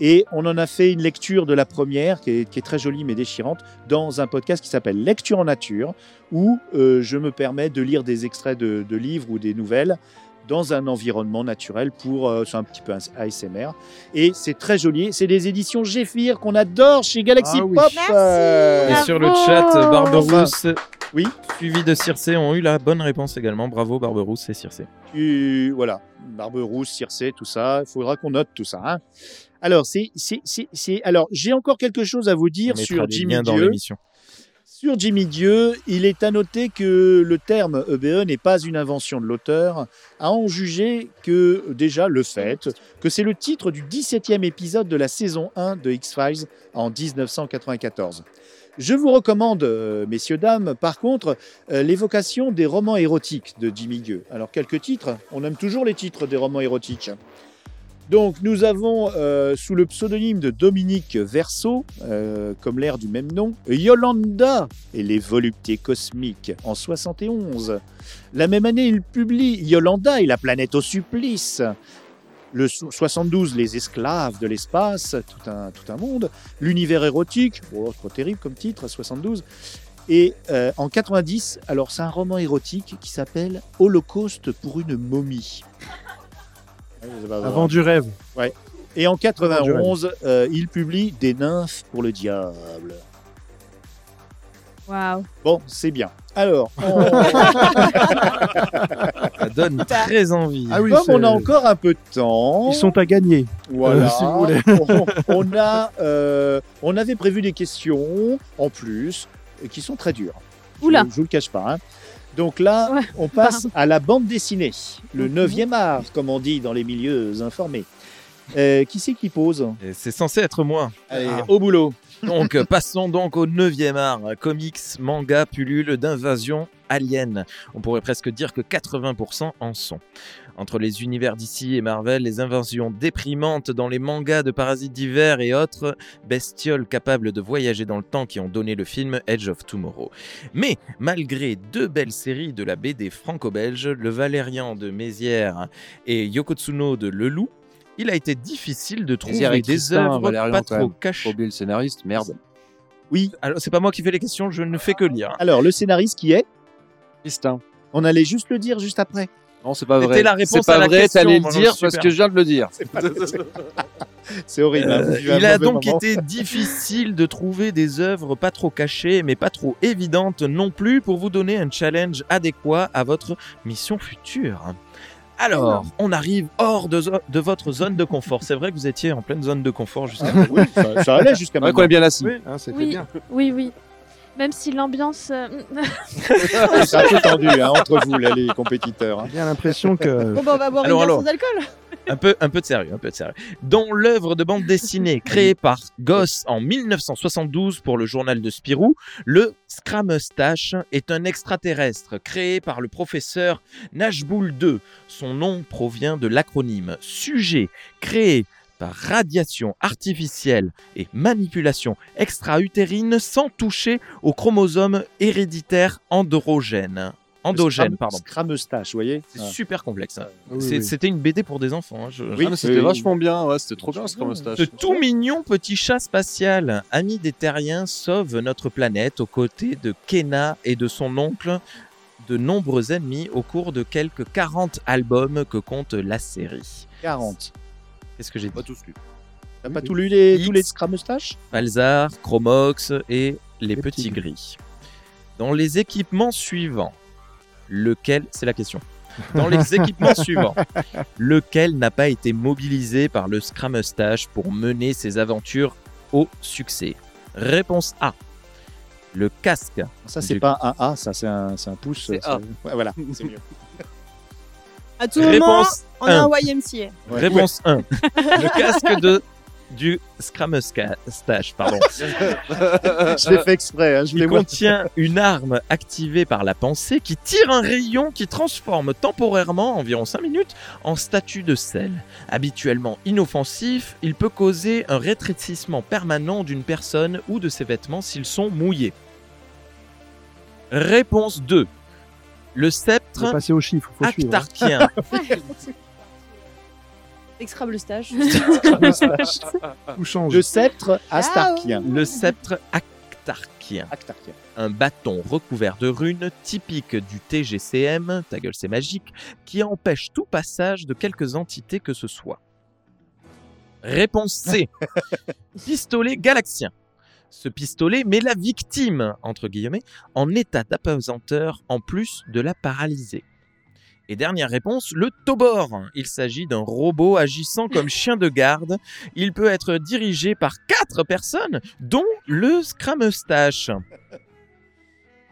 B: Et on en a fait une lecture de la première, qui est, qui est très jolie mais déchirante, dans un podcast qui s'appelle Lecture en nature, où euh, je me permets de lire des extraits de, de livres ou des nouvelles dans un environnement naturel pour euh, c'est un petit peu un ASMR et c'est très joli c'est des éditions Géphir qu'on adore chez Galaxy
A: Ah oui.
B: Pop
A: Merci,
B: Euh,
A: Et sur le chat, Barberousse,
B: oui.
A: suivi de Circé, ont eu la bonne réponse également. Bravo Barberousse et Circé.
B: Euh, voilà, Barberousse, Circé, tout ça. Il faudra qu'on note tout ça. hein. Alors, c'est, c'est, c'est, c'est- alors, j'ai encore quelque chose à vous dire
A: On mettra
B: sur
A: des
B: Jimmy
A: liens dans
B: Dieu.
A: l'émission.
B: Sur Jimmy Dieu, il est à noter que le terme EBE n'est pas une invention de l'auteur, à en juger que déjà le fait que c'est le titre du 17e épisode de la saison 1 de X-Files en 1994. Je vous recommande, euh, messieurs, dames, par contre, euh, l'évocation des romans érotiques de Jimmy Dieu. Alors, quelques titres, on aime toujours les titres des romans érotiques. Donc, nous avons, euh, sous le pseudonyme de Dominique Verso, euh, comme l'air du même nom, Yolanda et les voluptés cosmiques en 71. La même année, il publie Yolanda et la planète au supplice. Le so- 72, les esclaves de l'espace, tout un, tout un monde. L'univers érotique, bon, c'est pas terrible comme titre, 72. Et euh, en 90, alors c'est un roman érotique qui s'appelle Holocauste pour une momie.
C: Ah, Avant du rêve.
B: Ouais. Et en
C: du rêve.
B: 91, euh, il publie Des nymphes pour le diable.
D: Waouh.
B: Bon, c'est bien. Alors, on- Bah,
A: Ça donne très envie.
C: Ah oui,
B: comme on
C: c'est-
B: a encore un peu de temps,
C: Ils sont à gagner.
B: Voilà.
C: Euh, si vous voulez.
B: on, on a, euh, on avait prévu des questions en plus et qui sont très dures.
D: Oula.
B: Je, je vous le cache pas. hein. Donc là, on passe à la bande dessinée, le 9e art, comme on dit dans les milieux informés. Euh, qui c'est qui pose
A: Et C'est censé être moi.
B: Allez, au boulot.
A: Donc, euh, passons donc au 9e art. Comics, manga, pullule d'invasion alien. On pourrait presque dire que 80% en sont. Entre les univers d'ici et Marvel, les invasions déprimantes dans les mangas de parasites divers et autres, bestioles capables de voyager dans le temps qui ont donné le film Edge of Tomorrow. Mais malgré deux belles séries de la BD franco-belge, Le Valérian de Mézières et Yokotsuno de Leloup, il a été difficile de trouver
R: Mézières et
A: des
R: Christin,
A: œuvres
R: Valérian,
A: pas
R: quand
A: trop
R: même.
A: cachées.
R: Oublier le scénariste, merde.
B: Oui.
A: Alors, c'est pas moi qui fais les questions, je ne fais que lire.
B: Alors, le scénariste qui est
R: Christin.
B: On allait juste le dire juste après.
R: Non, c'est pas
A: C'était
R: vrai.
A: la réponse
R: C'est pas
A: à la
R: vrai,
A: question,
R: t'allais le
A: mon
R: dire
A: Jean,
R: parce
A: super.
R: que je Ah. viens de le dire.
B: C'est horrible. hein,
A: Euh,
B: vous vivez un
A: il a
B: mauvais
A: donc
B: moment.
A: été difficile de trouver des œuvres pas trop cachées, mais pas trop évidentes non plus, pour vous donner un challenge adéquat à votre mission future. Alors, on arrive hors de, zo- de votre zone de confort. C'est vrai que vous étiez en pleine zone de confort jusqu'à maintenant.
B: Ah, Oui, ça- ça allait jusqu'à Ouais, maintenant. qu'on est bien assis.
A: Oui, hein, c'était
F: oui,
A: bien.
F: oui, oui. Même si l'ambiance. euh,
B: C'est un peu tendu hein, entre vous, là, les compétiteurs. hein.
C: J'ai bien l'impression que.
S: Bon, bah, on va boire
A: Alors,
S: une bière
A: alors.
S: sans alcool.
A: un peu, un peu de sérieux, un peu de sérieux. Dont l'œuvre de bande dessinée créée par Goss en 1972 pour le journal de Spirou, le Scramustache est un extraterrestre créé par le professeur Nashboul II. Son nom provient de l'acronyme sujet créé par radiation artificielle et manipulation extra-utérine sans toucher aux chromosomes héréditaires androgènes. Endogènes, pardon.
B: Scrameustache, vous voyez
A: C'est super complexe.
R: Ah
A: hein.
B: Oui,
A: C'est-
B: oui.
A: C'était une BD pour des enfants. hein, je-
B: Oui,
A: je-
B: Ah, mais c'était oui, oui. vachement
R: bien. Ouais, c'était trop bien ce Scramustache.
A: Ce tout mignon petit chat spatial, ami des terriens, sauve notre planète aux côtés de Kena et de son oncle, de nombreux ennemis au cours de quelques 40 albums que compte la série.
B: 40.
A: Qu'est-ce que j'ai dit Pas
R: tous lu.
B: T'as pas tout lu les, tous les Scrameustache
A: Balzar, Chromox et les, petits, gris. Dans les équipements suivants, lequel C'est la question. Dans les équipements suivants, lequel n'a pas été mobilisé par le Scramustache pour mener ses aventures au succès Réponse A. Le casque.
B: Ça, c'est
A: du-
B: pas un A, ça, c'est un, c'est un pouce.
A: C'est
B: ça-
A: A.
B: Ouais, voilà, c'est mieux.
S: À tout
A: Réponse
S: moment, on a un
A: un.
S: YMCA.
A: Réponse 1. Le casque de du Scramustache, pardon.
B: je l'ai fait exprès, hein, je
A: Il
B: voulais moi-
A: contient une arme activée par la pensée qui tire un rayon qui transforme temporairement, environ 5 minutes, en statue de sel. Habituellement inoffensif, il peut causer un rétrécissement permanent d'une personne ou de ses vêtements s'ils sont mouillés. Réponse 2. Le
C: On va
A: sceptre
C: passer aux chiffres. Faut suivre. hein.
A: actarchien.
S: Extrable stage.
C: Tout change.
B: Le sceptre
S: Ah,
B: Astarkien.
A: Le sceptre actarchien. Un bâton recouvert de runes typique du TGCM, ta gueule c'est magique, qui empêche tout passage de quelques entités que ce soit. Réponse C. pistolet galaxien. Ce pistolet met la victime, entre guillemets, en état d'apesanteur en plus de la paralyser. Et dernière réponse, le Tobor. Il s'agit d'un robot agissant comme chien de garde. Il peut être dirigé par quatre personnes, dont le Scramustache.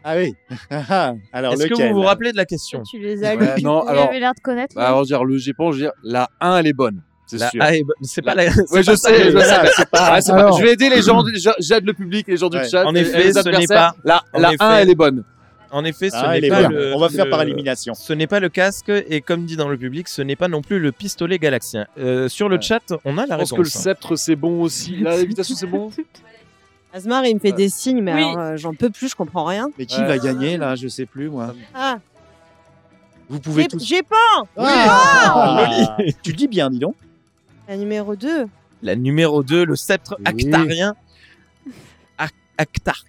B: Ah oui. Ah, Alors,
A: Est-ce que
B: lequel
A: vous vous rappelez de la question
F: Tu les as
R: Ouais,
S: lus.
R: non,
F: Vous
R: alors-
F: avez l'air de connaître.
R: Bah, alors, je veux dire, le Japon, je veux dire, la 1, elle est bonne. C'est
A: La
R: sûr.
A: A est bonne. C'est pas la- c'est
R: Ouais, je
A: pas ça
R: sais,
A: que-
R: je sais.
A: voilà, c'est pas-
R: Ah, c'est
A: Alors.
R: Je vais aider les gens, du- j'a- j'aide le public, les gens
A: Ouais.
R: du chat.
A: En
R: les-
A: effet,
R: les
A: ce n'est
R: adversaires.
A: pas.
R: La,
A: en
R: la
A: effet-
R: 1, elle est bonne.
A: En effet, ce
R: Ah, elle
A: n'est
R: est
A: pas
R: bonne.
A: le.
R: On va faire
A: le-
R: par élimination.
A: Ce n'est pas le casque et comme dit dans le public, ce n'est pas non plus le pistolet galaxien. Euh, sur le chat, on a
R: Je
A: la
R: pense
A: réponse. hein.
R: que le sceptre, c'est bon aussi. La lévitation, c'est bon.
S: Asmar, il me fait des signes, mais
L: Oui.
S: alors, euh, j'en peux plus, je comprends rien.
B: Mais qui
A: Euh,
B: va gagner là Je sais plus moi.
S: Ah,
B: Vous
S: j'ai
B: pouvez tous.
S: j'ai pas
B: Ah, tu le dis bien, dis donc.
S: La numéro 2.
A: La numéro 2, le sceptre actarien. Ac- Actarchien.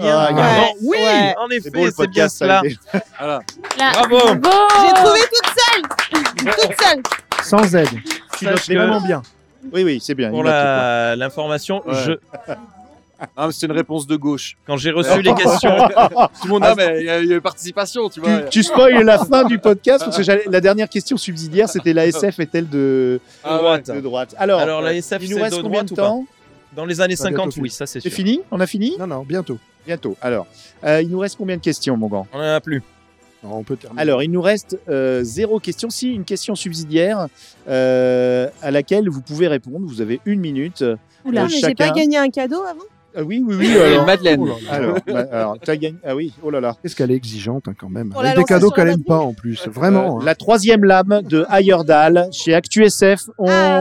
B: Ah,
A: pardon.
B: ouais.
A: oui,
B: Ouais.
A: en
B: C'est beau,
A: effet,
B: le
A: c'est bien
B: podcast, ça
A: cela.
B: a été.
F: Là.
A: Bravo.
S: J'ai trouvé toute seule Toute seule
C: Sans aide.
A: Tu
C: l'as fait vraiment bien.
B: Oui, oui, c'est bien.
A: Pour
B: il m'a tout
A: la- l'information,
R: Ouais.
A: je...
R: Ah, mais c'est une réponse de gauche.
A: quand j'ai reçu les questions, Ah,
R: Tout le monde a, mais il y a eu participation, tu vois.
B: Tu spoil la fin du podcast parce que j'allais- la dernière question subsidiaire c'était la SF est-elle de...
A: Ah ouais.
B: de droite Alors, euh,
A: Alors, la SF,
B: il nous
A: c'est
B: reste
A: de
B: combien
A: droite
B: de
A: ou pas
B: temps
A: dans les années
B: Ça va
A: 50,
B: bientôt
A: oui, ça c'est
B: C'est
A: sûr.
B: fini On a fini
C: Non, non, bientôt.
B: Bientôt. Alors, euh, il nous reste combien de questions, mon grand
A: On en a plus.
C: Non, on peut terminer.
B: Alors, il nous reste euh, zéro question. Si une question subsidiaire euh, à laquelle vous pouvez répondre, vous avez une minute. euh,
S: Oula, mais j'ai pas gagné un cadeau avant
B: Ah oui, oui, oui.
C: Et
B: alors-
R: Madeleine.
B: Oh là là. Alors, bah, alors, t'as gagné. Ah oui, oh là là.
C: Qu'est-ce qu'elle est exigeante hein, quand même.
S: Oh On
C: Avec
S: l'a
C: des
S: lancé
C: cadeaux
S: sur la
C: qu'elle aime pas en plus. Vraiment.
B: Euh,
C: hein.
B: La troisième lame de Ayerdal chez ActuSF. On,
S: Ah,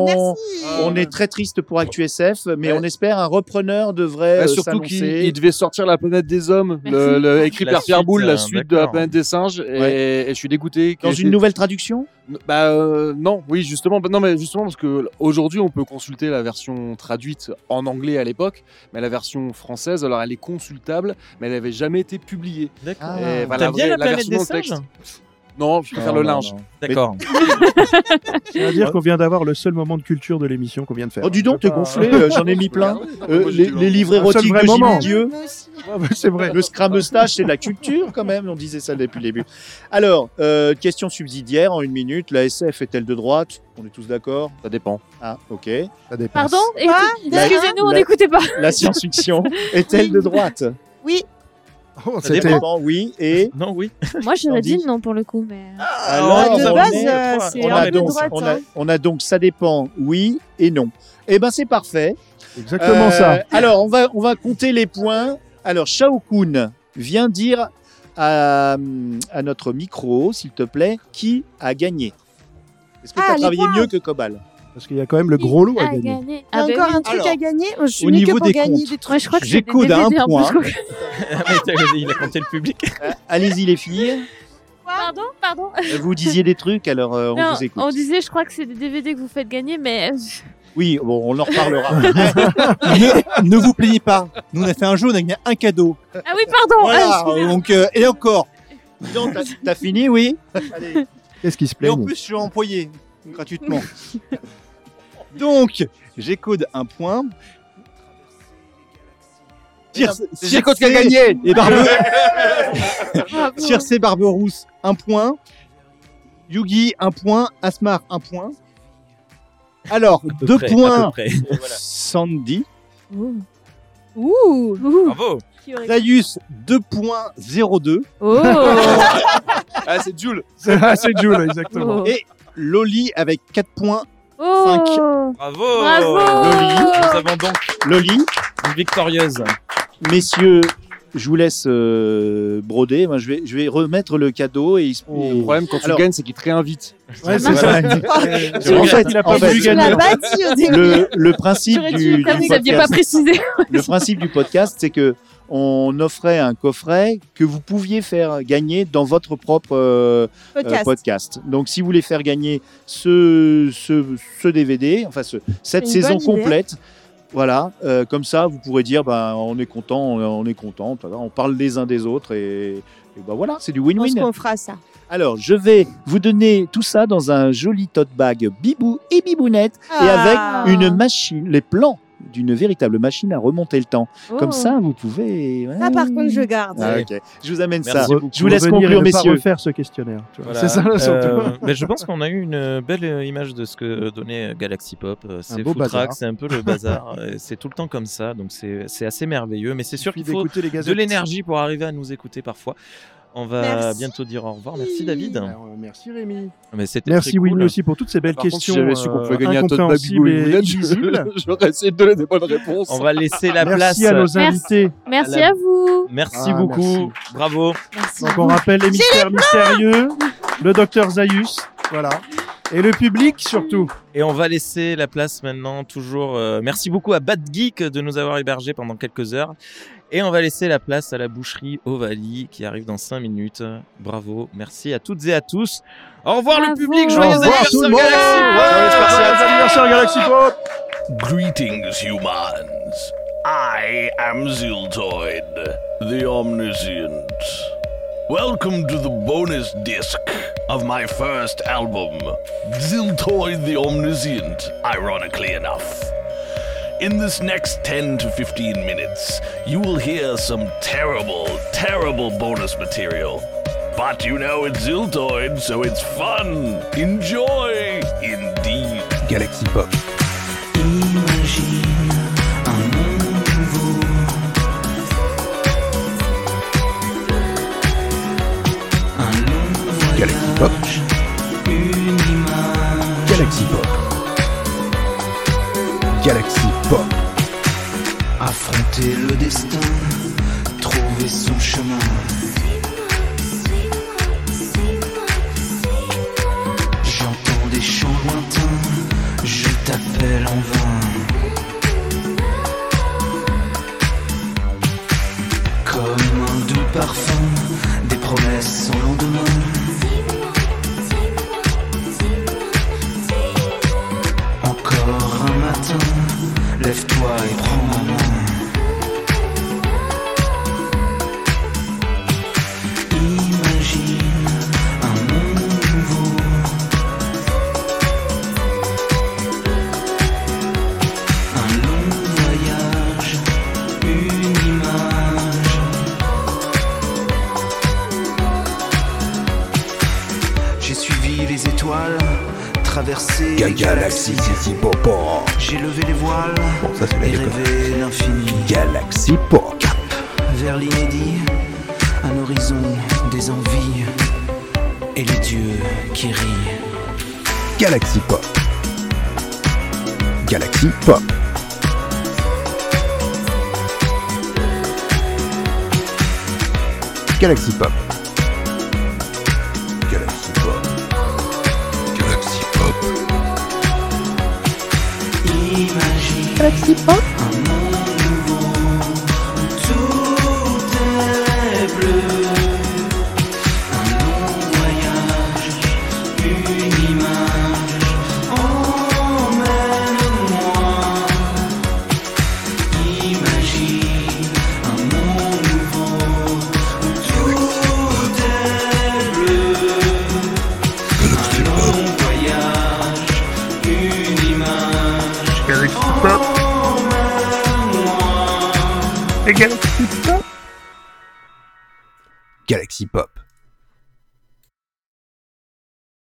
B: on est très triste pour ActuSF, mais on espère un repreneur devrait
R: Ouais,
B: euh,
R: Bah, surtout qu'il
B: s'annoncer.
R: il devait sortir La planète des hommes, le, le- écrit
A: La
R: par Pierre
A: suite,
R: Boulle, la
A: euh,
R: suite de La
A: d'accord.
R: planète des singes, et, et je suis dégoûté. que-
B: Dans une nouvelle traduction
R: Bah euh, non, oui justement, Bah, non mais justement parce que aujourd'hui on peut consulter la version traduite en anglais à l'époque, mais la version française alors elle est consultable, mais elle n'avait jamais été publiée.
A: D'accord.
B: Ah.
R: Et, bah,
A: T'aimes bien
R: vraie-
A: la planète
R: version
A: des
R: dans le texte.
A: singes
R: Non, je préfère
C: Non,
R: le
C: non,
R: linge.
C: non. D'accord. C'est-à-dire qu'on vient d'avoir le seul moment de culture de l'émission qu'on vient de faire. Ah,
B: Oh, dis donc, t'es gonflé, euh, j'en ai mis plein.
C: hein.
B: Euh, les, les livres
C: Un seul
B: érotiques
C: vrai
B: de Jimmy
C: moment.
B: Dieu.
C: C'est vrai.
B: Le Scrum Stage, c'est de la culture quand même, on disait ça depuis le début. Alors, euh, question subsidiaire en une minute, la SF est-elle de droite On est tous d'accord
R: Ça dépend.
B: Ah, ok.
C: Ça
F: Pardon écoute-
B: La-
F: Excusez-nous, on
B: la-
F: n'écoutait pas.
B: La science-fiction est-elle de droite
F: Oui.
C: Oh,
B: Ça dépend, oui, et...
A: Non, oui.
F: Moi, j'aurais dit
B: Tandis-
F: non pour le coup, mais. euh.
B: Alors,
F: Ah, de
B: on
F: base,
B: est-
F: euh, c'est
B: on
F: un
B: a
F: peu de
B: donc,
F: droite,
B: on a-
F: hein.
B: on a donc, ça dépend, oui et non. Eh ben, c'est parfait. Euh,
C: Exactement ça.
B: Alors, on va, on va compter les points. Alors, Shao Kun vient dire à, à notre micro, s'il te plaît, qui a gagné. Est-ce que
S: Ah,
B: tu as
S: les
B: travaillé
S: points.
B: mieux que Cobal
C: Parce qu'il y a quand même le gros lot à
S: a
C: gagner.
S: Il y a
F: Ah bah
S: encore
F: oui.
S: un truc
F: Alors,
S: à gagner. Oh, je suis
C: au
S: nulle que
C: niveau
S: pour
C: des
S: gagner
C: comptes,
S: des trucs.
F: je crois que
B: J'ai code à un point.
A: Ah,
B: Euh,
A: Il a compté le public.
B: Allez-y, les filles.
F: Pardon Pardon
B: Vous disiez des trucs, alors euh, Eh ben, on
F: Non,
B: vous écoute.
F: on disait, je crois que c'est des DVD que vous faites gagner, mais. euh,
B: Oui, bon, on en reparlera.
E: ne, ne vous plaignez pas. Nous, on a fait un jeu, on a gagné un cadeau.
F: Ah oui, pardon
E: Voilà,
F: Ah, je-
E: donc, euh, et encore.
B: Dis donc, t'as- T'as fini, oui
E: Allez.
C: Qu'est-ce qui se
E: Et en
C: plaignent
E: plus, je suis employé gratuitement. donc, j'ai code un point. Circe-
R: C'est Géco qui a
E: Circe
R: gagné.
E: Et Barbe-
F: Bravo.
E: Circe et Barberousse, un point. Yugi, un point. Asmar, un point. Alors,
A: peu
E: deux
A: près, à
E: points.
A: peu près.
E: Sandy.
F: Ouh. Ouh.
A: Bravo.
F: Qui aurait-
E: Darius, 2.02.
F: Oh
R: Ah, c'est Jules.
C: Ah, C'est Jules, exactement.
F: Oh.
E: Et Loli avec 4 points.
F: Oh
A: Bravo.
F: Bravo.
A: Nous avons donc
B: Loli,
A: une victorieuse.
B: messieurs, je vous laisse euh, broder. Moi, je, vais, je vais remettre le cadeau et il se.
R: Le problème quand
B: Alors-
R: tu gagnes, c'est qu'il te réinvite.
C: Ouais, c'est ça.
B: En fait,
C: il a
B: en
C: pas
B: fait,
C: voulu
S: Je
C: gagner.
S: l'ai pas dit au début.
B: le, le principe
F: J'aurais
B: du,
F: dû, comme
B: du
F: vous n'aviez pas
B: podcast-
F: précisé.
B: le principe du podcast, c'est que on offrait un coffret que vous pouviez faire gagner dans votre propre euh, euh,
S: Podcast.
B: podcast. Donc, si vous voulez faire gagner ce, ce, ce DVD, enfin ce- cette
S: Une
B: saison
S: bonne idée.
B: complète, voilà, euh, comme ça, vous pourrez dire, ben, on est content, on, on est content, voilà, on parle les uns des autres et, et ben voilà, c'est du
S: Je pense
B: win-win.
S: qu'on fera ça.
B: Alors, je vais vous donner tout ça dans un joli tote bag bibou et bibounette et
S: Ah.
B: avec une machine, les plans d'une véritable machine à remonter le temps. Comme
F: Oh.
B: ça, vous pouvez.
S: Là, par contre, je garde.
B: Ah, ok. Je vous amène
A: Merci
B: ça.
A: beaucoup.
B: Je vous laisse
C: Revenir et
B: conclure,
C: ne pas
B: messieurs.
C: refaire ce questionnaire. tu vois.
A: Voilà.
C: C'est ça, là, surtout.
A: Euh, mais je pense qu'on a eu une euh, belle euh, image de ce que euh, donnait euh, Galaxy Pop. Euh, C'est
C: beau
A: foutraque,
C: bazar.
A: c'est un peu le bazar. euh, c'est tout le temps comme ça, donc c'est c'est assez merveilleux. Mais c'est sûr
C: Puis
A: qu'il faut
C: d'écouter les
A: de
C: gazettes.
A: l'énergie pour arriver à nous écouter parfois. On va
S: Merci.
A: bientôt dire au revoir. Merci David.
C: Alors, euh, Merci Rémi.
A: Mais c'était
C: Merci
A: très
C: Winnie
A: cool.
C: aussi pour toutes ces belles
R: Par contre, si
C: questions
R: j'avais su qu'on pouvait
C: euh,
R: gagner un tote bag Bibou
C: incompréhensibles
R: et
C: et
R: Boulette,
C: illisibles.
R: je- j'aurais essayé de donner des bonnes réponses.
A: On va laisser la place.
C: Merci à nos invités.
A: À
F: Merci
A: la-
F: à vous.
A: Merci
C: Ah,
A: beaucoup. Bravo.
F: Merci.
C: Donc on rappelle les mystères mystérieux, le docteur Zayus, voilà, et le public surtout.
A: Et on va laisser la place maintenant toujours. euh, merci beaucoup à Bad Geek de nous avoir hébergés pendant quelques heures. Et on va laisser la place à la boucherie Ovalie qui arrive dans 5 minutes. Bravo. Merci à toutes et à tous. Au revoir le
F: Bravo.
A: public.
C: Au
A: Joyeux
C: revoir tout le
A: anniversaire
C: monde.
A: Galaxy.
C: Joyeux spatial. anniversaire Galaxy Pop.
T: Greetings, humans. I am Ziltoid, the Omniscient. Welcome to the bonus disc of my first album, Ziltoid the Omniscient, ironically enough. In this next 10 to 15 minutes, you will hear some terrible, terrible bonus material. But you know it's Ziltoid, so it's fun. Enjoy! Indeed.
M: Galaxy Pop. Galaxy Pop. Galaxy Pop. Galaxy Pop.
T: Affronter le destin, trouver son chemin. J'entends des chants lointains, je t'appelle en vain. Comme un doux parfum, des promesses sans lendemain. Encore un matin, lève-toi et prends ma main. Imagine un monde
M: traversé
C: Quelle galaxie, si, si, papa.
M: J'ai levé les voiles
C: Bon, ça, c'est la
M: et
C: déconne.
M: rêvé l'infini
C: Galaxie Pop.
M: vers l'inédit, un horizon des envies et les dieux qui rient.
C: Galaxie Pop. Galaxie Pop. Galaxie Pop. Galaxie Pop. Galaxie Pop.
M: Imagine
S: Galaxie Pop.
M: un monde nouveau où tout est bleu. Un long voyage, une image, emmène-moi. Imagine un monde nouveau où tout est bleu. Un long voyage, une image.
C: Galaxie Pop. Galaxie Pop.